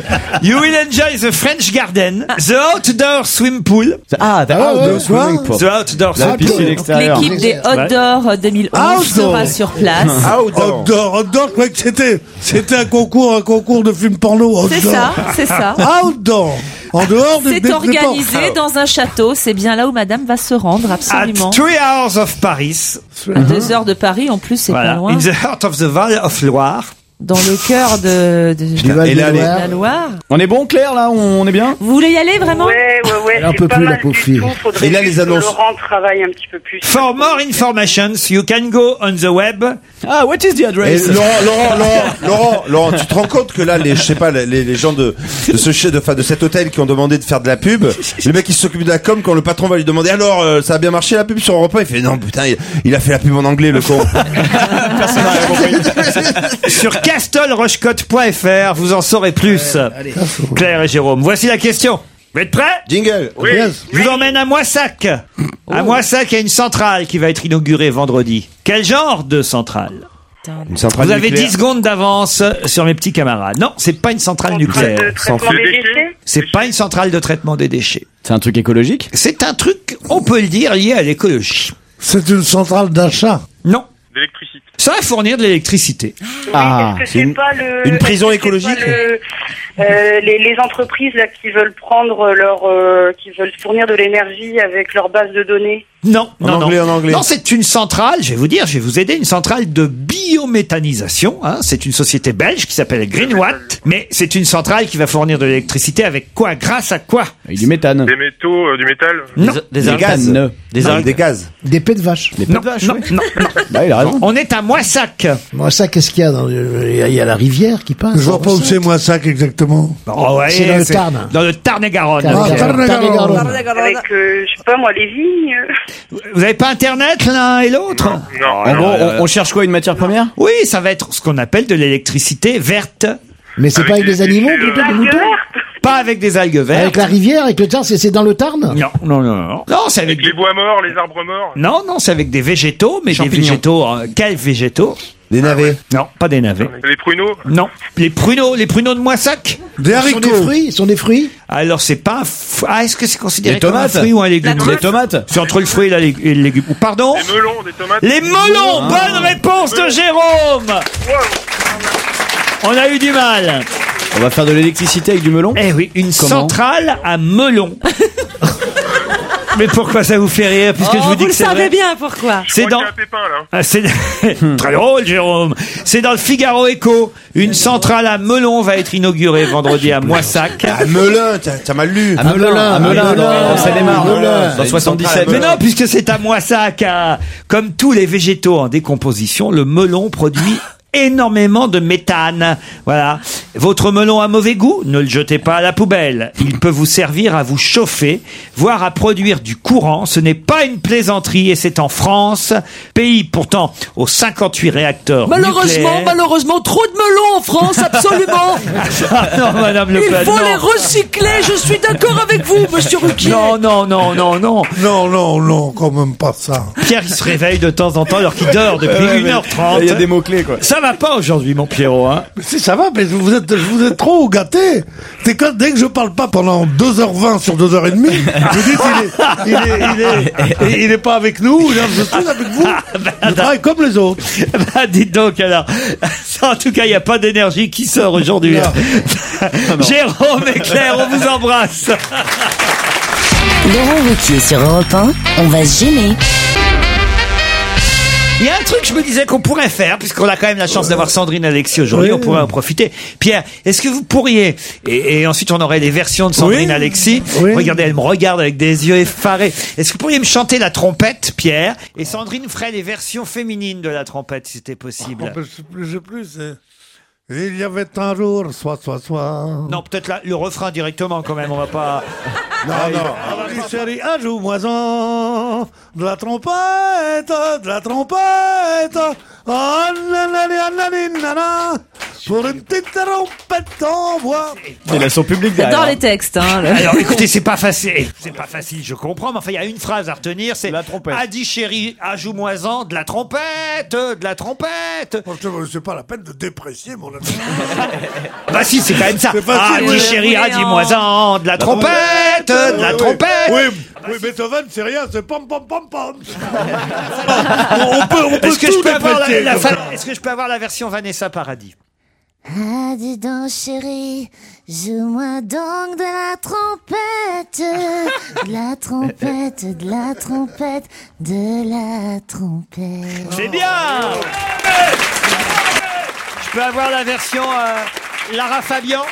Speaker 3: You will enjoy the French garden, the outdoor swim pool.
Speaker 9: Ah, the
Speaker 3: outdoor
Speaker 9: swimming pool.
Speaker 3: The outdoor
Speaker 9: La
Speaker 3: swim
Speaker 9: piscine
Speaker 3: pool.
Speaker 9: extérieure.
Speaker 16: L'équipe des Hot Door 2011 sera sur
Speaker 3: <laughs>
Speaker 16: place.
Speaker 5: <laughs> Outdoor. Outdoor, outdoor, je croyais que c'était, c'était un concours, un concours de films porno.
Speaker 16: C'est
Speaker 5: outdoor.
Speaker 16: ça, c'est ça.
Speaker 5: Outdoor. En dehors des, des-
Speaker 16: C'est
Speaker 5: des
Speaker 16: organisé
Speaker 5: portes.
Speaker 16: dans un château. C'est bien là où madame va se rendre,
Speaker 3: At
Speaker 16: absolument.
Speaker 3: three hours of Paris.
Speaker 16: À deux heures de Paris, en plus, c'est
Speaker 3: Voilà.
Speaker 16: pas loin.
Speaker 3: In the heart of the Valley of Loire.
Speaker 16: Dans le cœur de, de-
Speaker 3: Putain,
Speaker 16: de
Speaker 3: et là, les-
Speaker 16: la Loire.
Speaker 9: On est bon, Claire, là On est bien
Speaker 16: Vous voulez y aller vraiment
Speaker 15: Ouais, ouais, ouais.
Speaker 9: Elle en
Speaker 15: c'est
Speaker 9: peut
Speaker 15: pas
Speaker 9: plus, la
Speaker 15: mal
Speaker 9: pauvre
Speaker 15: du
Speaker 9: fille.
Speaker 15: tout. Faudrait
Speaker 3: Et là, les
Speaker 15: juste que
Speaker 3: annonces.
Speaker 15: Laurent travaille un petit peu plus.
Speaker 3: For more informations, you can go on the web.
Speaker 9: Ah, what is the
Speaker 4: Et
Speaker 9: address
Speaker 4: Laurent, Laurent, Laurent, Laurent, Laurent, tu te rends compte que là, les, je sais pas, les, les gens de, de ce chef, de, enfin, de cet hôtel qui ont demandé de faire de la pub, le mec qui s'occupe de la com, quand le patron va lui demander, alors, euh, ça a bien marché la pub sur Europe 1, il fait, non, putain, il, il a fait la pub en anglais, le con.
Speaker 3: <laughs> Sur castlerochecotte.fr, vous en saurez plus. Claire et Jérôme, voici la question. Vous êtes prêts
Speaker 4: Jingle.
Speaker 3: Oui. Je vous emmène à Moissac.
Speaker 15: Oh.
Speaker 3: À Moissac, il y a une centrale qui va être inaugurée vendredi. Quel genre de centrale
Speaker 4: Une centrale
Speaker 3: Vous avez
Speaker 4: nucléaire.
Speaker 3: 10 secondes d'avance sur mes petits camarades. Non, c'est pas une centrale nucléaire.
Speaker 15: de traitement des déchets
Speaker 3: C'est pas une centrale de traitement des déchets.
Speaker 9: C'est un truc écologique
Speaker 3: C'est un truc, on peut le dire, lié à l'écologie.
Speaker 5: C'est une centrale d'achat.
Speaker 3: Non. Ça va fournir de l'électricité.
Speaker 15: Est-ce que c'est pas le-
Speaker 3: une prison
Speaker 15: est-ce que c'est pas
Speaker 3: écologique
Speaker 15: le- euh, les, les entreprises là qui veulent prendre leur, euh, qui veulent fournir de l'énergie avec leur base de données.
Speaker 3: Non,
Speaker 4: En
Speaker 3: non,
Speaker 4: anglais,
Speaker 3: non.
Speaker 4: en anglais.
Speaker 3: Non, c'est une centrale, je vais vous dire, je vais vous aider, une centrale de biométhanisation. hein. C'est une société belge qui s'appelle Greenwatt, mais c'est une centrale qui va fournir de l'électricité avec quoi Grâce à quoi
Speaker 9: Avec du méthane.
Speaker 14: Des métaux, euh, du métal.
Speaker 3: Non.
Speaker 9: algues.
Speaker 3: Non.
Speaker 9: Des
Speaker 4: Non,
Speaker 9: algues.
Speaker 4: Des gaz.
Speaker 8: Des pets de vache.
Speaker 3: Non, non, non, non.
Speaker 9: Bah,
Speaker 19: Ah
Speaker 9: il a raison.
Speaker 3: On est à Moissac.
Speaker 8: Moi, ça, qu'est-ce qu'il y a dans le- Il y, a- il y a la rivière qui passe.
Speaker 5: Je vois pas où c'est moi ça exactement.
Speaker 3: Oh, ouais,
Speaker 8: C'est dans le
Speaker 3: c'est
Speaker 8: Tarn.
Speaker 3: Dans le Tarn-et-Garonne.
Speaker 8: Ah,
Speaker 3: Pierre.
Speaker 8: Tarn-et-Garonne.
Speaker 15: Avec, euh, je sais pas moi, les vignes.
Speaker 3: Vous n'avez pas Internet l'un et l'autre
Speaker 9: non, En non, gros, non, on- non. on
Speaker 3: cherche quoi Une matière première Oui, ça va être ce qu'on appelle de l'électricité verte.
Speaker 8: Mais c'est pas avec des animaux plutôt
Speaker 14: euh,
Speaker 8: des moutons
Speaker 3: Pas avec des algues vertes.
Speaker 8: Avec la rivière, avec le Tarn, c'est c'est dans le Tarn
Speaker 3: Non, non, non, non. Non, c'est avec,
Speaker 14: Les bois morts, les arbres morts.
Speaker 3: non, non, c'est avec des végétaux, mais des
Speaker 14: Champignons.
Speaker 3: végétaux. euh, quels végétaux Des navets. Non, pas des navets.
Speaker 14: Les pruneaux.
Speaker 3: Non, les pruneaux, les pruneaux de Moissac.
Speaker 8: Des haricots. Sont des fruits, sont des fruits.
Speaker 3: Alors c'est pas. un f- Ah, est-ce que c'est considéré
Speaker 9: Des
Speaker 3: comme un
Speaker 9: tomates.
Speaker 3: fruit ou un légume
Speaker 9: La tomate. Des tomates.
Speaker 3: C'est entre le fruit et la lég- et le légume. Ou Pardon
Speaker 14: Les melons, des tomates.
Speaker 3: Les melons.
Speaker 9: Ah.
Speaker 3: Bonne réponse de Jérôme. On a eu du mal.
Speaker 9: On va faire de l'électricité avec du melon
Speaker 3: Eh oui, une Centrale
Speaker 9: <laughs>
Speaker 3: à melon. Mais pourquoi ça vous fait rire <laughs> puisque
Speaker 13: Oh,
Speaker 3: je vous dis
Speaker 13: le
Speaker 3: que c'est
Speaker 13: savez
Speaker 3: vrai
Speaker 13: bien pourquoi.
Speaker 3: C'est dans. Ah, c'est
Speaker 9: Hmm.
Speaker 3: très drôle, Jérôme. C'est dans le Figaro Echo. Une centrale à Melon va être inaugurée vendredi à Moissac.
Speaker 9: Ah,
Speaker 3: À Melun, t'as mal lu.
Speaker 9: À Melun, à Melun, dans- dans Seine-et-Marne, dans 77.
Speaker 3: Mais non, puisque c'est à Moissac. à- Comme tous les végétaux en décomposition, le melon produit <laughs> énormément de méthane. Voilà. Votre melon a mauvais goût, ne le jetez pas à la poubelle. Il peut vous servir à vous chauffer, voire à produire du courant. Ce n'est pas une plaisanterie et c'est en France, pays pourtant aux 58 réacteurs
Speaker 7: Malheureusement,
Speaker 3: nucléaires.
Speaker 7: malheureusement, trop de melons en France, absolument.
Speaker 3: <laughs> Ah <laughs> non, Madame Le Pen,
Speaker 7: Il faut
Speaker 3: non.
Speaker 7: les recycler, je suis d'accord avec vous, monsieur Ruquier.
Speaker 3: Non, non, non, non, non.
Speaker 5: Non, non, non, quand même pas ça.
Speaker 3: Pierre, il se réveille de temps en temps alors qu'il dort depuis
Speaker 5: Ouais, mais
Speaker 3: 1h30.
Speaker 5: il y a des
Speaker 9: mots-clés, quoi.
Speaker 3: Ça va pas aujourd'hui, mon Pierrot, hein.
Speaker 5: Mais si, ça va, mais vous êtes, je vous êtes trop gâté. C'est quand, dès que je parle pas pendant 2h20 sur 2h30, vous dites, il est, il est, il est, il est pas avec nous, il est- je suis avec vous. Je Bah, travaille comme les autres.
Speaker 3: <laughs> bah, dites donc, alors. <laughs> Ça, En tout cas, il n'y a pas d'énergie qui sort aujourd'hui. Jérôme et Claire, on vous
Speaker 5: <laughs>
Speaker 3: embrasse.
Speaker 17: Laurent Ruquier sur Europe 1, on va se gêner.
Speaker 3: Il y a un truc que je me disais qu'on pourrait faire, puisqu'on a quand même la chance d'avoir Sandrine Alexis aujourd'hui, on pourrait en profiter. Pierre, est-ce que vous pourriez, et, et ensuite on aurait les versions de Sandrine Alexis, regardez, elle me regarde avec des yeux effarés, est-ce que vous pourriez me chanter la trompette, Pierre Et Sandrine ferait les versions féminines de la trompette, si c'était
Speaker 9: Oh,
Speaker 3: possible.
Speaker 5: ben, Je sais plus, je sais plus. c'est- Il y avait un jour, soit, soit, soit.
Speaker 3: Non, peut-être la- le refrain directement quand même, on va pas...
Speaker 5: Non,
Speaker 3: Ah, il-
Speaker 5: non. Allez, chérie, un jour moi de la trompette, de la trompette. Ah, nanani, nanani, nana. Pour une petite trompette en bois.
Speaker 9: Il a son public derrière.
Speaker 3: textes. Alors écoutez, c'est pas facile. C'est pas facile, je comprends. Mais enfin, il y a une phrase à retenir. C'est la trompette. Adi chéri, ajoute-moi-en de la trompette, de la trompette.
Speaker 5: Oh, C'est pas la peine de déprécier mon ami.
Speaker 3: <laughs> Bah si, c'est quand même ça.
Speaker 5: C'est facile,
Speaker 3: Adi
Speaker 5: oui.
Speaker 3: chéri,
Speaker 5: Oui,
Speaker 3: ajoute-moi-en de la trompette, de la
Speaker 5: Oui, oui.
Speaker 3: trompette.
Speaker 5: Oui, oui, Beethoven, c'est rien, c'est pom pom pom pom.
Speaker 3: <laughs>
Speaker 5: on peut, on peut
Speaker 3: Est-ce que,
Speaker 5: tout
Speaker 3: je peux avoir la-
Speaker 5: déprécier,
Speaker 3: la
Speaker 5: comme
Speaker 3: fa-
Speaker 5: ça.
Speaker 3: est-ce que je peux avoir la version Vanessa Paradis
Speaker 12: Ah, dis donc, chérie, joue-moi donc de la trompette, de la trompette, de la trompette, de la trompette.
Speaker 3: C'est bien Je peux avoir la version euh, Lara Fabian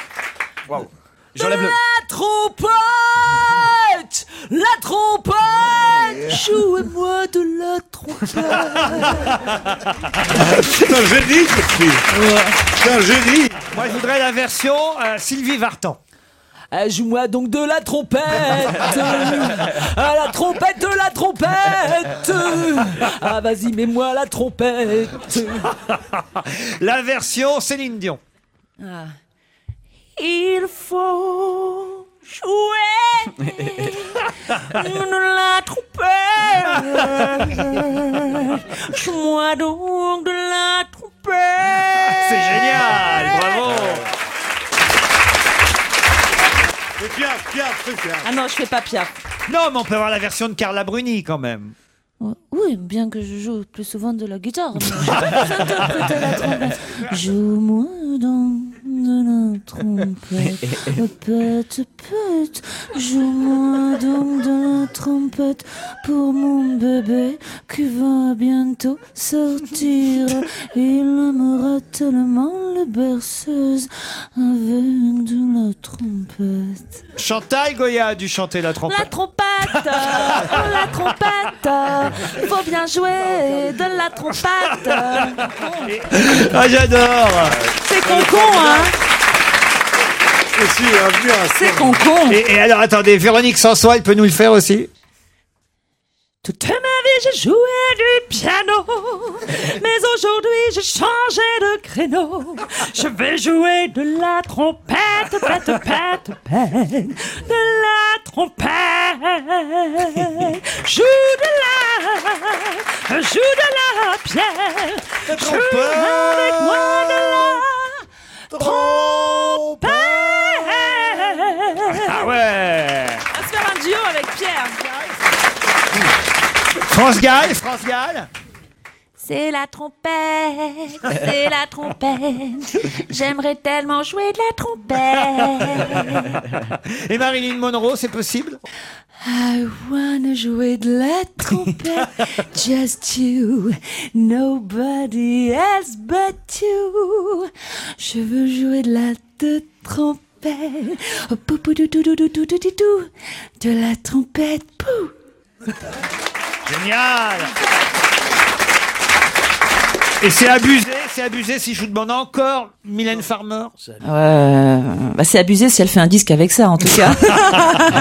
Speaker 3: J'enlève le...
Speaker 7: La trompette La trompette Jouez-moi de la
Speaker 3: <laughs>
Speaker 7: trompette
Speaker 5: C'est un génie, ce fille. C'est un génie.
Speaker 3: Moi, je voudrais la version euh, Sylvie Vartan.
Speaker 7: Ah, Joue-moi donc de la
Speaker 3: <laughs>
Speaker 7: trompette Ah, la trompette, de la trompette Ah, vas-y, mets-moi la trompette
Speaker 3: <laughs> La version
Speaker 7: <laughs>
Speaker 3: Céline Dion.
Speaker 7: Ah.
Speaker 12: Il faut jouer de la trompette. Joue-moi donc de la trompette.
Speaker 3: C'est génial, bravo.
Speaker 5: Et Piaf, Piaf, c'est Piaf.
Speaker 7: Ah non, je fais pas Piaf.
Speaker 3: Non, mais on peut avoir la version de Carla Bruni quand même.
Speaker 12: Oui, bien que je joue plus souvent de la guitare. mais j'interprète la trompette. Joue-moi donc de la trompette. Oh, Pète, pète. Joue-moi donc de la trompette pour mon bébé qui va bientôt sortir. Il aimera tellement les berceuses avec de la trompette.
Speaker 3: Chantal Goya a dû chanter la
Speaker 12: La
Speaker 3: trompette.
Speaker 12: trompette, la trompette, faut bien jouer de la trompette.
Speaker 3: Ah, j'adore.
Speaker 7: C'est con-con, hein
Speaker 3: C'est con Et, et alors, attendez, Véronique Sanson, elle peut nous le faire aussi
Speaker 12: Toute ma vie, j'ai joué du piano, mais aujourd'hui, j'ai changé de créneau. Je vais jouer de la trompette, pète, pète, pète, de la trompette. Joue de la, joue de la pierre, joue avec moi de la trompette.
Speaker 3: Ah ouais
Speaker 12: On va se faire un duo avec Pierre.
Speaker 3: France Gall, France Gall
Speaker 12: C'est la trompette, c'est la trompette. J'aimerais tellement jouer de la trompette.
Speaker 3: <laughs> Et Marilyn Monroe, c'est possible
Speaker 12: I wanna jouer de la trompette. Just you, nobody else but you. Je veux jouer de la de trompette. Oh, pou, pou, dou, dou, dou, dou, dou, dou, dou, dou. De la trompette, pou.
Speaker 3: Génial Et c'est abusé, c'est abusé si je vous demande encore Mylène Farmer.
Speaker 16: Euh, bah, c'est abusé si elle fait un disque avec ça, en tout cas.
Speaker 12: de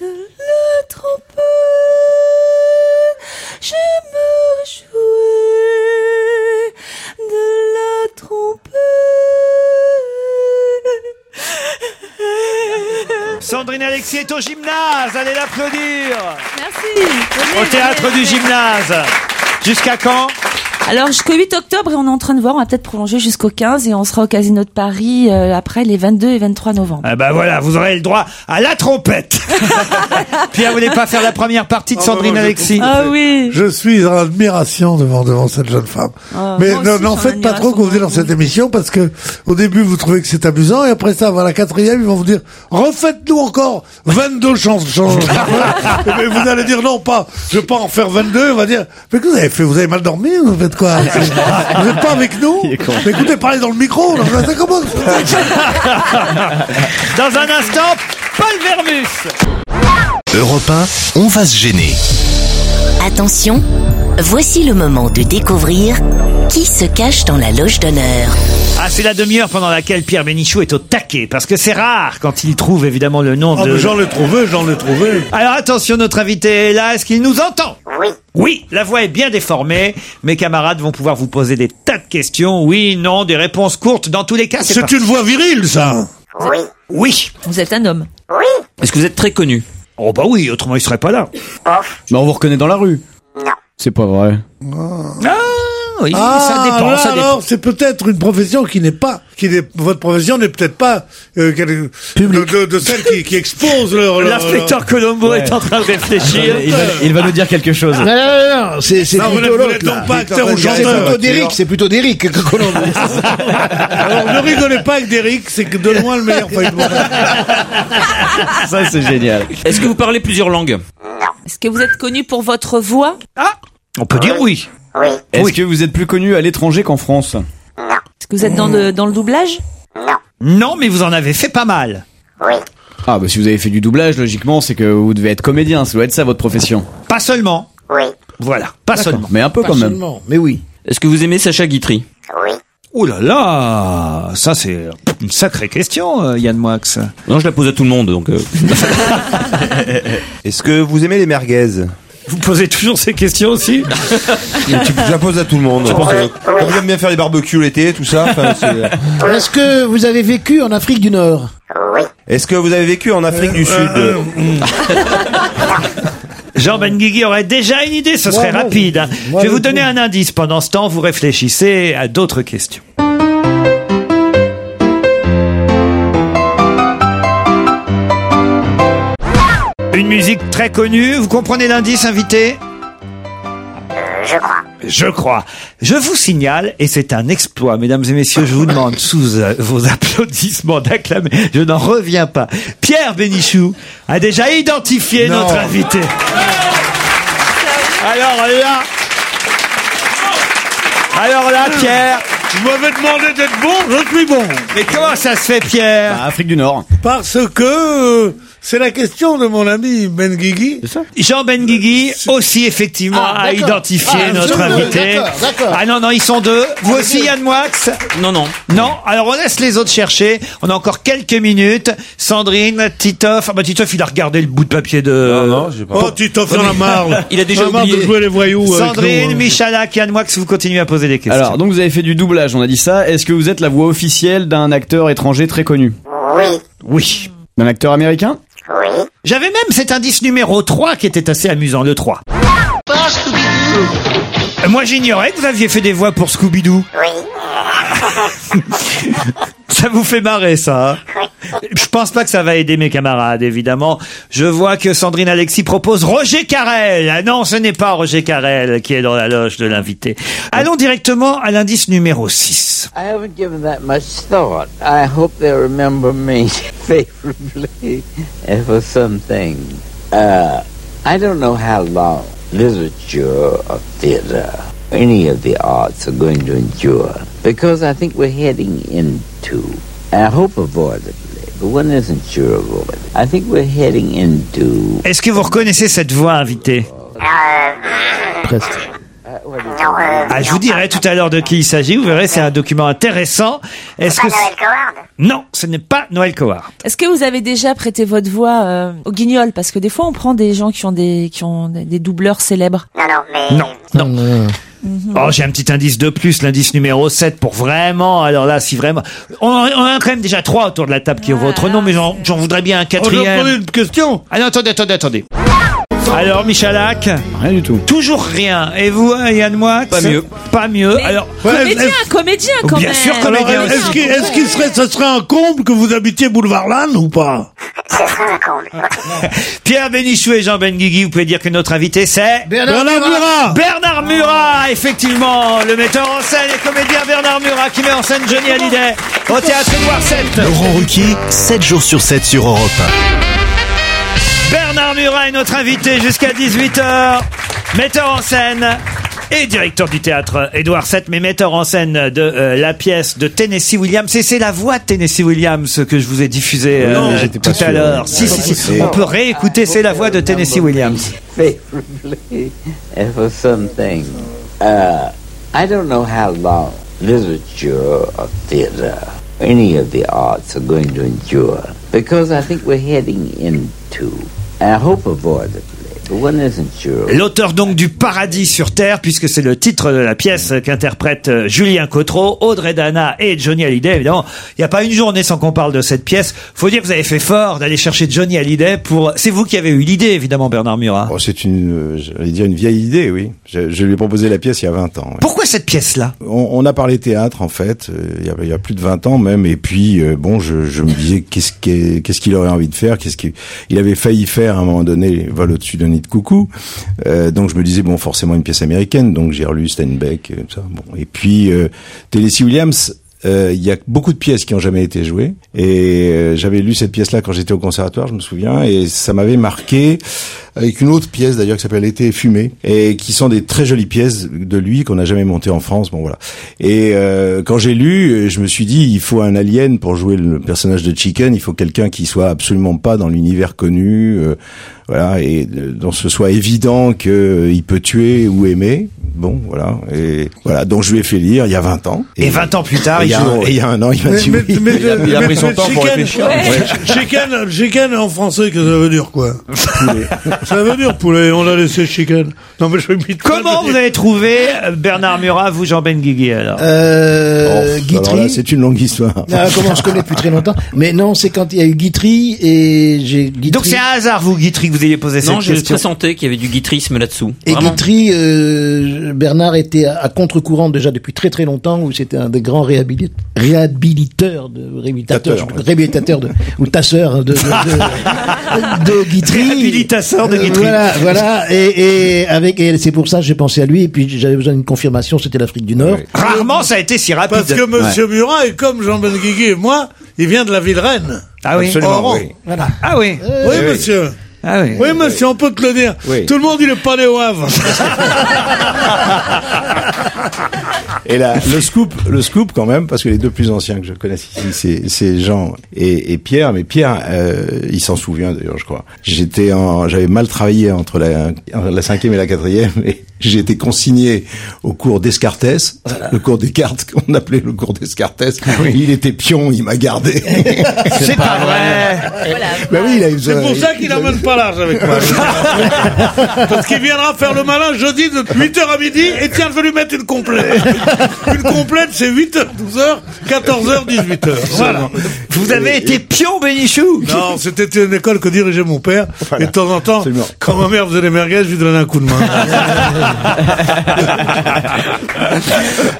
Speaker 12: la trompette. J'aime jouer de la trompette.
Speaker 3: Sandrine Alexis est au gymnase, allez l'applaudir
Speaker 16: Merci.
Speaker 3: Au théâtre du gymnase. <laughs> Jusqu'à quand
Speaker 16: Alors jusqu'au 8 octobre et on est en train de voir, on va peut-être prolonger jusqu'au 15 et on sera au Casino de Paris euh, après les 22 et 23 novembre.
Speaker 3: Ah bah voilà, vous aurez le droit à la trompette. Pierre, vous voulez pas faire la première partie de Sandrine Alexis
Speaker 5: Ah
Speaker 16: oui.
Speaker 5: Je suis en admiration devant, devant cette jeune femme.
Speaker 3: Ah,
Speaker 5: Mais
Speaker 3: moi aussi,
Speaker 5: ne- n'en
Speaker 3: je suis en
Speaker 5: faites pas trop quand vous êtes dans cette émission parce que au début vous trouvez que c'est amusant et après ça, avant la quatrième, ils vont vous dire refaites-nous encore 22 chances
Speaker 3: <laughs>
Speaker 5: Mais vous allez dire non, pas, je vais pas en faire 22. On va dire mais que vous avez fait, vous avez mal dormi, vous
Speaker 3: <laughs>
Speaker 5: faites quoi Vous n'êtes pas avec nous Mais Écoutez, parlez dans le micro. là, ça
Speaker 3: <laughs>
Speaker 5: commence.
Speaker 3: Dans un instant, Paul Vermus.
Speaker 2: Europe 1, on va se gêner.
Speaker 17: Attention, voici le moment de découvrir qui se cache dans la loge d'honneur.
Speaker 3: Ah, c'est la demi-heure pendant laquelle Pierre Bénichou est au taquet, parce que c'est rare quand il trouve évidemment le nom
Speaker 5: Ah,
Speaker 3: de...
Speaker 5: mais j'en ai trouvé, j'en ai trouvé.
Speaker 3: Alors attention, notre invité est là,
Speaker 5: Ah,
Speaker 3: est-ce qu'il nous entend Oui. Oui, la voix est bien déformée, mes camarades vont pouvoir vous poser des tas de questions, oui, non, des réponses courtes, dans tous les cas...
Speaker 5: C'est une voix virile, ça
Speaker 3: Oui. Oui.
Speaker 16: Vous êtes un homme.
Speaker 3: Est-ce que vous êtes très connu Oh bah oui, autrement il serait pas là.
Speaker 9: Mais on vous reconnaît dans la rue
Speaker 3: Ah. Non.
Speaker 9: C'est pas vrai.
Speaker 3: Ah oui, ça dépend,
Speaker 5: là,
Speaker 3: ça dépend.
Speaker 5: Ah, Alors, c'est peut-être une profession qui n'est pas, qui n'est, votre profession n'est peut-être pas euh, quelle- de, de- de celle qui, qui expose
Speaker 9: Oh
Speaker 5: leur. leur-
Speaker 3: L'inspecteur
Speaker 5: leur-
Speaker 3: Colombo est en train de réfléchir.
Speaker 9: Il va, il va nous dire quelque chose.
Speaker 5: Ah,
Speaker 8: Non, non, non, non, c'est c'est
Speaker 5: Non, Ah, vous
Speaker 8: plutôt
Speaker 5: n'êtes- vous
Speaker 8: l'autre.
Speaker 5: n'êtes donc
Speaker 8: là.
Speaker 5: pas acteur ou
Speaker 8: C'est
Speaker 5: chanteur.
Speaker 8: plutôt d'Eric, c'est plutôt d'Eric que Colombo.
Speaker 5: <laughs> Alors, ne rigolez pas avec Derrick, c'est que de loin le <laughs> meilleur failli de
Speaker 9: <laughs>
Speaker 5: mon-
Speaker 9: Ça, c'est génial.
Speaker 6: Est-ce que vous parlez plusieurs langues
Speaker 16: Est-ce que vous êtes connu pour votre voix
Speaker 3: On peut dire oui.
Speaker 9: Est-ce que vous êtes plus connu à l'étranger qu'en France
Speaker 16: Est-ce que vous êtes dans le, dans le doublage
Speaker 3: Non, mais vous en avez fait pas mal.
Speaker 9: Ah, bah si vous avez fait du doublage, logiquement, c'est que vous devez être comédien. Ça doit être ça votre profession.
Speaker 3: Pas seulement.
Speaker 9: Oui.
Speaker 3: Voilà, pas seulement.
Speaker 9: Mais un peu
Speaker 6: Pas
Speaker 9: quand même.
Speaker 6: seulement,
Speaker 9: mais oui.
Speaker 6: Est-ce que vous aimez Sacha Guitry
Speaker 3: Oh là là, ça c'est une sacrée question, euh, Yann Moix.
Speaker 6: Non, je la pose à tout le monde, donc. euh.
Speaker 4: Est-ce que vous aimez les merguez
Speaker 3: Vous posez toujours ces questions
Speaker 6: <laughs>
Speaker 3: aussi
Speaker 4: tu, Je la pose à tout le monde. Je pense que- on aime bien faire les barbecues l'été, tout ça. enfin, c'est-
Speaker 8: Est-ce que vous avez vécu en Afrique du Nord
Speaker 4: Est-ce que vous avez vécu en Afrique du Sud euh,
Speaker 3: Jean Benguigui aurait déjà une idée, ce serait
Speaker 5: Moi, non.
Speaker 3: rapide. hein.
Speaker 5: Moi,
Speaker 3: Je vais
Speaker 5: non
Speaker 3: vous donner un indice. Pendant ce temps, vous réfléchissez à d'autres questions. Une musique très connue. Vous comprenez l'indice, invité je crois. Je crois. Je vous signale, et c'est un exploit, mesdames et messieurs, je vous <laughs> demande sous euh, vos applaudissements d'acclamer, je n'en reviens pas. Pierre Bénichou a déjà identifié
Speaker 5: Non.
Speaker 3: notre invité. Alors là, alors là, Pierre.
Speaker 5: Vous m'avez demandé d'être bon, je suis bon.
Speaker 3: Mais comment ça se fait, Pierre
Speaker 9: Afrique du Nord.
Speaker 5: Parce que euh, C'est la question de mon ami Ben Guigui.
Speaker 3: Jean Ben Guigui aussi effectivement
Speaker 5: Ah,
Speaker 3: a
Speaker 5: d'accord.
Speaker 3: identifié
Speaker 5: Ah,
Speaker 3: notre
Speaker 5: absolument,
Speaker 3: invité.
Speaker 5: d'accord, d'accord.
Speaker 3: Ah non non, ils sont deux. Vous
Speaker 5: Ah,
Speaker 3: aussi
Speaker 5: oui.
Speaker 3: Yann Moix Non non. Non, alors on laisse les autres chercher. On a encore quelques minutes. Sandrine, Titoff, ah bah Titoff il a regardé le bout de papier de Non non, j'ai
Speaker 5: pas. Oh, Titoff, il en a marre.
Speaker 3: <laughs> Il a déjà
Speaker 5: Il en a marre
Speaker 3: oublié
Speaker 5: de jouer les
Speaker 3: euh,
Speaker 5: voyous avec nous,
Speaker 3: Sandrine,
Speaker 5: hein.
Speaker 3: Michalak, Yann Moix, vous continuez à poser des questions.
Speaker 9: Alors, donc vous avez fait du doublage, on a dit ça. Est-ce que vous êtes la voix officielle d'un acteur étranger très connu
Speaker 3: Oui. Oui.
Speaker 9: D'un acteur américain
Speaker 3: J'avais même cet indice numéro 3 qui était assez amusant, le 3. Euh, Moi j'ignorais que vous aviez fait des voix pour Scooby-Doo.
Speaker 12: <laughs>
Speaker 3: <laughs> ça vous fait marrer ça. hein Je pense pas que ça va aider mes camarades évidemment. Je vois que Sandrine Alexis propose Roger Carrel. Ah non, ce n'est pas Roger Carrel qui est dans la loge de l'invité. Allons directement à l'indice numéro 6.
Speaker 20: I haven't given that much thought. I hope they remember me <laughs> favorably <laughs> for something. Uh, I don't know how long literature or theater, any of the arts, are going to endure because I think we're heading into, and I hope avoidably, but one isn't sure avoid. I think we're heading into
Speaker 3: Est-ce que vous reconnaissez cette voix invitée
Speaker 8: Presque.
Speaker 3: Ah, je vous dirai tout à l'heure de qui il s'agit. Vous verrez, c'est un document intéressant. Est-ce que c'est- Non, ce n'est pas Noël Coward.
Speaker 16: Est-ce que vous avez déjà prêté votre voix euh, au guignol Parce que des fois, on prend des gens qui ont des, qui ont des des doubleurs célèbres.
Speaker 3: Non, non.
Speaker 2: Mm.
Speaker 3: Oh, j'ai un petit indice de plus, l'indice numéro 7 pour vraiment. Alors là, si vraiment, on, en- on en a quand même déjà trois autour de la table qui ont votre nom, mais j'en j'en voudrais bien un quatrième.
Speaker 5: posé une
Speaker 3: question. Ah non, attendez, attendez, attendez. Alors, Michalak Rien du tout. Toujours rien. Et vous, hein, Yann Moix Pas mieux. Pas mieux. Alors, euh,
Speaker 16: comédien, comédien quand
Speaker 3: Oh, Bien
Speaker 16: même.
Speaker 3: sûr,
Speaker 5: Alors,
Speaker 3: comédien
Speaker 5: est-ce
Speaker 3: aussi.
Speaker 5: qu'il est-ce qu'il serait, ce serait un comble que vous habitiez boulevard Lannes ou pas
Speaker 3: Pierre Bénichou et Jean Benguigui, vous pouvez dire que notre invité c'est
Speaker 5: Bernard Bernard Murat. Murat.
Speaker 3: Bernard Murat, effectivement, le metteur en scène et comédien Bernard Murat qui met en scène Johnny Hallyday au théâtre Edouard VII.
Speaker 2: Laurent Ruquier, 7 jours sur 7 sur Europe
Speaker 3: Bernard Murat est notre invité jusqu'à 18h. Metteur en scène et directeur du théâtre Édouard VII, mais metteur en scène de euh, la pièce de Tennessee Williams. Et c'est la voix de Tennessee Williams que je vous ai diffusée euh,
Speaker 20: Non, j'étais pas
Speaker 3: tout à
Speaker 20: sûr.
Speaker 3: l'heure. Si, si, si.
Speaker 20: Ouais.
Speaker 3: On peut réécouter, c'est la voix de Tennessee Williams.
Speaker 20: favorably <laughs> for something. Uh, I don't know how long literature or theater, any of the arts, are going to endure because I think we're heading into, and I hope avoidably, but one isn't sure.
Speaker 3: L'auteur donc du Paradis sur Terre, puisque c'est le titre de la pièce qu'interprètent euh, Julien Cotreau, Audrey Dana et Johnny Hallyday. Évidemment, il n'y a pas une journée sans qu'on parle de cette pièce. Faut dire que vous avez fait fort d'aller chercher Johnny Hallyday pour... C'est vous qui avez eu l'idée, évidemment, Bernard Murat.
Speaker 19: Oh, c'est une, euh, j'allais dire une vieille idée, oui. Je, je lui ai proposé la pièce il y a 20 ans. oui.
Speaker 3: Pourquoi cette pièce-là
Speaker 19: On, on a parlé théâtre, en fait, euh, il y, a, il y a plus de 20 ans même. Et puis, euh, bon, je, je me disais, qu'est-ce qu'est- qu'est-ce qu'il aurait envie de faire Qu'est-ce qu'il il avait failli faire à un moment donné, Vol au-dessus d'un nid de coucou. Euh, donc, je me disais, bon, forcément une pièce américaine. Donc, j'ai relu Steinbeck, et tout ça. Bon, et puis, euh, Tennessee Williams, euh, il y a beaucoup de pièces qui ont jamais été jouées et euh, j'avais lu cette pièce là quand j'étais au conservatoire je me souviens et ça m'avait marqué avec une autre pièce d'ailleurs qui s'appelle L'été fumé et qui sont des très jolies pièces de lui qu'on n'a jamais montées en France bon voilà et euh, quand j'ai lu euh, je me suis dit il faut un alien pour jouer le personnage de Chicken il faut quelqu'un qui soit absolument pas dans l'univers connu euh, voilà et euh, dont ce soit évident que euh, il peut tuer ou aimer bon voilà et voilà donc je lui ai fait lire il y a 20 ans
Speaker 3: Et 20 ans plus tard,
Speaker 19: et
Speaker 3: il
Speaker 19: y a
Speaker 3: joue
Speaker 19: un-
Speaker 3: le rôle.
Speaker 19: et il y a un an, il m'a
Speaker 5: Mais-
Speaker 19: dit
Speaker 5: mais-
Speaker 19: oui.
Speaker 5: mais- mais- mais chicken-
Speaker 19: Ouais.
Speaker 5: Chicken, chicken en français, que ça veut dire quoi <laughs> Ça veut dire poulet, on l'a laissé chicken. Non mais je vais
Speaker 3: Comment vous avez trouvé euh, Bernard Murat, vous, Jean Benguigui, alors <laughs>
Speaker 8: Euh,
Speaker 19: Oh,
Speaker 8: Guitry.
Speaker 19: alors là, c'est une longue histoire.
Speaker 8: Ah, comment je connais depuis très longtemps. Mais non, c'est quand il y a eu Guitry et j'ai Guitry.
Speaker 3: Donc c'est un hasard, vous, Guitry, que vous ayez posé
Speaker 6: Non,
Speaker 3: cette
Speaker 6: j'ai
Speaker 3: question.
Speaker 6: pressenti qu'il y avait du guitrisme là-dessous.
Speaker 8: Et
Speaker 6: Vraiment.
Speaker 8: Guitry, euh, Bernard était à, à contre-courant déjà depuis très très longtemps, où c'était un des grands réhabili- réhabiliteurs, de, réhabilitateurs,
Speaker 19: Tâteur,
Speaker 8: je- réhabilitateurs de, ou
Speaker 19: <laughs>
Speaker 8: tasseurs de, de,
Speaker 19: Ah,
Speaker 8: de, de Guitry. Euh,
Speaker 3: Réhabilitateur de Guitry.
Speaker 8: voilà, voilà. Et, et avec, et c'est pour ça que j'ai pensé à lui, et puis j'avais besoin d'une confirmation, c'était l'Afrique du Nord.
Speaker 3: Rarement ça a été si rapide.
Speaker 5: Parce que Monsieur Murat est comme Jean Benguigui et moi, il vient de la ville Rennes.
Speaker 3: Ah oui. Absolument,
Speaker 5: Oran.
Speaker 3: oui. Ah oui.
Speaker 5: Oui,
Speaker 3: Oui.
Speaker 5: monsieur.
Speaker 3: Ah oui.
Speaker 5: monsieur, on peut te le dire.
Speaker 19: Oui. <laughs>
Speaker 5: Tout le monde, il est pas né au Havre.
Speaker 19: Et là, le scoop, le scoop quand même, parce que les deux plus anciens que je connaisse ici, c'est- c'est Jean et, et Pierre. Mais Pierre, euh, il s'en souvient d'ailleurs, je crois. J'étais en, j'avais mal travaillé entre la, entre la cinquième et la quatrième, <laughs> et j'ai été consigné au cours d'Escartès, le cours des cartes <laughs> qu'on appelait le cours d'Escartès. Il était pion, il m'a gardé.
Speaker 5: C'est pas
Speaker 3: Euh,
Speaker 19: Ben oui, il a eu
Speaker 5: C'est pour ça qu'il amène pas l'âge avec
Speaker 3: <laughs>
Speaker 5: moi. Parce qu'il viendra faire le malin jeudi de 8h à midi et tiens, je vais lui mettre
Speaker 3: <laughs>
Speaker 5: une complète. Une complète, c'est 8h, 12h, 14h, 18h. Voilà.
Speaker 3: Vous avez été pion, Bénichou
Speaker 5: Non, c'était une école que dirigeait mon père. Et de temps en temps, quand ma mère faisait les merguez, je lui donnais un coup de main.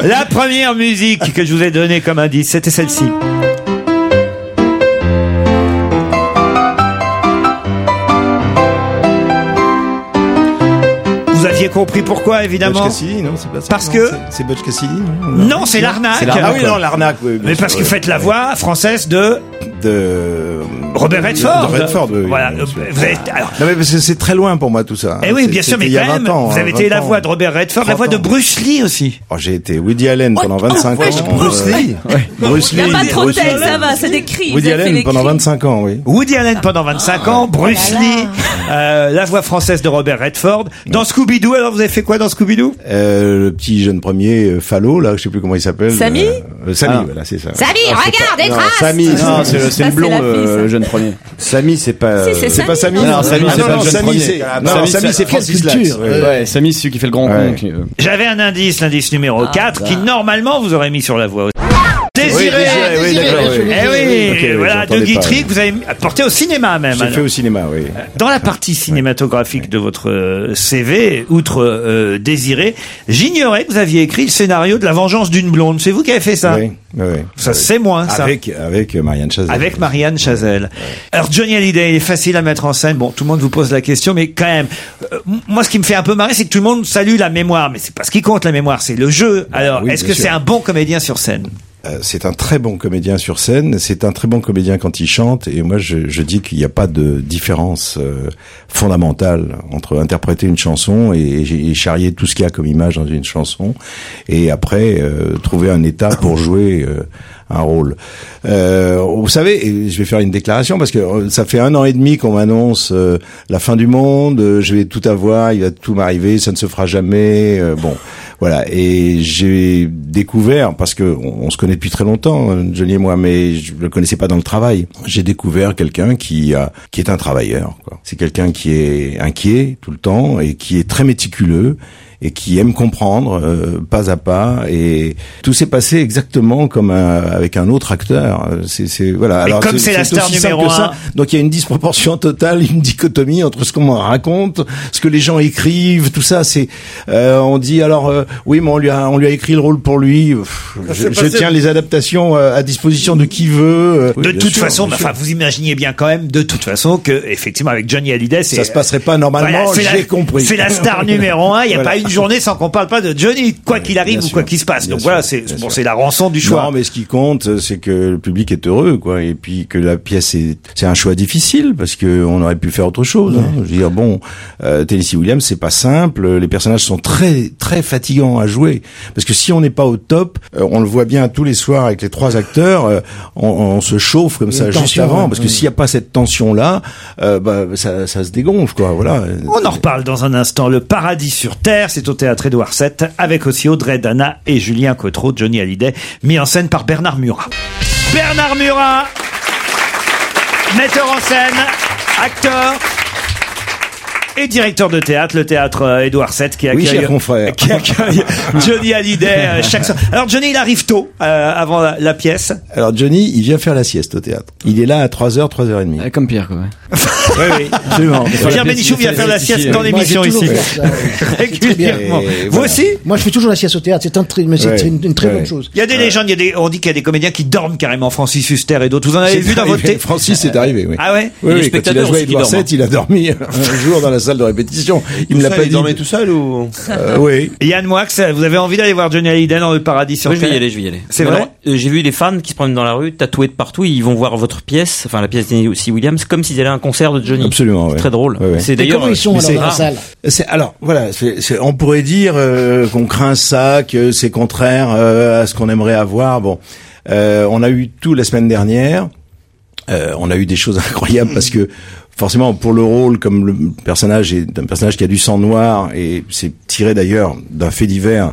Speaker 3: La première musique que je vous ai donnée comme indice, c'était celle-ci. Vous aviez compris pourquoi, évidemment
Speaker 19: Butch Cassidy, non, c'est pas ça.
Speaker 3: Parce
Speaker 19: Non,
Speaker 3: que...
Speaker 19: c'est- c'est Butch Cassidy.
Speaker 3: Non, c'est l'arnaque.
Speaker 19: C'est Ah oui, non, l'arnaque. oui, bien
Speaker 3: Mais
Speaker 19: sûr,
Speaker 3: parce que
Speaker 19: oui.
Speaker 3: vous faites la voix française de...
Speaker 19: de
Speaker 3: Robert Redford.
Speaker 19: De Redford, oui,
Speaker 3: Voilà,
Speaker 19: bien sûr.
Speaker 3: euh, vous êtes- alors-
Speaker 19: non mais parce que c'est très loin pour moi tout ça. hein.
Speaker 3: Eh oui,
Speaker 19: C'est-
Speaker 3: bien sûr,
Speaker 19: c'était
Speaker 3: mais
Speaker 19: il y a
Speaker 3: quand même,
Speaker 19: 20 ans,
Speaker 3: vous
Speaker 19: hein,
Speaker 3: avez été
Speaker 19: 20
Speaker 3: la
Speaker 19: ans.
Speaker 3: voix de Robert Redford, la voix de
Speaker 19: 30 ans.
Speaker 3: Bruce Lee aussi.
Speaker 19: Oh, j'ai été Woody Allen pendant 25 ans.
Speaker 3: Oh,
Speaker 19: Euh,
Speaker 3: wesh, Bruce Lee.
Speaker 19: Bruce
Speaker 3: Il y a
Speaker 19: Lee.
Speaker 3: pas trop de
Speaker 19: Bruce
Speaker 3: texte,
Speaker 19: Lee.
Speaker 3: ça
Speaker 12: va, c'est des cris.
Speaker 19: Woody Allen Ah, oh pendant 25 ans, oui.
Speaker 3: Woody Allen pendant 25 ans, Bruce Lee, euh, la voix française de Robert Redford. Dans Scooby-Doo, alors vous avez fait quoi dans Scooby-Doo
Speaker 19: Euh, le petit jeune premier euh, Fallo, là, je sais plus comment il s'appelle.
Speaker 3: Samy
Speaker 19: euh, euh, Samy,
Speaker 3: Ah.
Speaker 19: voilà, c'est ça.
Speaker 3: Samy,
Speaker 19: Ah, c'est
Speaker 3: regarde,
Speaker 19: pas-
Speaker 3: des
Speaker 19: non,
Speaker 3: traces
Speaker 19: Samy, euh,
Speaker 9: Non, c'est le- c'est le Ça, c'est blond, la le- fille, ça. le jeune premier.
Speaker 19: Samy, c'est pas.
Speaker 9: Si, c'est
Speaker 19: euh,
Speaker 9: Samy,
Speaker 19: pas Samy.
Speaker 9: non Non, Samy,
Speaker 19: Ah
Speaker 9: c'est pas
Speaker 19: non,
Speaker 9: le jeune
Speaker 19: Samy,
Speaker 9: premier.
Speaker 19: c'est.
Speaker 9: Ah,
Speaker 19: Non,
Speaker 9: Samy,
Speaker 19: Samy,
Speaker 9: c'est-
Speaker 19: c'est Francis
Speaker 9: Quelle
Speaker 19: Lax.
Speaker 9: culture, ouais. Ouais, Samy, c'est celui qui fait le grand con, qui, Ah, bah. euh.
Speaker 3: J'avais un indice, l'indice numéro 4, qui normalement vous aurait mis sur la voix. Désiré,
Speaker 19: Désiré, oui, Désiré, d'accord, oui.
Speaker 3: Eh oui,
Speaker 19: Ok, oui,
Speaker 3: voilà,
Speaker 19: j'entendais
Speaker 3: de
Speaker 19: pas,
Speaker 3: Guitry
Speaker 19: oui.
Speaker 3: que vous avez porté au cinéma même.
Speaker 19: J'ai
Speaker 3: alors.
Speaker 19: fait au cinéma, oui.
Speaker 3: Dans la partie cinématographique de votre euh, CV, outre euh, Désiré, j'ignorais que vous aviez écrit le scénario de La Vengeance d'une blonde. C'est vous qui avez fait ça
Speaker 19: Oui, oui.
Speaker 3: Ça, c'est moi, ça.
Speaker 19: Avec, avec euh, Marianne Chazelle.
Speaker 3: Avec Marianne Chazelle. Alors Johnny Hallyday, il est facile à mettre en scène. Bon, tout le monde vous pose la question, mais quand même, euh, m- moi, ce qui me fait un peu marrer, c'est que tout le monde salue la mémoire, mais c'est pas ce qui compte la mémoire, c'est le jeu. Alors,
Speaker 19: Bah oui,
Speaker 3: est-ce
Speaker 19: bien
Speaker 3: que c'est
Speaker 19: sûr.
Speaker 3: un bon comédien sur scène
Speaker 19: Euh, c'est un très bon comédien sur scène, c'est un très bon comédien quand il chante, et moi je, je dis qu'il n'y a pas de différence euh, fondamentale entre interpréter une chanson et, et charrier tout ce qu'il y a comme image dans une chanson, et après euh, trouver un état pour jouer euh, un rôle. Euh, vous savez, et je vais faire une déclaration parce que euh, ça fait un an et demi qu'on m'annonce euh, la fin du monde, euh, je vais tout avoir, il va tout m'arriver, ça ne se fera jamais, euh, bon. Voilà, et j'ai découvert, parce que on, on se connaît depuis très longtemps, euh, Johnny et moi, mais je le connaissais pas dans le travail. J'ai découvert quelqu'un qui a, qui est un travailleur. quoi. C'est quelqu'un qui est inquiet tout le temps et qui est très méticuleux et qui aime comprendre euh, pas à pas. Et tout s'est passé exactement comme un- avec un autre acteur. Euh, C'est, c'est voilà.
Speaker 3: Mais comme c'est la star
Speaker 19: aussi simple
Speaker 3: numéro
Speaker 19: que ça.
Speaker 3: un.
Speaker 19: Donc il y a une disproportion totale, une dichotomie entre ce qu'on m'en raconte, ce que les gens écrivent, tout ça. C'est euh, on dit alors euh, oui, mais on lui a on lui a écrit le rôle pour lui. Pff,
Speaker 3: Ça
Speaker 19: je,
Speaker 3: s'est
Speaker 19: je
Speaker 3: passé-
Speaker 19: tiens les adaptations euh, à disposition de qui veut. Euh,
Speaker 3: De toute façon, bah, enfin, vous imaginiez bien quand même, de toute façon, que effectivement, avec Johnny Hallyday, c'est-
Speaker 19: Ça se passerait pas normalement,
Speaker 3: c'est la-
Speaker 19: j'ai compris.
Speaker 3: C'est la
Speaker 19: <laughs>
Speaker 3: star numéro un. Il n'y a
Speaker 19: Voilà.
Speaker 3: pas une journée sans qu'on parle pas de Johnny, quoi qu'il arrive
Speaker 19: bien
Speaker 3: ou quoi qu'il se passe. Donc voilà, c'est bon, c'est la rançon du choix.
Speaker 19: Non, mais ce qui compte, euh, c'est que le public est heureux, quoi, et puis que la pièce est, c'est un choix difficile parce que on aurait pu faire autre chose. hein. Je veux dire, bon, euh, Tennessee Williams, c'est pas simple. Les personnages sont très, très fatigants à jouer parce que si on n'est pas au top, euh, on le voit bien tous les soirs avec les trois acteurs, euh, on, on se chauffe comme
Speaker 4: Il y a
Speaker 19: ça
Speaker 4: une
Speaker 19: juste
Speaker 4: tension,
Speaker 19: avant
Speaker 4: ouais.
Speaker 19: parce que
Speaker 4: Mm.
Speaker 19: s'il n'y a pas cette tension là, bah, ça, ça se dégonfle, quoi. Voilà.
Speaker 3: On en reparle dans un instant. Le paradis sur terre, c'est au théâtre Édouard VII, avec aussi Audrey Dana et Julien Cotreau, Johnny Hallyday, mis en scène par Bernard Murat. Bernard Murat, metteur en scène, acteur. Et directeur de théâtre, le théâtre euh, Édouard VII qui
Speaker 19: Oui,
Speaker 3: accueille,
Speaker 19: cher confrère.
Speaker 3: <laughs> qui accueille Johnny Hallyday euh, chaque soir. Alors Johnny, il arrive tôt euh, avant la, la pièce.
Speaker 19: Alors Johnny, il vient faire la sieste au théâtre. Il est là à 3h,
Speaker 6: Ah,
Speaker 19: 3h30.
Speaker 9: Comme Pierre, quoi.
Speaker 19: Oui, oui, <laughs>
Speaker 3: <laughs>
Speaker 19: absolument.
Speaker 3: Pierre Bénichou vient faire la sieste dans l'émission ici. Régulièrement. Vous aussi
Speaker 8: Moi, je fais toujours la sieste au théâtre. C'est un très- mais <laughs> c'est-
Speaker 3: Ouais.
Speaker 8: c'est une, une très
Speaker 3: Ouais.
Speaker 8: bonne chose.
Speaker 3: Il y a des légendes, il y a des, on dit qu'il y a des comédiens qui dorment carrément, Francis Huster et d'autres. Vous en avez
Speaker 19: C'est
Speaker 3: vu dans votre
Speaker 19: arrivé.
Speaker 3: thé
Speaker 19: Francis
Speaker 3: <laughs>
Speaker 19: est arrivé, oui.
Speaker 3: Ah ouais
Speaker 19: Oui, oui, quand il a joué à Edouard VII, il
Speaker 3: <laughs>
Speaker 19: a dormi euh, un jour dans la salle de répétition. Il me l'a
Speaker 3: seul,
Speaker 19: pas
Speaker 3: il
Speaker 19: dit.
Speaker 3: dormait
Speaker 19: tout seul ou Euh, Oui.
Speaker 3: Yann Moix, vous avez envie d'aller voir Johnny Hallyday dans le paradis sur
Speaker 6: Oui, je vais y
Speaker 3: Terre
Speaker 6: aller, je vais y aller.
Speaker 3: C'est
Speaker 6: Mais
Speaker 3: vrai
Speaker 6: alors, euh, J'ai vu des fans qui se promènent dans la rue, tatoués de partout, ils vont voir votre pièce, enfin la pièce de Tennessee Williams, comme s'ils allaient à un concert de de Johnny.
Speaker 19: Absolument, ouais.
Speaker 6: C'est très drôle.
Speaker 19: Ouais, ouais.
Speaker 6: C'est
Speaker 19: Mais
Speaker 6: d'ailleurs.
Speaker 19: comment ils sont,
Speaker 6: mais
Speaker 19: alors,
Speaker 6: c'est-
Speaker 19: dans la
Speaker 6: Ah.
Speaker 19: salle C'est alors voilà, c'est- c'est- on pourrait dire euh, qu'on craint ça, que c'est contraire euh, à ce qu'on aimerait avoir. Bon, Euh, on a eu tout la semaine dernière. Euh, on a eu des choses <laughs> incroyables parce que forcément pour le rôle comme le personnage est un personnage qui a du sang noir et c'est tiré d'ailleurs d'un fait divers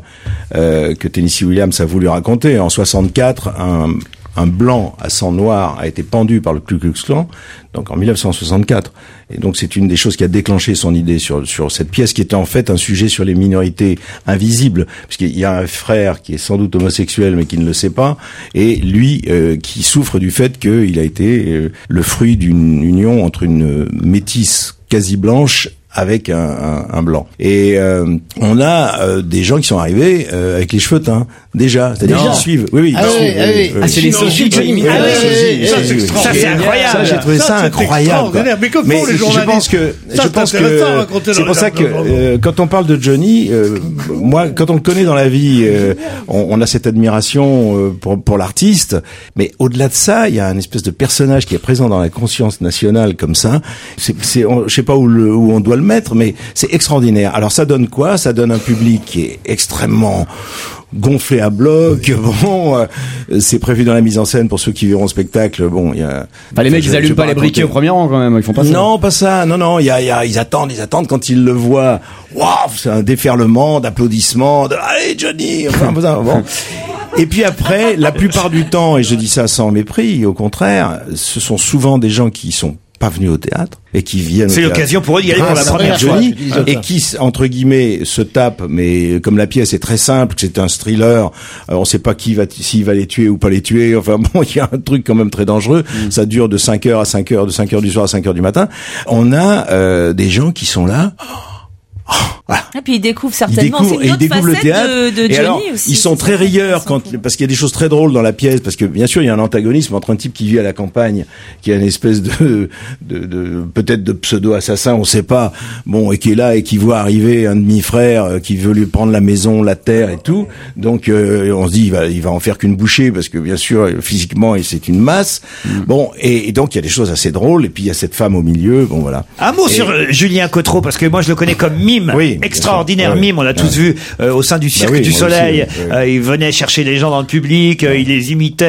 Speaker 19: euh, que Tennessee Williams a voulu raconter en 64 un un blanc à sang noir a été pendu par le Ku Klux Klan, donc en 1964. Et donc c'est une des choses qui a déclenché son idée sur, sur cette pièce, qui était en fait un sujet sur les minorités invisibles, parce qu'il y a un frère qui est sans doute homosexuel mais qui ne le sait pas, et lui euh, qui souffre du fait qu'il a été euh, le fruit d'une union entre une euh, métisse quasi blanche avec un, un- un blanc. Et euh, on a euh, des gens qui sont arrivés euh, avec les cheveux teints déjà, c'est-à-dire
Speaker 9: Déjà
Speaker 19: qu'ils suivent. Oui, oui,
Speaker 9: Ah
Speaker 19: ils
Speaker 9: oui,
Speaker 19: suivent,
Speaker 9: ah
Speaker 19: oui,
Speaker 9: oui.
Speaker 19: oui.
Speaker 9: Ah, c'est les sosies de Johnny
Speaker 19: Oui,
Speaker 9: Mitchell.
Speaker 19: oui,
Speaker 9: Ah
Speaker 19: oui,
Speaker 9: oui,
Speaker 19: oui,
Speaker 9: ça,
Speaker 19: oui,
Speaker 9: c'est
Speaker 19: oui.
Speaker 9: extraordinaire.
Speaker 19: Ça, j'ai trouvé
Speaker 9: Ça,
Speaker 19: ça
Speaker 9: c'est
Speaker 19: incroyable. quoi.
Speaker 9: extraordinaire. Mais que font les
Speaker 19: Je pense
Speaker 9: journalistes
Speaker 19: que,
Speaker 9: Ça,
Speaker 19: je
Speaker 9: c'est
Speaker 19: pense
Speaker 9: intéressant à
Speaker 19: que
Speaker 9: raconter dans
Speaker 19: c'est pour
Speaker 9: les
Speaker 19: ça que
Speaker 9: journaux.
Speaker 19: euh, quand on parle de Johnny, euh, moi, quand on le connaît dans la vie, euh, on, on a cette admiration euh, pour, pour l'artiste. Mais au-delà de ça, il y a un espèce de personnage qui est présent dans la conscience nationale comme ça. C'est, c'est, on- je sais pas où, le- où on doit le mettre, mais c'est extraordinaire. Alors ça donne quoi Ça donne un public qui est extrêmement gonflé à bloc. Bon, euh, c'est prévu dans la mise en scène pour ceux qui verront le spectacle. Bon, il y a.
Speaker 9: Enfin, les mecs,
Speaker 19: je-
Speaker 9: ils
Speaker 19: je
Speaker 9: allument
Speaker 19: vais
Speaker 9: pas les
Speaker 19: raconter.
Speaker 9: briquets au premier rang quand même. Ils font pas ça.
Speaker 19: Non, pas ça. Non, non. Il y a, il y a- ils attendent, ils attendent quand ils le voient. Waouh, c'est un déferlement d'applaudissements. De, Allez, Johnny. Enfin, voilà, bon. Et puis après, la plupart du temps, et je dis ça sans mépris, au contraire, ce sont souvent des gens qui sont pas venus au théâtre et qui viennent. au
Speaker 3: C'est
Speaker 19: théâtre
Speaker 3: l'occasion pour eux d'y aller pour la
Speaker 19: grâce à
Speaker 3: première fois,
Speaker 19: Johnny,
Speaker 3: tu dis ça.
Speaker 19: et qui entre guillemets se tape, mais comme la pièce est très simple, que c'est un thriller, euh, on sait pas qui va s'il va les tuer ou pas les tuer. Enfin <laughs> bon, il y a un truc quand même très dangereux. Ça dure de 5 heures à 5 heures, de 5 heures du soir à 5 heures du matin. On a euh, des gens qui sont là.
Speaker 16: Et ah, puis il découvre
Speaker 19: Ils
Speaker 16: certainement.
Speaker 19: découvrent,
Speaker 16: c'est
Speaker 19: et
Speaker 16: une
Speaker 19: ils
Speaker 16: autre
Speaker 19: découvrent le
Speaker 16: facette
Speaker 19: théâtre.
Speaker 16: de, de
Speaker 19: et
Speaker 16: Johnny
Speaker 19: alors,
Speaker 16: aussi.
Speaker 19: ils sont très rieurs quand, parce qu'il y a des choses très drôles dans la pièce, parce que bien sûr, il y a un antagonisme entre un type qui vit à la campagne, qui a une espèce de, de, de- peut-être de pseudo assassin, on sait pas, bon, et qui est là et qui voit arriver un demi-frère euh, qui veut lui prendre la maison, la terre et tout. Donc, euh, on se dit, il va, il va en faire qu'une bouchée, parce que bien sûr, euh, physiquement, et c'est une masse. Bon, et, et donc, il y a des choses assez drôles, et puis il y a cette femme au milieu, bon voilà.
Speaker 3: Un mot
Speaker 19: Et-
Speaker 3: sur euh, Julien Cotreau, parce que moi je le connais comme mime, extraordinaire
Speaker 19: sûr, ouais,
Speaker 3: mime, on l'a tous vu euh, au sein du Cirque
Speaker 19: oui,
Speaker 3: du
Speaker 19: moi
Speaker 3: Soleil,
Speaker 19: aussi, ouais,
Speaker 3: Euh, il venait chercher les gens dans le public, euh, il les imitait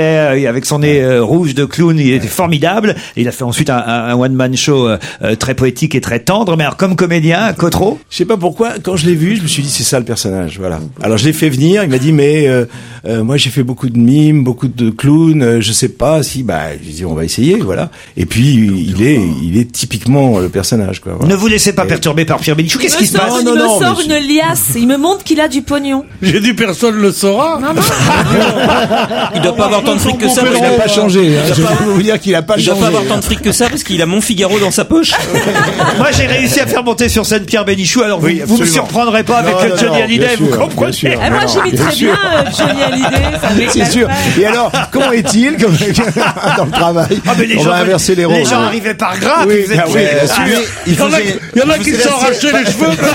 Speaker 3: euh, avec son nez euh, rouge de clown, il était formidable, il a fait ensuite un, one-man show euh, euh, très poétique et très tendre, mais alors comme comédien, Cotreau
Speaker 19: Je sais pas pourquoi, quand je l'ai vu, je me suis dit c'est ça le personnage, voilà. Alors je l'ai fait venir, il m'a dit mais euh, euh, moi j'ai fait beaucoup de mimes, beaucoup de clowns, euh, je sais pas si bah j'ai dit on va essayer, voilà. Et puis il est il est typiquement le personnage quoi.
Speaker 3: Ne vous laissez pas perturber par Pierre Bénichou, qu'est-ce
Speaker 16: Il
Speaker 3: qui
Speaker 16: me
Speaker 3: se
Speaker 16: sort,
Speaker 3: passe
Speaker 16: il me sort une liasse. Il me montre qu'il a du pognon.
Speaker 5: J'ai dit personne le saura.
Speaker 6: Il doit pas avoir tant de fric que ça.
Speaker 5: Il
Speaker 19: n'a pas changé, hein.
Speaker 6: Il doit
Speaker 19: Je
Speaker 6: pas-
Speaker 19: peux vous dire qu'il a pas
Speaker 6: Il doit pas
Speaker 19: changé.
Speaker 3: hein.
Speaker 6: avoir tant de fric que ça parce qu'il a mon Figaro dans sa poche.
Speaker 3: <laughs> Moi j'ai réussi à faire monter sur scène Pierre Bénichou, alors vous,
Speaker 6: Oui,
Speaker 3: vous me
Speaker 6: absolument.
Speaker 3: surprendrez pas avec
Speaker 19: Non,
Speaker 3: le
Speaker 19: non,
Speaker 3: Johnny
Speaker 19: non,
Speaker 3: Hallyday,
Speaker 19: bien
Speaker 3: vous
Speaker 19: sûr,
Speaker 3: comprenez
Speaker 19: bien sûr.
Speaker 16: Eh, moi,
Speaker 19: Non,
Speaker 16: j'imite
Speaker 19: bien
Speaker 16: très
Speaker 19: sûr.
Speaker 16: bien, euh,
Speaker 19: <laughs>
Speaker 16: Johnny Hallyday, ça m'éclate
Speaker 19: C'est sûr.
Speaker 16: pas.
Speaker 19: Et alors, comment est-il
Speaker 3: <laughs>
Speaker 19: comme- <laughs> dans le travail
Speaker 3: Ah, mais les
Speaker 19: On
Speaker 3: gens
Speaker 19: va inverser les
Speaker 3: venaient-
Speaker 19: rôles.
Speaker 3: les gens arrivaient par grappe,
Speaker 19: Oui,
Speaker 3: vous êtes
Speaker 19: bah oui,
Speaker 3: prêts.
Speaker 19: bien sûr.
Speaker 3: Ah,
Speaker 19: Il
Speaker 3: y en a-
Speaker 19: faisait-
Speaker 3: il y en a
Speaker 19: il
Speaker 3: qui
Speaker 19: faisait
Speaker 3: s'en
Speaker 19: la-
Speaker 3: arrachaient les cheveux.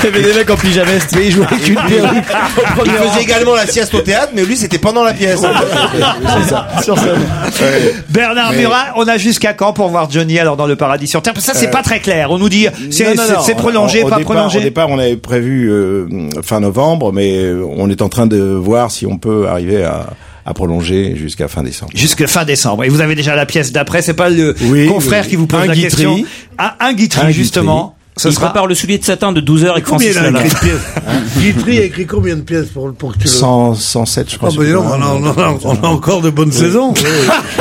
Speaker 9: Il y avait des mecs en pyjama.
Speaker 4: Mais il jouait avec une perruque.
Speaker 9: <laughs>
Speaker 4: Il
Speaker 9: Première
Speaker 4: faisait également la sieste au théâtre, mais lui c'était pendant la pièce. C'est ça.
Speaker 3: Bernard
Speaker 4: Mais-
Speaker 3: Murat, on a jusqu'à quand pour voir Johnny alors dans le paradis sur terre Parce que ça c'est
Speaker 19: Euh,
Speaker 3: pas très clair. On nous dit c'est
Speaker 19: Non, non,
Speaker 3: c'est-
Speaker 19: non.
Speaker 3: c'est prolongé,
Speaker 19: Au- au
Speaker 3: pas
Speaker 19: départ- Au
Speaker 3: prolongé.
Speaker 19: départ, on avait prévu euh, fin novembre, mais euh, on est en train de voir si on peut arriver à, à prolonger jusqu'à fin décembre.
Speaker 3: Jusque fin décembre. Et vous avez déjà la pièce d'après. C'est pas le confrère
Speaker 19: oui.
Speaker 3: qui vous pose
Speaker 19: Un
Speaker 3: la
Speaker 19: Guitry.
Speaker 3: question. Ah, un Guitry,
Speaker 19: Un
Speaker 3: justement. Ce
Speaker 6: il
Speaker 3: sera
Speaker 6: prépare le soulier de satin de 12 heures avec
Speaker 5: Combien
Speaker 6: Francis
Speaker 5: il a
Speaker 6: Lalanne.
Speaker 5: écrit de pièces Guitry a écrit combien de pièces pour, pour que tu le...
Speaker 19: 100 107, je
Speaker 5: Ah
Speaker 19: crois.
Speaker 5: bah dis donc, on a, on a- on a encore de bonnes saisons.
Speaker 19: <laughs>
Speaker 3: <laughs>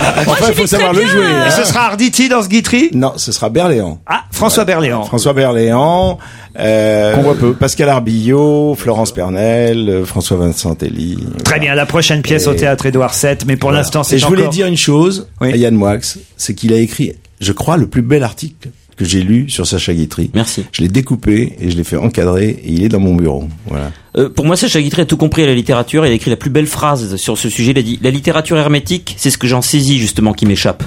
Speaker 19: Ah, Enfin, il faut savoir le jouer. hein.
Speaker 3: Et ce sera Arditi dans ce Guitry
Speaker 19: Non, ce sera Berléand.
Speaker 3: Ah, François Berléand.
Speaker 19: François Berléand, euh, Pascal Arbillot, Florence Pernel, euh, François Vincent Telly.
Speaker 3: Très bien. La prochaine pièce au théâtre Édouard VII. Mais pour l'instant, c'est
Speaker 19: Et je voulais
Speaker 3: encore-
Speaker 19: dire une chose à Yann Moix, c'est qu'il a écrit, je crois, le plus bel article que j'ai lu sur Sacha Guitry.
Speaker 6: Merci.
Speaker 19: Je l'ai découpé et je l'ai fait encadrer et il est dans mon bureau. Voilà.
Speaker 6: Euh, pour moi, Sacha Guitry a tout compris à la littérature. Il a écrit la plus belle phrase sur ce sujet. Il a dit La littérature hermétique, c'est ce que j'en saisis justement qui m'échappe.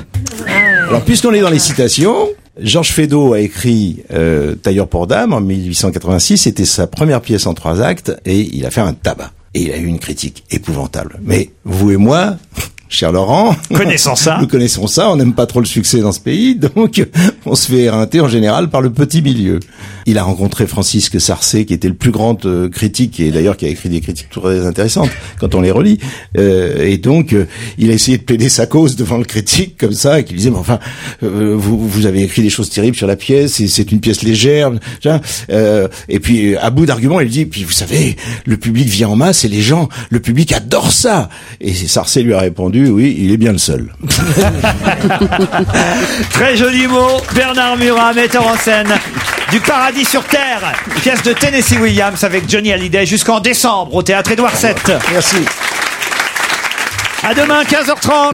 Speaker 19: Alors, puisqu'on est dans les citations, Georges Feydeau a écrit euh, Tailleur pour dame en 1886. C'était sa première pièce en trois actes et il a fait un tabac. Et il a eu une critique épouvantable. Mais vous et moi, <laughs> cher Laurent,
Speaker 3: Connaissons ça.
Speaker 19: nous connaissons ça, on n'aime pas trop le succès dans ce pays, <laughs> donc on se fait éreinter en général par le petit milieu. Il a rencontré Francisque Sarcé, qui était le plus grand euh, critique, et d'ailleurs qui a écrit des critiques très intéressantes quand on les relit. Euh, et donc, euh, il a essayé de plaider sa cause devant le critique, comme ça, et qui disait, mais enfin, euh, vous, vous avez écrit des choses terribles sur la pièce, et c'est une pièce légère. tiens. Euh, et puis, à bout d'arguments, il dit, puis vous savez, le public vient en masse, et les gens, le public adore ça. Et Sarcé lui a répondu, oui, il est bien le seul.
Speaker 3: <laughs> Très joli mot, Bernard Murat, metteur en scène du Paradis sur Terre, pièce de Tennessee Williams avec Johnny Hallyday jusqu'en décembre au théâtre Édouard VII. Merci. À demain, 15h30.